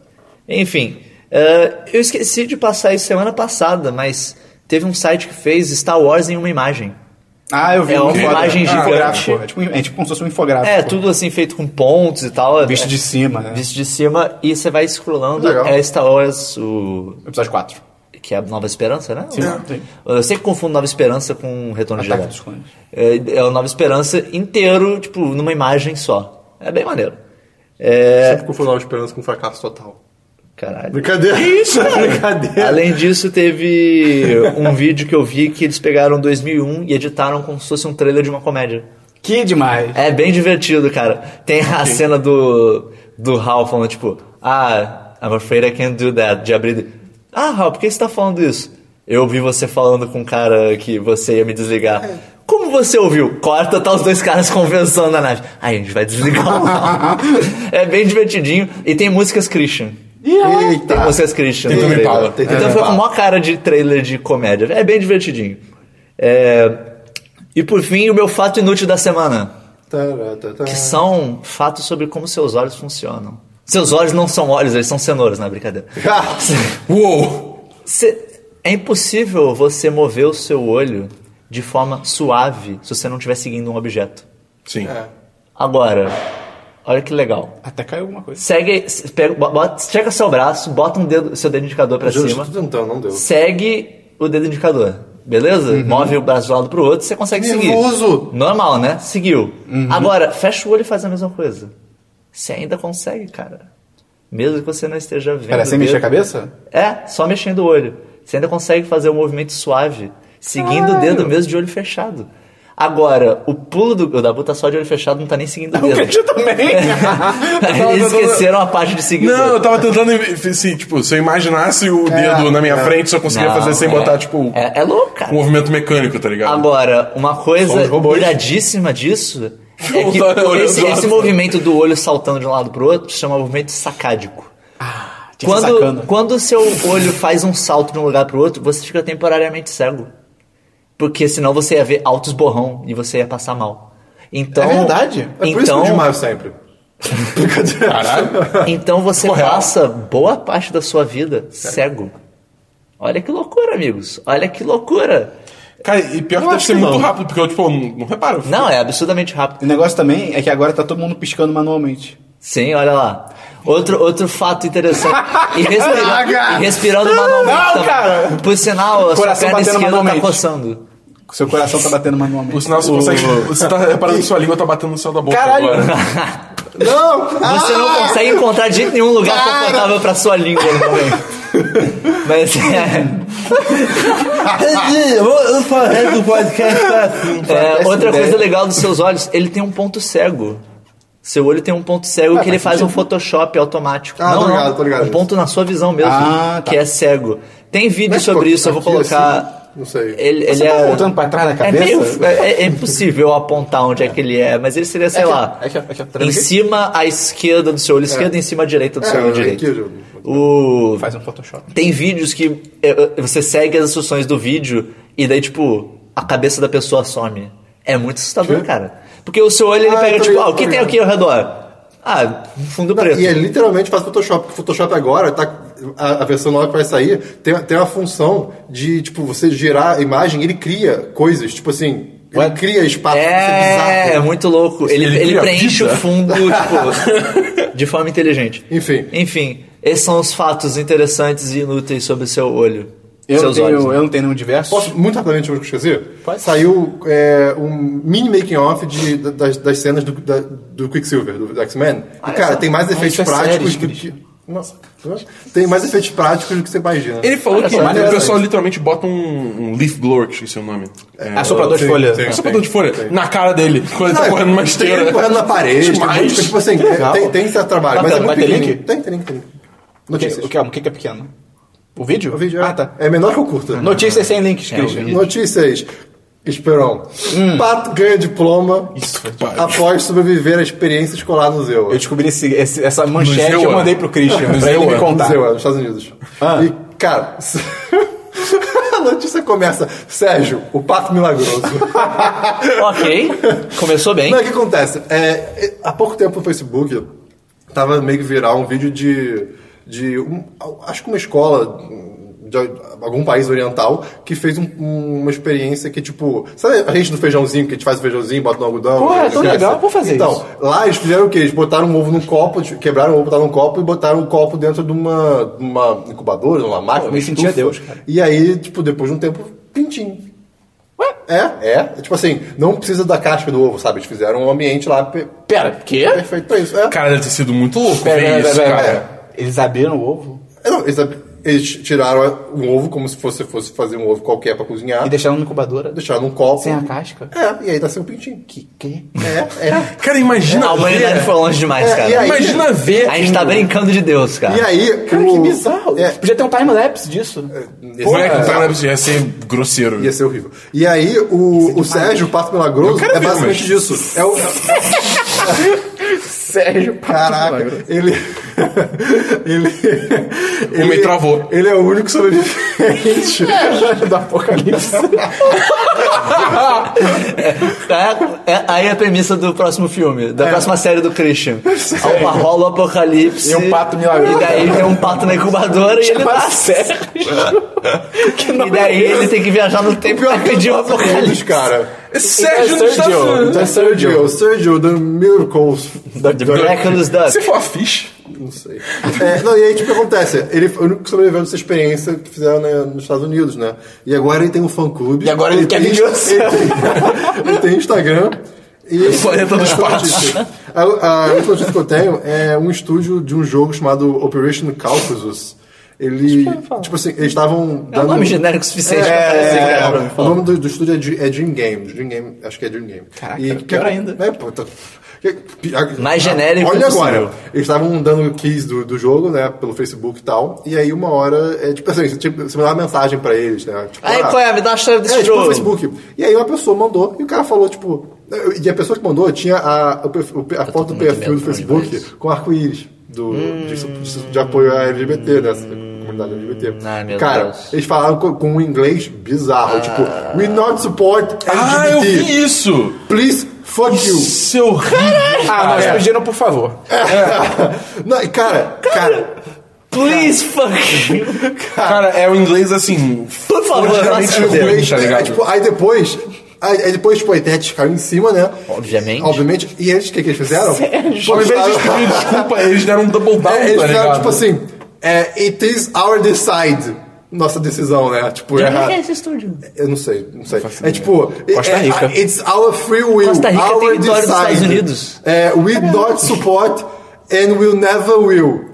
S3: Enfim, eh, eu esqueci de passar isso semana passada, mas teve um site que fez Star Wars em uma imagem.
S1: Ah, eu vi.
S3: É uma
S1: Foda.
S3: imagem
S1: Ah,
S3: gigante.
S1: infográfico. É tipo, é tipo como se fosse um infográfico.
S3: É, tudo assim feito com pontos e tal. é
S1: Visto de cima, né?
S3: Visto de cima e você vai scrollando.
S4: Legal.
S3: É Star Wars, o...
S1: Episódio 4.
S3: que é a Nova Esperança, né?
S1: Sim,
S3: Não.
S1: sim.
S3: Eu sempre confundo Nova Esperança com Retorno de
S1: Ataque
S3: Jedi.
S1: dos Clones.
S3: É, é o Nova Esperança inteiro, tipo, numa imagem só. É bem maneiro. É...
S4: Sempre confundo a esperança com fracasso total.
S3: Caralho.
S4: Brincadeira. Isso, brincadeira.
S3: Além disso, teve um vídeo que eu vi que eles pegaram 2001 e editaram como se fosse um trailer de uma comédia.
S1: Que demais.
S3: É bem divertido, cara. Tem a cena do, do Hal falando, tipo, ah, I'm afraid I can't do that. De abrir. Ah, Hal, por que você tá falando isso? Eu ouvi você falando com um cara que você ia me desligar. Como você ouviu? Corta, tá os dois caras conversando na nave. Aí a gente vai desligar o Hal. é bem divertidinho. E tem músicas Christian.
S4: Eita.
S3: Tem músicas Christian.
S4: Tem
S3: no
S4: Tame
S3: trailer.
S4: Impala, tem Tame
S3: Então foi com a
S4: Impala.
S3: maior cara de trailer de comédia. É bem divertidinho. É, E por fim, o meu fato inútil da semana
S4: Tá, tá, tá.
S3: que são fatos sobre como seus olhos funcionam. Seus olhos não são olhos, eles são cenouras, não é brincadeira.
S2: Uou!
S3: Cê- é impossível você mover o seu olho de forma suave se você não estiver seguindo um objeto.
S2: Sim.
S4: É.
S3: Agora, olha que legal.
S1: Até caiu alguma coisa.
S3: Segue, s- pega, bo- bota, chega seu braço, bota um dedo, seu dedo indicador pra
S4: Eu
S3: cima,
S4: tô tentando, então, não deu.
S3: segue o dedo indicador, beleza? Move o braço de um lado pro outro, você consegue
S4: Nervoso!
S3: seguir. Normal, né? Seguiu. Agora, fecha o olho e faz a mesma coisa. Você ainda consegue, cara. Mesmo que você não esteja vendo.
S1: Pera, sem
S3: o
S1: mexer a
S3: dedo.
S1: cabeça?
S3: É, só mexendo o olho. Você ainda consegue fazer um movimento suave, seguindo o dedo mesmo de olho fechado. Agora, o pulo do. O Dabu tá só de olho fechado, não tá nem seguindo o
S1: O
S3: dedo.
S1: Cretinho também.
S3: Eles esqueceram a parte de seguir o
S2: Não, eu
S3: dedo.
S2: tava tentando. Assim, tipo, se eu imaginasse o dedo na minha frente, só conseguia fazer sem
S3: é-
S2: botar, tipo,
S3: É, é louco, cara.
S2: um movimento mecânico, tá ligado?
S3: Agora, uma coisa
S4: Somos robôs.
S3: iradíssima disso é que
S2: Voltar olhando
S3: esse,
S2: pro
S3: esse
S2: lado.
S3: movimento do olho saltando de um lado pro outro se chama movimento sacádico.
S4: Tipo
S1: Tinha que ser
S3: Quando,
S1: sacana.
S3: quando o seu olho faz um salto de um lugar pro outro, você fica temporariamente cego. Porque senão você ia ver altos borrão e você ia passar mal. Então,
S1: É verdade.
S4: É por isso que eu
S3: Então,
S4: desmaio sempre. Brincadeira. Caralho.
S3: então você passa boa parte da sua vida cego. Olha que loucura, amigos. Olha que loucura.
S2: Cara, e pior que deve
S1: acho
S2: ser
S1: que
S2: muito
S1: não.
S2: rápido, porque eu, tipo, não, não reparo.
S3: Não, é absurdamente rápido.
S1: O negócio também é que agora tá todo mundo piscando manualmente.
S3: Sim, olha lá. Outro, outro fato interessante. E respirando,
S1: Caraca!
S3: e respirando manualmente.
S1: Não,
S3: também.
S1: cara!
S3: Por sinal, a sua
S1: Coração
S3: perna
S1: batendo
S3: esquerda tá
S1: manualmente.
S3: coçando.
S1: Seu coração tá batendo manualmente.
S2: Por sinal, você consegue. Você tá reparando que sua língua tá batendo no céu da boca
S1: Caralho.
S2: agora.
S4: Não!
S3: Você não consegue encontrar de jeito nenhum lugar confortável pra sua língua no momento. Mas é. o do podcast
S1: é assim,
S3: É, outra coisa legal dos seus olhos, ele tem um ponto cego. Seu olho tem um ponto cego que ele faz um Photoshop automático.
S4: Ah,
S3: não,
S4: tô
S3: não,
S4: ligado, tô ligado.
S3: Um ponto na sua visão mesmo,
S1: Ah, tá.
S3: que é cego. Tem vídeo
S4: Mas,
S3: sobre
S4: pô,
S3: isso, eu vou
S4: um aqui, assim,
S3: colocar
S4: Não sei.
S3: Ele,
S1: Você
S3: ele
S1: tá
S3: é...
S1: voltando pra trás da
S3: É,
S1: cabeça?
S3: meio- é- é impossível apontar onde é que ele é, mas ele seria, sei
S1: Aqui,
S3: lá,
S4: é
S1: aqui, ó, aqui, ó. Tá vendo
S3: em
S1: aqui?
S3: cima à esquerda do seu olho esquerdo e em cima à direita do seu olho
S4: É,
S3: direito.
S4: aqui,
S3: O...
S1: Faz um Photoshop.
S3: Tem vídeos que é, é, você segue as instruções do vídeo e daí, tipo, a cabeça da pessoa some. É muito assustador, cara. Porque o seu olho, ele
S4: Ah,
S3: pega,
S4: tô
S3: tipo,
S4: ligado,
S3: ah, o que
S4: tô
S3: tem
S4: ligado.
S3: aqui ao redor? Ah, um fundo preto.
S4: E é literalmente faz Photoshop. porque Photoshop agora, tá, a, a versão nova que vai sair, tem, tem uma função de, tipo, você gerar a imagem, ele cria coisas, tipo assim, ele
S1: Ué?
S4: cria espaço, isso é
S3: É, é
S4: bizarro.
S3: muito louco. Ele,
S2: ele
S3: ele
S2: cria
S3: preenche
S2: vida.
S3: o fundo, tipo, de forma inteligente.
S4: Enfim.
S3: Enfim, esses são os fatos interessantes e inúteis sobre o seu olho.
S1: Eu não,
S3: seus
S1: tenho,
S3: olhos. né?
S1: eu não tenho nenhum diverso.
S4: Posso, muito rapidamente, eu esqueci?
S1: Pode.
S4: Saiu é, um mini making-off de- da- das, das cenas do, da- do Quicksilver, do, do X-Men. E, cara, tem mais efeitos
S1: isso é
S4: práticos
S1: séries,
S4: do que... Nossa, tem mais efeitos práticos do que você imagina.
S2: Ele falou que
S4: É
S1: só,
S2: o
S1: maneiro.
S4: né?
S2: pessoal literalmente bota um, um leaf blower, que esqueci o nome. É,
S1: Assoprador de
S4: Sim,
S1: folha.
S4: sim.
S2: um soprador de folha na cara dele, quando ele tá
S4: Não,
S2: correndo numa
S4: Tem
S2: esteira.
S4: ele correndo na parede, tem,
S2: Demais.
S4: muito- tipo assim,
S1: Legal.
S4: tem, tem certo trabalho, mas é
S1: Bacana,
S4: muito
S1: vai ter
S4: pequeno.
S1: link?
S4: Tem, tem link, tem link.
S1: O que,
S4: Notícias.
S1: o que é- o que que é pequeno? O vídeo?
S4: O vídeo é,
S1: Ah, tá.
S4: é menor que o curta.
S1: Notícias sem links,
S3: É, o
S4: É
S1: Christian.
S3: vídeo.
S4: Notícias. Esperão. Pato ganha diploma
S2: pai.
S4: após sobreviver à experiência escolar no Zewa.
S1: Eu descobri esse- esse- essa manchete
S2: Museu,
S1: eu
S2: é.
S1: mandei pro Christian, pra
S2: Museu,
S1: ele me
S2: é.
S1: contar.
S4: Zewa, nos Estados Unidos.
S1: Ah.
S4: E, cara... A notícia começa, Sérgio, o pato milagroso.
S3: Ok, começou bem.
S4: Não, o que acontece? É, há pouco tempo no Facebook tava meio que viral um vídeo de. de um- acho que uma escola de algum país oriental que fez um- um- uma experiência que, tipo. Sabe a gente do feijãozinho, que a gente faz o feijãozinho, bota no algodão?
S1: Porra, é
S4: né,
S1: tão
S4: cresce?
S1: legal, vou fazer
S4: então,
S1: isso.
S4: Lá eles fizeram o quê? Eles botaram um ovo num copo, de- quebraram o ovo, botaram um copo e botaram o copo dentro de uma, de uma incubadora, de uma máquina.
S1: eu me
S4: uma
S1: sentia
S4: estufa.
S1: Deus, cara.
S4: E aí, tipo, depois de um tempo, pintinho. É, é. Tipo assim, não precisa da casca do ovo, sabe? Eles fizeram um ambiente lá pe-
S1: Pera, quê?
S4: perfeito pra isso. É.
S2: Cara, deve ter sido muito louco
S1: Pera,
S2: ver
S1: pera,
S2: isso,
S1: pera,
S2: cara.
S1: pera. Eles abriram o ovo
S4: É, não, eles, eles tiraram um ovo como se fosse, fosse fazer um ovo qualquer pra cozinhar.
S1: e deixaram na incubadora
S4: deixaram num copo.
S1: sem a casca.
S4: É, e aí nasceu um pintinho.
S1: Que que?
S4: É, é.
S2: Cara, imagina
S3: A humanidade
S2: ver.
S3: foi longe demais,
S4: É, e
S3: cara.
S4: aí?
S2: Imagina ver.
S3: A gente tá brincando de Deus,
S4: E
S3: cara.
S4: aí.
S1: Cara,
S4: o-
S1: que bizarro.
S4: É,
S1: Podia ter um time-lapse disso.
S2: Como
S4: Porra,
S2: é que o cara ia ser grosseiro?
S4: Ia ser horrível. E aí, o, o Sérgio, o Pato Milagroso,
S2: quero
S4: é
S2: ver,
S4: basicamente disso. É o,
S1: Sérgio,
S4: Caraca, ele. ele. Ele
S2: homem travou.
S4: Ele é o único sobrevivente.
S1: do apocalipse.
S3: É, é- aí é a premissa do próximo filme, da próxima série do Christian. Há Uma rola o apocalipse.
S1: E um pato milagroso.
S3: E daí tem um pato na incubadora e ele
S1: Chama
S3: nasce.
S1: Sérgio. Que
S3: E daí ele tem que viajar no tempo pra pedir o apocalipse.
S4: Todos, cara.
S2: Sérgio
S1: É
S2: dos Estados
S1: Sergio.
S2: Unidos.
S4: Então é Sergio. Sergio the Miracles.
S3: The Miraculous
S2: tá- Se
S3: Duck.
S2: for a ficha.
S4: Não sei. É, não, e aí, tipo, o que acontece? Ele foi o único que sobreviveu dessa experiência que fizeram né, nos Estados Unidos, né? E agora ele tem um fã-clube.
S1: E agora ele quer
S4: tem-
S1: vingança.
S4: Ele tem, ele tem Instagram. E
S2: planeta dos
S4: Essa
S2: patos.
S4: notícia. A, a última notícia que eu tenho é um estúdio de um jogo chamado Operation Caucasus. Ele, tipo assim, eles estavam
S3: É um
S4: dando...
S3: nome genérico suficiente pra
S4: É,
S3: aparecer,
S4: é,
S3: cara.
S4: o nome do, do estúdio é, Dr- é Dream Games. Dream Game, acho que é Dream Game.
S1: Caraca,
S4: E
S1: pior ainda.
S4: É, puta. Que- pi- a-
S3: Mais genérico
S4: Olha
S3: possível.
S4: agora. Eles estavam dando keys do, do jogo, né? Pelo Facebook e tal. E aí uma hora, é, tipo assim, tipo, você mandava uma mensagem pra eles, né? Tipo,
S3: Aí,
S4: ah,
S3: qual é? Me dá a chave desse
S4: é, tipo, no
S3: jogo.
S4: Facebook. E aí uma pessoa mandou e o cara falou, tipo. E a pessoa que mandou tinha a, o perfil- o pe- a
S3: tô
S4: foto do
S3: com muito
S4: perfil do
S3: medo de
S4: Facebook
S3: olhar isso.
S4: com arco-íris. Do, de, de- de apoio à LGBT, né? essa Comunidade LGBT.
S3: Ai, meu
S4: cara,
S3: Deus.
S4: eles falaram co- com, um inglês bizarro, tipo, we not support LGBT.
S2: Ah, eu vi isso.
S4: Please fuck you.
S2: Isso é horrível. É.
S1: Ah, mas pediram por favor.
S4: Não, e cara, cara,
S3: Please, fuck.
S2: Cara, é o inglês assim.
S3: Por favor,
S2: Obviamente
S3: nossa,
S2: eu
S3: Deus.
S2: ruim, tá ligado?
S4: Aí, tipo, aí depois. Aí, aí depois, tipo, a internet caiu em cima, né?
S3: Obviamente.
S4: Obviamente. E eles, o que, que eles fizeram?
S2: Ao invés de
S4: Postaram-
S2: pedir desculpa, eles deram um double down,
S4: É, eles
S2: tá
S4: ficaram,
S2: ligado?
S4: tipo assim, é, it is our decide. Nossa decisão, né? Tipo, errar.
S3: é esse estúdio?
S4: Eu não sei, não sei. É tipo,
S1: Costa
S4: é,
S1: Rica.
S4: é, it's our free will.
S3: Costa Rica
S4: our
S3: é território dos
S4: decide.
S3: Estados Unidos.
S4: É, we not support and will never will.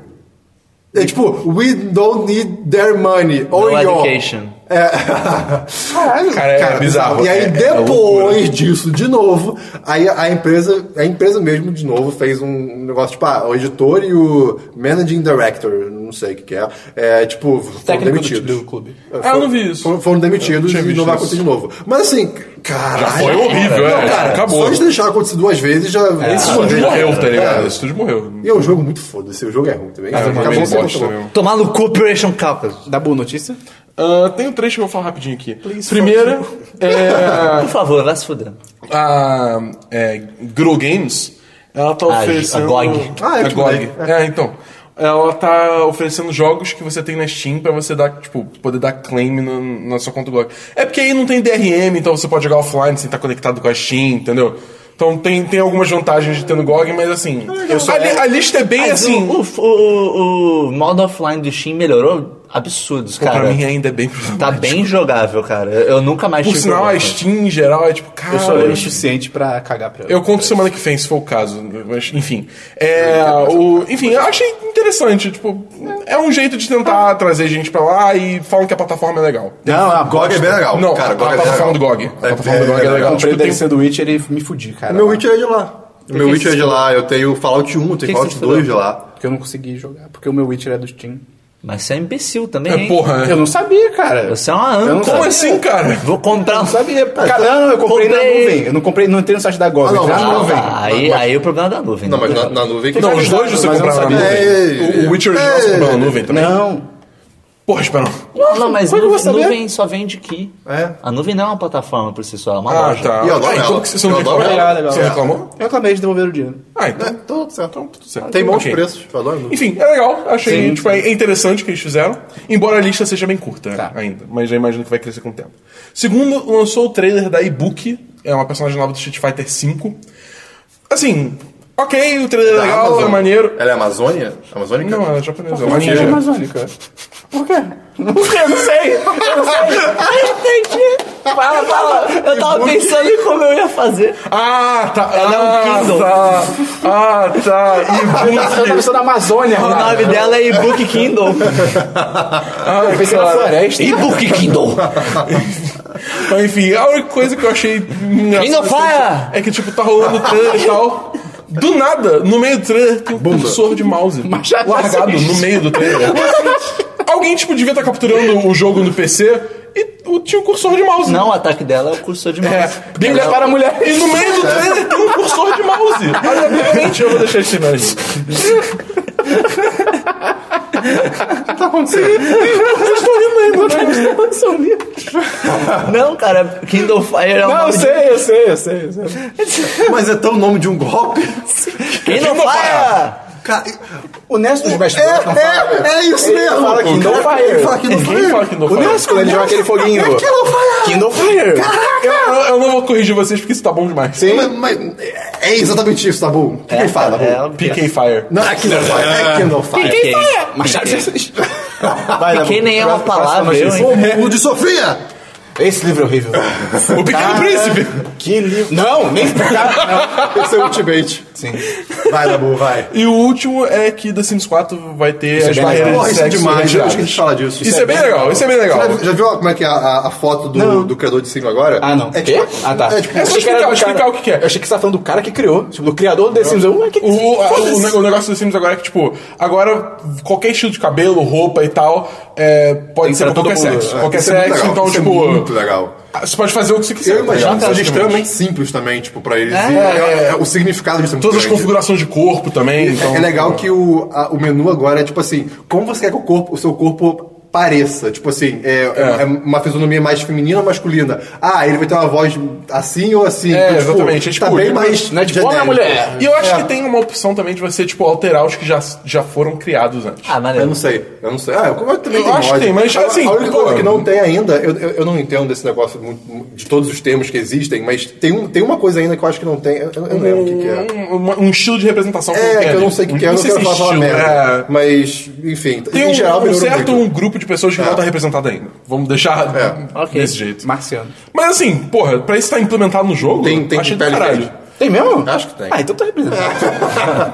S4: É tipo, we don't need their money or
S3: No
S4: your.
S3: education.
S4: Caralho,
S2: Cara, é bizarro.
S4: E aí
S2: É- é
S4: depois disso, de novo, aí a empresa, a empresa mesmo, de novo, fez um negócio, tipo, ah, o editor e o managing director, não sei o que que é, é tipo, foram
S3: Técnico do,
S4: demitidos.
S3: do clube.
S2: Ah, eu não vi isso.
S4: Foram, foram demitidos
S2: Eu não tinha
S4: e não
S2: visto
S4: vai
S2: isso.
S4: acontecer de novo. Mas assim, caralho.
S2: Ah, foi horrível,
S4: não,
S2: é,
S4: cara,
S2: acabou.
S4: Só de deixar acontecer duas vezes já.
S2: Esse
S4: já
S2: estúdio
S4: já-
S2: morreu, tá ligado? Esse
S4: É.
S2: estúdio morreu.
S4: E é um jogo muito foda-se, o jogo é ruim também.
S2: É, uma
S4: Acabou
S2: meio
S4: sendo muito
S2: bosta
S4: bom.
S2: mesmo.
S3: Tomar no Corporation Capital.
S1: Dá boa notícia?
S2: Ah, tem um trecho que eu vou falar rapidinho aqui. Primeira, é,
S3: Por favor, vai se fudendo.
S2: a é, Grow Games, ela tá
S3: Ah,
S2: oferecendo.
S3: a GOG.
S4: Ah, é,
S2: a
S4: tipo,
S2: GOG.
S4: é.
S2: É, então. Ela tá oferecendo jogos que você tem na Steam pra você dar, tipo, poder dar claim no- na sua conta GOG. É porque aí não tem DRM, então você pode jogar offline sem estar conectado com a Steam, entendeu? Então tem, tem algumas vantagens de tendo GOG, mas assim. a, li- a lista é bem
S3: Mas
S2: assim.
S3: o, o, o, o modo offline do Steam melhorou absurdos, cara.
S2: pra mim ainda é bem problemático.
S3: Tá bem jogável, cara. Eu eu nunca mais
S2: Por
S3: tive
S2: sinal, a
S3: problema.
S2: Steam em geral é tipo, cara.
S1: Eu só leio o suficiente pra cagar pra
S2: Eu conto semana que vem, se for o caso. Mas, enfim. É, o, enfim, eu achei interessante. Tipo, é um jeito de tentar trazer gente pra lá e falam que a plataforma é legal.
S1: Não, a
S4: GOG é bem legal.
S2: Não,
S4: cara,
S2: a
S4: GOG é bem
S2: plataforma
S4: legal.
S2: do GOG. A plataforma do
S4: bem
S2: GOG é legal.
S1: Eu comprei
S2: tipo,
S1: o
S2: tem-
S1: DLC do Witcher e me fudi, cara.
S4: Meu Witcher é de lá. Meu Witcher é de lá, eu tenho Fallout 1,
S1: que
S4: tenho Fallout
S1: você
S4: 2 de
S1: estudou?
S4: lá.
S1: Porque eu não consegui jogar, porque o meu Witcher é do Steam.
S3: Mas você é um imbecil também,
S2: É,
S3: hein?
S2: porra,
S1: Eu
S2: né?
S1: não sabia, cara.
S3: Você é uma anta.
S1: Eu não
S2: Como
S1: sabia.
S2: assim, cara?
S3: Vou comprar um...
S1: Não sabia. Cara, não, não, eu comprei, na
S3: Comprei.
S1: nuvem. Eu não comprei, não entrei no site da GOG.
S4: Ah, não,
S1: entrei na
S4: mas-
S1: nuvem.
S3: Ah, aí, aí o problema é da nuvem.
S4: Não,
S3: né?
S4: Ah, mas na, na nuvem que
S2: Não, os dois você
S1: Mas eu não
S2: compraram na nuvem.
S1: sabia.
S4: É,
S2: O- O Witcher original você
S4: é.
S2: comprou né? na nuvem também.
S1: Não.
S2: Porra, Esperão.
S3: Não, não, mas
S1: Como eu vou
S3: nuvem,
S1: saber?
S3: nuvem só vende key.
S4: É.
S3: A nuvem não é uma plataforma por si só, é uma
S2: Ah,
S3: loja.
S2: tá.
S4: E eu adoro
S2: Ah,
S4: ela.
S2: então você não
S4: Eu adoro
S2: reclamou?
S1: Legal, legal.
S2: Você não reclamou?
S1: Eu acabei de devolver o dinheiro.
S2: Ah, então.
S4: É, Tô, certo.
S2: Então, tudo certo.
S4: Tem bons
S2: Ok.
S4: preços, eu adoro.
S2: Enfim, é legal. Achei
S1: Sim.
S2: tipo, é interessante o que eles fizeram. Embora a lista seja bem curta né,
S1: Tá.
S2: ainda. Mas já imagino que vai crescer com o tempo. Segundo, lançou o trailer da Ibuki. É uma personagem nova do Street Fighter V. Assim, ok, o trailer é
S4: Da
S2: legal,
S4: Amazon.
S2: é maneiro.
S4: Ela é Amazônia? Amazônica?
S2: Não, ela é japonesa. É uma
S1: Mas é
S2: ninja.
S1: amazônica. Por quê? Por quê? Eu não sei. Eu não sei.
S3: Ah, Fala, fala. Eu tava pensando em como eu ia fazer.
S2: Ah, tá.
S3: Ela é um
S2: ah,
S3: Kindle.
S2: tá. Ah, tá.
S1: Eu tava
S2: Ibuki.
S1: pensando na Amazônia,
S3: O
S1: cara.
S3: nome dela é e-book Kindle.
S2: Ah,
S1: Eu pensei na
S2: cara.
S1: floresta.
S3: E-book Kindle.
S2: Mas, enfim, a única coisa que eu achei engraçada
S3: fire!
S2: é que, tipo, tá rolando o trailer e tal. Do nada, no meio do trailer, tem um cursor de mouse
S1: já tá
S2: largado no meio do trailer. Alguém, tipo, devia estar capturando o jogo no PC e o- tinha um cursor de mouse.
S3: Não, o ataque dela é o cursor de mouse.
S2: É, Bíblia
S1: Mulher para mulher.
S2: E no meio do trailer tem um cursor de mouse. Aleatoriamente, eu vou deixar esse imagem.
S1: tá acontecendo?
S2: Vocês estão rindo aí, não tem?
S3: Não, cara, Kindle Fire é o
S1: Não, eu
S3: nome de-
S1: sei, eu sei, eu sei, eu sei.
S4: Mas é tão nome de um golpe.
S3: Kindle Fire!
S4: Cara,
S1: O Nelson dos Best tá um
S4: é, é, é isso mesmo.
S1: fala que não fire.
S4: Ele fala que não
S2: Ninguém fala
S4: fire.
S2: que não
S1: O
S2: fala.
S1: Nelson, quando ele joga aquele foguinho.
S4: É que não fire.
S1: Kindle Fire.
S2: Eu, eu- eu não vou corrigir vocês porque isso tá bom demais.
S1: Sim.
S4: Mas, mas é exatamente isso, tá bom? O que que ele fala?
S3: É,
S4: Dabu?
S3: ela-
S2: PK Fire.
S4: Não, é que não fire. É que não fire.
S3: Piquei.
S1: Machado de Jesus. Vai,
S3: Piquei
S1: Dabu.
S3: nem é uma
S1: Próxima
S3: palavra, eu,
S1: notícia.
S3: hein?
S4: O de Sofia.
S1: Esse livro é horrível.
S2: O Pequeno Príncipe.
S1: Que livro. Não, nem.
S4: Esse é o ultimate.
S1: Sim.
S4: Vai, Dabu, vai.
S2: E o último é que The Sims 4 vai ter as
S1: é bem
S2: barreiras
S1: legal.
S4: Porra,
S2: de
S4: isso é
S2: sexo
S4: demais. Eu
S2: retiradas.
S4: acho que a gente fala disso.
S2: Isso é bem legal, isso é bem legal.
S4: Já, já viu como é que é a, a- a foto do, do criador de signo agora?
S1: Ah, não.
S4: É
S1: Quê?
S4: tipo,
S1: Ah, tá.
S4: É tipo,
S2: É só explicar,
S1: Eu achei que era do
S2: explicar
S1: cara-
S2: o que que é.
S1: Eu achei que você tava falando do cara que criou. Tipo, do criador do The Sims. Eu, ué, que-
S2: O, o- a- o ne- o negócio dos Sims agora é que, tipo, agora qualquer estilo de cabelo, roupa e tal, é, pode
S1: Tem
S2: ser
S1: pra
S2: pra
S1: todo
S2: qualquer
S1: mundo,
S2: sexo.
S1: é.
S2: Qualquer
S4: isso é muito
S2: sexo,
S4: legal,
S2: então,
S4: isso é
S2: tipo.
S4: muito legal.
S2: Você pode fazer o que você quiser.
S4: Eu imagino que
S2: tá
S4: seja
S2: ligado?
S4: extremamente simples também, tipo, pra eles. É, é- o significado disso é muito
S2: Todas as
S4: grande.
S2: configurações de corpo também. então,
S4: É, é legal que o, a- o menu agora é tipo assim, como você quer que o, corpo, o seu corpo pareça? Tipo assim, é, é- é uma fisionomia mais feminina ou masculina? Ah, ele vai ter uma voz assim ou assim?
S2: É,
S4: Então, tipo,
S2: exatamente, é
S4: tá
S2: tipo,
S4: bem
S2: não
S4: mais
S1: Não é tipo homem ou
S4: genérico. É.
S1: mulher?
S2: E eu acho que tem uma opção também de você, tipo, alterar os que já, já foram criados antes.
S3: Ah,
S4: Eu
S3: maneiro.
S4: não sei, eu não sei. Ah, eu, eu também
S2: Eu
S4: tem
S2: acho que
S4: mod.
S2: tem, mas,
S4: a,
S2: assim,
S4: a única
S2: pô,
S4: coisa que não tem ainda, eu, eu, eu não entendo desse negócio muito- de todos os termos que existem, mas tem, um, tem uma coisa ainda que eu acho que não tem, eu, eu não lembro o que, que é.
S2: Um, uma- um estilo de representação
S4: É,
S2: tem
S4: que eu não
S2: ali.
S4: sei o que, que é, eu não
S2: sei
S4: quero
S2: se
S4: falar falar
S2: estilo, é.
S4: merda. Mas, enfim,
S2: Tem
S4: em
S2: um,
S4: geral
S2: um
S4: melhorou
S2: certo
S4: muito.
S2: um grupo de pessoas que não tá representado ainda. Vamos deixar
S4: É.
S3: Ok.
S2: desse jeito.
S1: Marciano.
S2: Mas assim, porra, pra isso tá implementado no jogo,
S4: Tem- tem
S2: achei do
S4: pele
S2: caralho.
S4: verde.
S1: Tem mesmo?
S4: Acho que tem.
S1: Ah, então tá representado.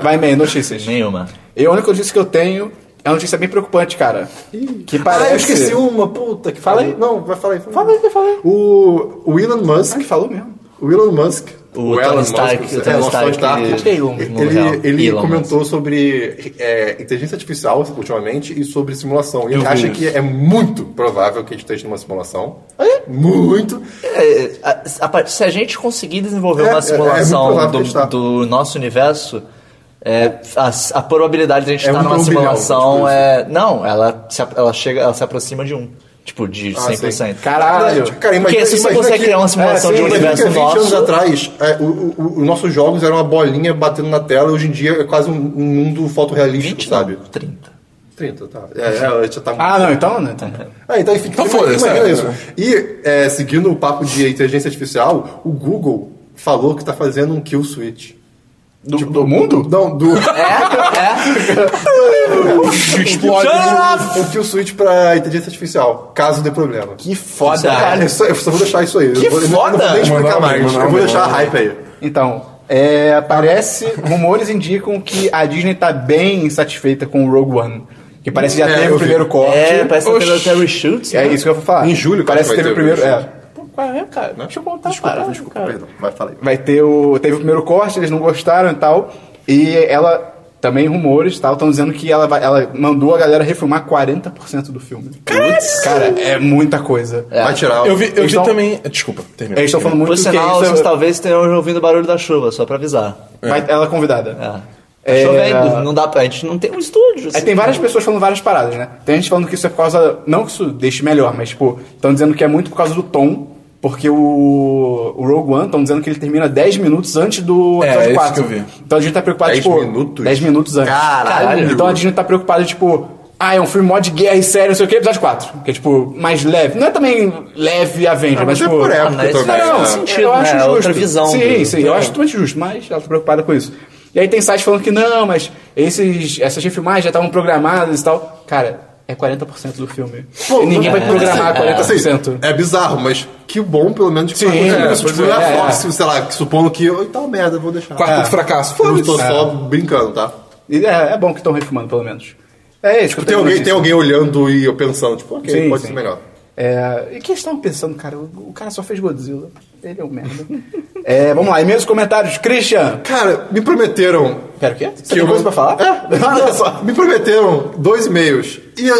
S1: Vai, man, notícias.
S3: Nenhuma.
S1: E a única notícia que eu tenho é É uma notícia bem preocupante, cara. Que parece.
S4: Ah, eu esqueci uma, puta que
S1: Fala
S4: pariu.
S1: aí.
S4: Não, vai falar aí.
S1: Fala aí, fala aí.
S4: O, o Elon Musk.
S1: Ele falou mesmo.
S4: O Elon Musk.
S3: O Tony Stark, o Tony
S4: é, nosso
S3: Stark,
S4: Tony Stark.
S3: acho que é Elon, no real.
S4: Ele, ele
S3: Elon
S4: comentou sobre é, inteligência artificial ultimamente e sobre simulação. E ele
S2: vi
S4: acha
S2: isso.
S4: que é muito provável que a gente esteja numa simulação. Muito.
S3: É, a- a par- se a gente conseguir desenvolver
S4: É, é, é
S3: uma
S4: muito
S3: simulação
S4: provável que a gente tá.
S3: do, do nosso universo, é, a, a probabilidade de a gente
S4: É
S3: estar
S4: um
S3: numa
S4: pra um bilhão,
S3: simulação
S4: tipo isso.
S3: é. Não, ela se, a- ela, chega, ela se aproxima de um. Tipo, de
S4: Ah,
S3: 100%.
S4: sim.
S1: Caralho.
S4: Cara, imagina,
S3: Porque se você
S4: imagina
S3: consegue
S4: que-
S3: criar uma simulação
S4: é,
S3: de um
S4: sim, imagina
S3: universo
S4: que há 20 anos
S3: nosso-
S4: atrás, é, o- o- o- os nossos jogos eram uma bolinha batendo na tela. Hoje em dia é quase um, um mundo fotorrealístico,
S3: 20
S4: sabe?
S3: não, 30.
S4: 30, tá. É, é, já tá
S1: Ah, não, então, né? Então.
S4: Ah, então enfim,
S2: Então
S4: imagina-
S2: foda-se,
S4: imagina
S2: é,
S4: isso.
S2: é.
S4: E é, seguindo o papo de inteligência artificial, o Google falou que tá fazendo um kill switch. Tipo,
S1: Do, do mundo?
S4: Não, do
S3: É, é.
S2: Explode.
S4: um kill switch pra inteligência artificial, caso dê problema.
S1: Que foda.
S3: Sério?
S1: cara.
S4: Cara, eu só, eu só vou deixar isso aí.
S3: Que
S4: eu vou, eu não- Eu não vou
S3: foda!
S4: nem explicar
S2: Mano,
S4: mais.
S2: mano,
S4: eu vou
S2: mano,
S4: deixar
S2: mano.
S4: a hype aí.
S1: Então, é, parece, rumores indicam que a Disney tá bem insatisfeita com o Rogue One. Que parece que já
S4: É,
S1: teve
S4: eu
S1: o
S4: vi.
S1: primeiro corte.
S3: é parece que tá tendo
S2: Oxi.
S3: até reshoots.
S1: É
S3: né?
S1: isso que eu vou falar.
S4: Em julho, cara,
S1: parece que
S4: vai
S1: teve o
S4: ter o
S1: primeiro.
S4: reshoots.
S1: é.
S5: Pô, qual é, cara? Deixa eu voltar
S4: Desculpa,
S5: a parada,
S4: desculpa,
S5: cara.
S4: perdão. Vai, fala aí.
S1: vai ter o. Teve o primeiro corte, eles não gostaram e tal. E ela. Também rumores e tal, estão dizendo que ela, vai- ela mandou a galera refilmar 40% do filme. Cara, é muita coisa.
S4: Vai tirar.
S2: Eu vi, eu
S1: Eles
S2: vi
S1: tão-
S2: também. Desculpa, termina.
S1: Eles estão falando muito
S3: É. Por
S1: que
S3: sinal,
S1: isso é-
S3: vocês talvez estejam ouvindo o barulho da chuva, só pra avisar.
S1: vai- ela é convidada.
S3: É. Tá Chovendo, não dá pra. A gente não tem um estúdio.
S1: Aí tem várias pessoas falando várias paradas, né? Tem gente falando que isso é por causa. Não que isso deixe melhor, mas, tipo, estão dizendo que é muito por causa do tom. Porque o, o Rogue One estão dizendo que ele termina 10 minutos antes do
S2: É,
S1: episódio
S2: isso
S1: 4.
S2: que eu vi.
S1: Então a gente tá preocupado,
S4: 10
S1: tipo.
S4: minutos?
S1: 10 minutos antes.
S4: Caralho.
S1: Então a gente tá preocupado, tipo. Ah, é um filme mó de guerra e sério, não sei o que, episódio 4. Que é, tipo, mais leve. Não é também leve a Avenger,
S4: Ah,
S1: mas,
S4: mas é
S1: tipo...
S4: por época
S3: mas
S4: também.
S3: não,
S4: né?
S3: sim. sentido,
S1: eu acho
S3: né? É
S1: justo.
S3: outra visão
S1: Sim,
S3: do-
S1: sim, eu
S3: É.
S1: acho totalmente justo, mas ela tá preocupada com isso. E aí tem sites falando que não, mas esses, essas refilmagens já estavam programadas e tal. Cara, é 40% do filme.
S4: Pô,
S1: e ninguém vai
S4: é,
S1: programar
S4: assim,
S1: 40%.
S4: assim, É bizarro, mas que bom, pelo menos, que
S1: Sim,
S4: tá acontecendo
S1: é,
S4: isso.
S1: pois
S4: Tipo, não é
S1: é,
S4: a Fox,
S1: é.
S4: sei lá, supondo que... "Oi, Tal merda, eu vou deixar.
S2: Quarto
S4: É.
S2: de fracasso.
S4: Eu não tô
S2: Foda-se.
S4: só brincando, tá?
S1: E é, é bom que estão refilmando, pelo menos. É, tipo,
S4: Tem alguém, tem alguém olhando e eu pensando, tipo, ok,
S1: Sim,
S4: pode
S1: sim.
S4: ser melhor.
S1: É, e que eles estavam pensando, cara? O, o cara só fez Godzilla. Ele é um merda. É, vamos lá, e meus comentários. Christian!
S4: Cara, me prometeram...
S1: Pera, o quê? Você
S4: que
S1: tem um
S4: eu-
S1: coisa pra falar?
S4: É, olha só. Me prometeram dois e-mails e... eh,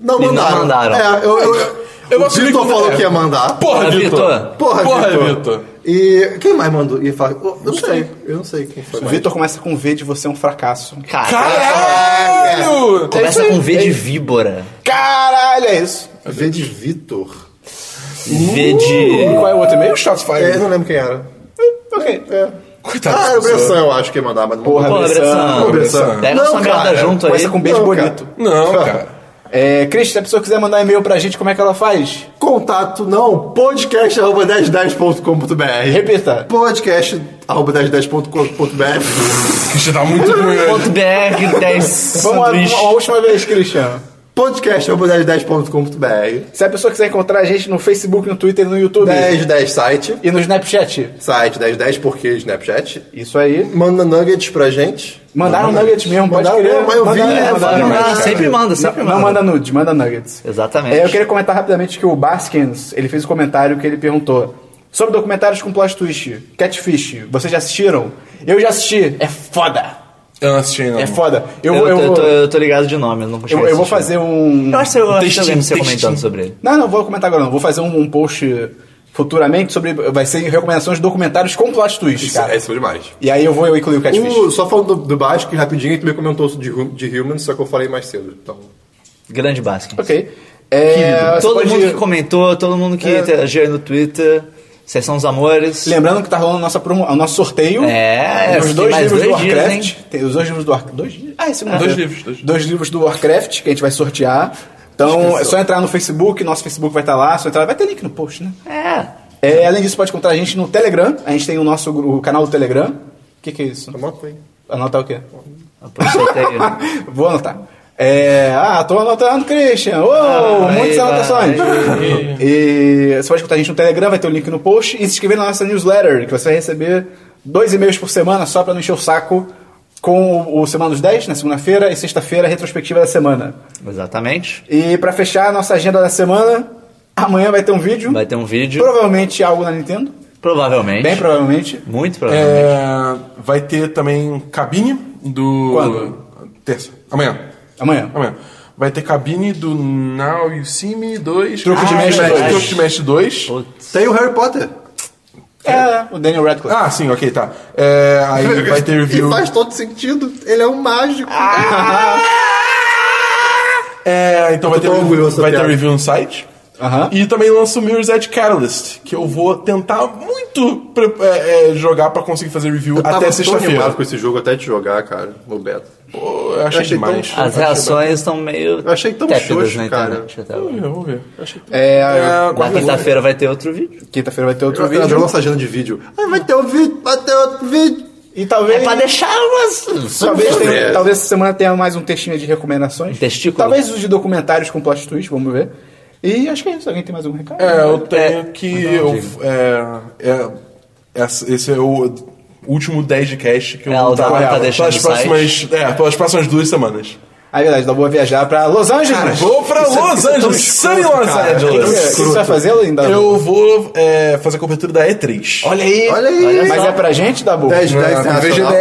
S4: Não
S3: E não
S4: mandaram.
S3: mandaram.
S4: É, eu... eu
S2: Eu
S4: o
S2: vou assumir
S4: Vitor
S2: que-
S4: falou que ia mandar.
S2: Porra,
S3: É,
S2: Vitor.
S3: Vitor.
S4: Porra,
S2: Porra,
S4: Vitor.
S2: Vitor.
S4: E quem mais mandou? E fala, eu não sei, eu não sei quem foi.
S1: O
S4: mais.
S1: Vitor começa com V de você é um fracasso.
S3: Cara,
S2: Caralho!
S3: Começa
S1: é isso aí,
S3: com V
S1: é
S3: de víbora.
S1: Caralho, é isso.
S4: V de Vitor.
S1: Uh,
S3: V de.
S1: Qual é o outro e-mail?
S2: Shots
S4: É, eu
S2: fired.
S4: não lembro quem era.
S1: Ok.
S4: É.
S2: Coitado.
S4: Ah,
S2: dessa
S4: era
S2: pessoa.
S4: o Bressan, eu acho que ia mandar, mas não
S1: Porra,
S4: mandou.
S3: Pô,
S1: Bressan,
S3: Bressan,
S4: Pô, Bressan.
S3: Pega
S4: Não,
S3: essa merda
S4: cara,
S3: junto aí.
S1: Começa com um beijo
S4: Não,
S1: bonito.
S2: Não, cara.
S1: É, Cris, se a pessoa quiser mandar e-mail pra gente, como é que ela faz?
S4: Contato não, podcast.1010.com.br.
S1: Repita.
S4: Podcast.1010.com.br.
S2: Isso tá muito ruim hoje.
S3: Ponto BR 10
S1: Vamos lá,
S3: sanduíche.
S1: uma, uma última vez, Christian.
S4: Podcast.1010.com.br.
S1: Se a pessoa quiser encontrar a gente no Facebook, no Twitter, no YouTube
S4: 1010 site.
S1: e no Snapchat.
S4: Site 1010 porque Snapchat.
S1: Isso aí.
S4: Manda nuggets pra gente.
S1: Mandaram nuggets mesmo,
S4: Mandaram,
S1: pode crer.
S4: não, mas eu vi,
S1: Mandaram,
S4: é,
S1: mandaram.
S4: vamos lá,
S1: Não,
S3: sempre manda, sempre
S1: Não manda
S3: manda.
S1: nude, manda nuggets.
S3: Exatamente.
S1: É, eu queria comentar rapidamente que o Baskins, ele fez um comentário que ele perguntou sobre documentários com plot twist, Catfish, vocês já assistiram? Eu já assisti, é foda.
S2: Eu não assisti, não.
S1: É foda. Eu,
S3: Eu,
S1: eu,
S3: eu,
S1: vou-
S3: tô, eu tô ligado de nome, eu não consigo
S1: eu- eu vou
S3: assistir.
S1: fazer um...
S3: Eu acho que eu, acho que eu
S2: Textinho,
S3: lembro você
S2: textinho.
S3: comentando sobre ele.
S1: Não, não vou comentar agora não. Vou fazer um, um post futuramente sobre... Vai ser recomendações de documentários com plot twist,
S4: Isso,
S1: cara.
S4: é, isso foi demais. É
S1: E aí eu vou eu incluir o Catfish.
S4: O, Uh, só falando do, do Basque, rapidinho, tu me comentou de, Hu- de Human, só que eu falei mais cedo. Então,
S3: Grande Baskin.
S1: Ok. É, você
S3: todo
S1: pode- É.
S3: mundo que comentou, todo mundo que interagiu aí no Twitter, vocês são os amores.
S1: Lembrando que tá rolando a nossa promo- o nosso sorteio.
S3: É,
S1: os
S3: tem
S1: dois
S3: mais
S1: livros do
S3: dois dias,
S1: Warcraft.
S3: hein?
S1: tem os dois livros do Warcraft. Dois dias? Ah, é segunda
S2: Dois livros, dois livros.
S1: livros do Warcraft que a gente vai sortear. Então é só entrar no Facebook, nosso Facebook vai estar lá. Só entrar, vai ter link no post, né?
S3: É.
S1: É, além disso, pode encontrar a gente no Telegram. A gente tem o nosso gru- o canal do Telegram. O que, que é isso?
S4: anota aí.
S1: Anotar o quê?
S3: Pro sorteio.
S1: Vou anotar. É, ah, tô anotando, Christian. Uou, muitas
S3: Ah, aí vai.
S1: anotações. E você pode escutar a gente no Telegram, vai ter o link no post. E se inscrever na nossa newsletter, que você vai receber dois e-mails por semana só pra não encher o saco com o Semana dos 10, na segunda-feira, e sexta-feira, a retrospectiva da semana.
S3: Exatamente.
S1: E pra fechar a nossa agenda da semana, amanhã vai ter um vídeo.
S3: Vai ter um vídeo.
S1: Provavelmente algo na Nintendo.
S3: Provavelmente.
S1: Bem provavelmente.
S3: Muito provavelmente.
S2: É, vai ter também cabine do.
S1: Quando?
S2: Terça. Amanhã.
S1: Amanhã.
S2: Amanhã. Ah, Vai ter cabine do Now You See Me 2.
S1: Truque de Mestre
S2: verdade,
S1: 2.
S2: Truque de Mestre 2.
S3: Putz.
S4: Tem o Harry Potter.
S1: É, o Daniel Radcliffe.
S2: Ah, sim, ok, tá. É, aí vai ter
S4: E
S2: review.
S4: faz todo sentido. Ele é um mágico. Ah!
S2: É, então vai ter,
S4: tão orgulhoso
S2: vai
S4: da
S2: ter
S4: piada.
S2: review no site.
S1: Aham.
S2: E também lança o Mirror's Edge Catalyst, que eu vou tentar muito pre- é, é, jogar pra conseguir fazer review
S4: Eu tava
S2: até
S4: tão
S2: sexta-feira.
S4: animado com esse jogo até de jogar, cara, no beta.
S2: Pô, eu achei,
S4: Eu achei tão
S2: demais.
S4: chato.
S3: As reações estão meio.
S4: Eu achei tão
S3: tépidas
S4: xoxo,
S3: na
S4: cara.
S3: internet até
S2: Vamos
S3: agora.
S2: ver, vamos ver.
S1: É,
S3: Na quinta-feira vai ter outro vídeo.
S1: quinta-feira vai ter outro
S4: Eu
S1: vídeo.
S4: adoro nossa agenda de vídeo. Ah, vai ter um vídeo, vai ter outro vídeo.
S1: E talvez.
S3: É pra deixar umas.
S1: Talvez, tenha-
S4: É.
S1: talvez essa semana tenha mais um textinho de recomendações.
S3: Um testículo.
S1: Talvez os de documentários com plot twist, vamos ver. E acho que é isso. Alguém tem mais algum recado?
S2: É, eu tenho
S3: É,
S2: que. eu, é, é, essa- esse é o último 10 de cast que eu
S3: É, o
S2: vou
S3: Dava
S2: trabalhar
S3: tá deixando
S2: pelas
S3: no site.
S2: próximas, é, pelas próximas duas semanas.
S1: Ah, é verdade, dá boa viajar pra Los Angeles.
S2: Vou pra
S1: Isso é-
S2: Los
S1: isso é tão
S2: Angeles,
S1: escroto,
S2: Sunny Los
S1: cara.
S2: Angeles.
S1: O que que- o que você vai fazer, Linda?
S2: Eu vou é, fazer a cobertura da E3.
S1: Olha aí.
S4: Olha aí.
S1: Mas
S3: só.
S1: é pra gente, Dabu?
S4: 10 de 10
S2: É,
S4: internacional.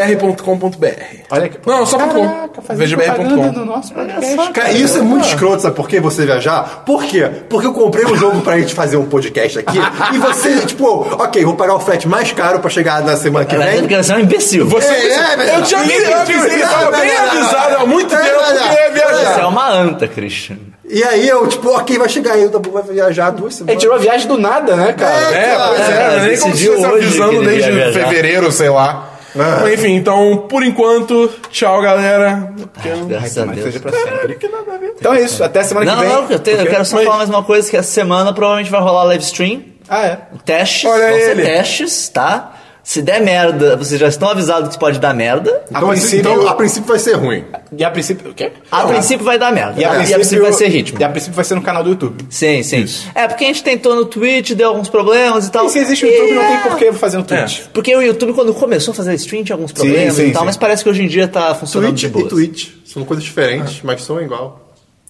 S2: VGBR.com.br.
S1: Olha que...
S2: Não, só pra
S1: Caraca,
S2: pôr.
S1: fazer
S2: VGBR ponto com.
S1: propaganda no nosso podcast.
S4: Cara, isso é muito escroto, sabe por que você viajar? Por quê? Porque eu comprei um jogo pra gente fazer um podcast aqui e você, tipo, ok, vou pagar o frete mais caro pra chegar na semana que
S3: Tá dizendo
S4: vem.
S3: que você é um imbecil.
S2: Você
S4: É, é, velho.
S2: eu te avisei, eu avisei, eu
S4: Não,
S2: tava
S4: não,
S2: bem
S4: não, não,
S2: avisado
S4: não,
S2: há muito
S4: não,
S2: tempo
S4: não, não.
S2: que eu ia
S3: Você é
S2: viajar.
S3: uma anta, Christian.
S4: é, E aí eu, tipo, ok, vai chegar aí, o Dabu vai viajar duas
S1: Ele
S4: semanas. Então,
S1: tirou a viagem do nada, né, cara?
S2: É, pois é,
S3: cara,
S2: nem como se
S3: decidiu
S2: fosse
S3: hoje que
S2: avisando
S3: ele ia
S2: desde
S3: viajar.
S2: fevereiro, sei lá. Mas, Enfim, então, por enquanto, tchau, galera. Porque eu não-
S3: Graças a Deus.
S2: Caralho, que nada a ver.
S1: Então é isso, até semana
S3: Não,
S1: que vem.
S3: não, eu, tenho- eu quero só
S2: Mas-
S3: falar mais uma coisa, que essa semana provavelmente vai rolar live stream.
S1: Ah,
S2: Então,
S1: é.
S3: Testes,
S2: Olha
S3: vão ser
S2: ele.
S3: testes, tá? Se der merda, vocês já estão avisados que pode dar merda.
S1: a
S4: Então, assim,
S1: princípio...
S4: então, a princípio vai ser ruim.
S1: E a princípio... O quê?
S3: A princípio vai dar merda.
S1: E a, princípio,
S3: vai ser ritmo.
S1: E a princípio vai ser no canal do YouTube.
S3: Sim, sim. É, porque a gente tentou no Twitch, deu alguns problemas e tal.
S1: E se existe o YouTube, não tem
S3: é,
S1: por que fazer um no Twitch.
S3: Porque o YouTube, quando começou a fazer stream, tinha alguns problemas
S1: sim,
S3: e tal,
S1: sim.
S3: mas parece que hoje em dia tá funcionando
S4: Twitch
S3: de boa.
S4: e Twitch são coisas diferentes, mas são igual.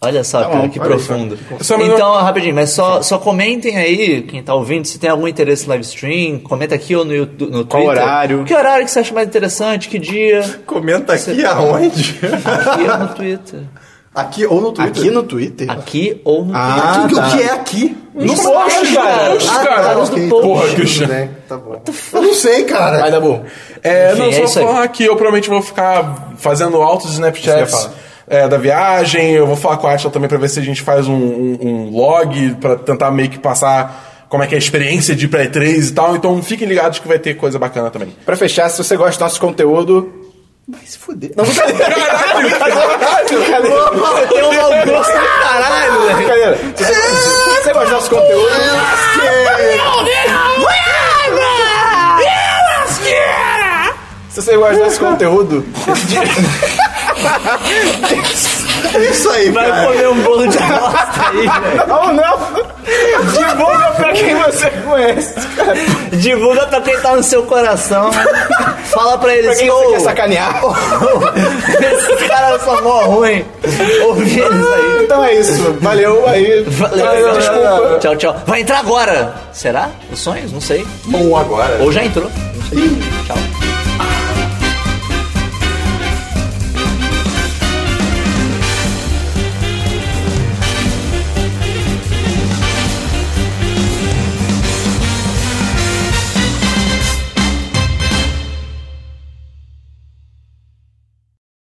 S3: Olha só, cara,
S1: bom,
S3: que
S4: olha
S3: profundo.
S1: É
S2: Só mais uma-
S3: Então, rapidinho, mas só, só comentem aí, quem tá ouvindo, se tem algum interesse no live stream, comenta aqui ou no, YouTube, no Twitter.
S1: Qual horário?
S3: Que horário que você acha mais interessante, que dia?
S4: Comenta aqui aonde?
S3: Aqui ou no Twitter?
S4: tá- Aqui ou no Twitter.
S1: Aqui no Twitter?
S3: Aqui ou no Twitter?
S1: Ah,
S4: Aqui,
S1: tá.
S4: O que é aqui?
S1: No
S3: post, cara.
S2: Post,
S3: Ah,
S2: cara.
S3: tá, no
S4: ok,
S3: post.
S2: Porra, Christian.
S4: Né? Tá bom. Eu não sei,
S1: Vai,
S4: cara.
S1: Dabu.
S2: É,
S3: Enfim,
S2: não,
S3: é
S2: só
S3: isso aí.
S2: falar que eu provavelmente vou ficar fazendo altos
S1: Isso que
S2: Snapchats
S1: eu ia
S2: é, da viagem. Eu vou falar com a Atila também pra ver se a gente faz um, um- um log pra tentar meio que passar como é que é a experiência de ir pra E3 e tal. Então fiquem ligados que vai ter coisa bacana também.
S1: Pra fechar, se você gosta do nosso conteúdo...
S4: Vai se fuder.
S2: Caralho,
S3: Você tem um mau gosto do caralho, velho.
S1: Brincadeira. Se você, se você gosta do nosso conteúdo...
S4: Ah, É,
S1: Se você gosta do nosso conteúdo...
S4: É isso aí,
S3: Vai
S4: cara.
S3: comer um bolo de bosta aí, velho.
S1: Ou não! Divulga pra quem você conhece.
S3: Divulga pra quem tá no seu coração. Fala pra ele
S1: Pra quem
S3: assim,
S1: você
S3: ô,
S1: quer sacanear.
S3: esses caras são mó ruim. Ouvi eles aí.
S1: Então é isso. Valeu aí.
S3: Valeu,
S1: Desculpa.
S3: Tchau, tchau. Vai entrar agora. Será? Os sonhos? Não sei.
S4: Ou agora.
S3: Ou já entrou. Não sei. Tchau.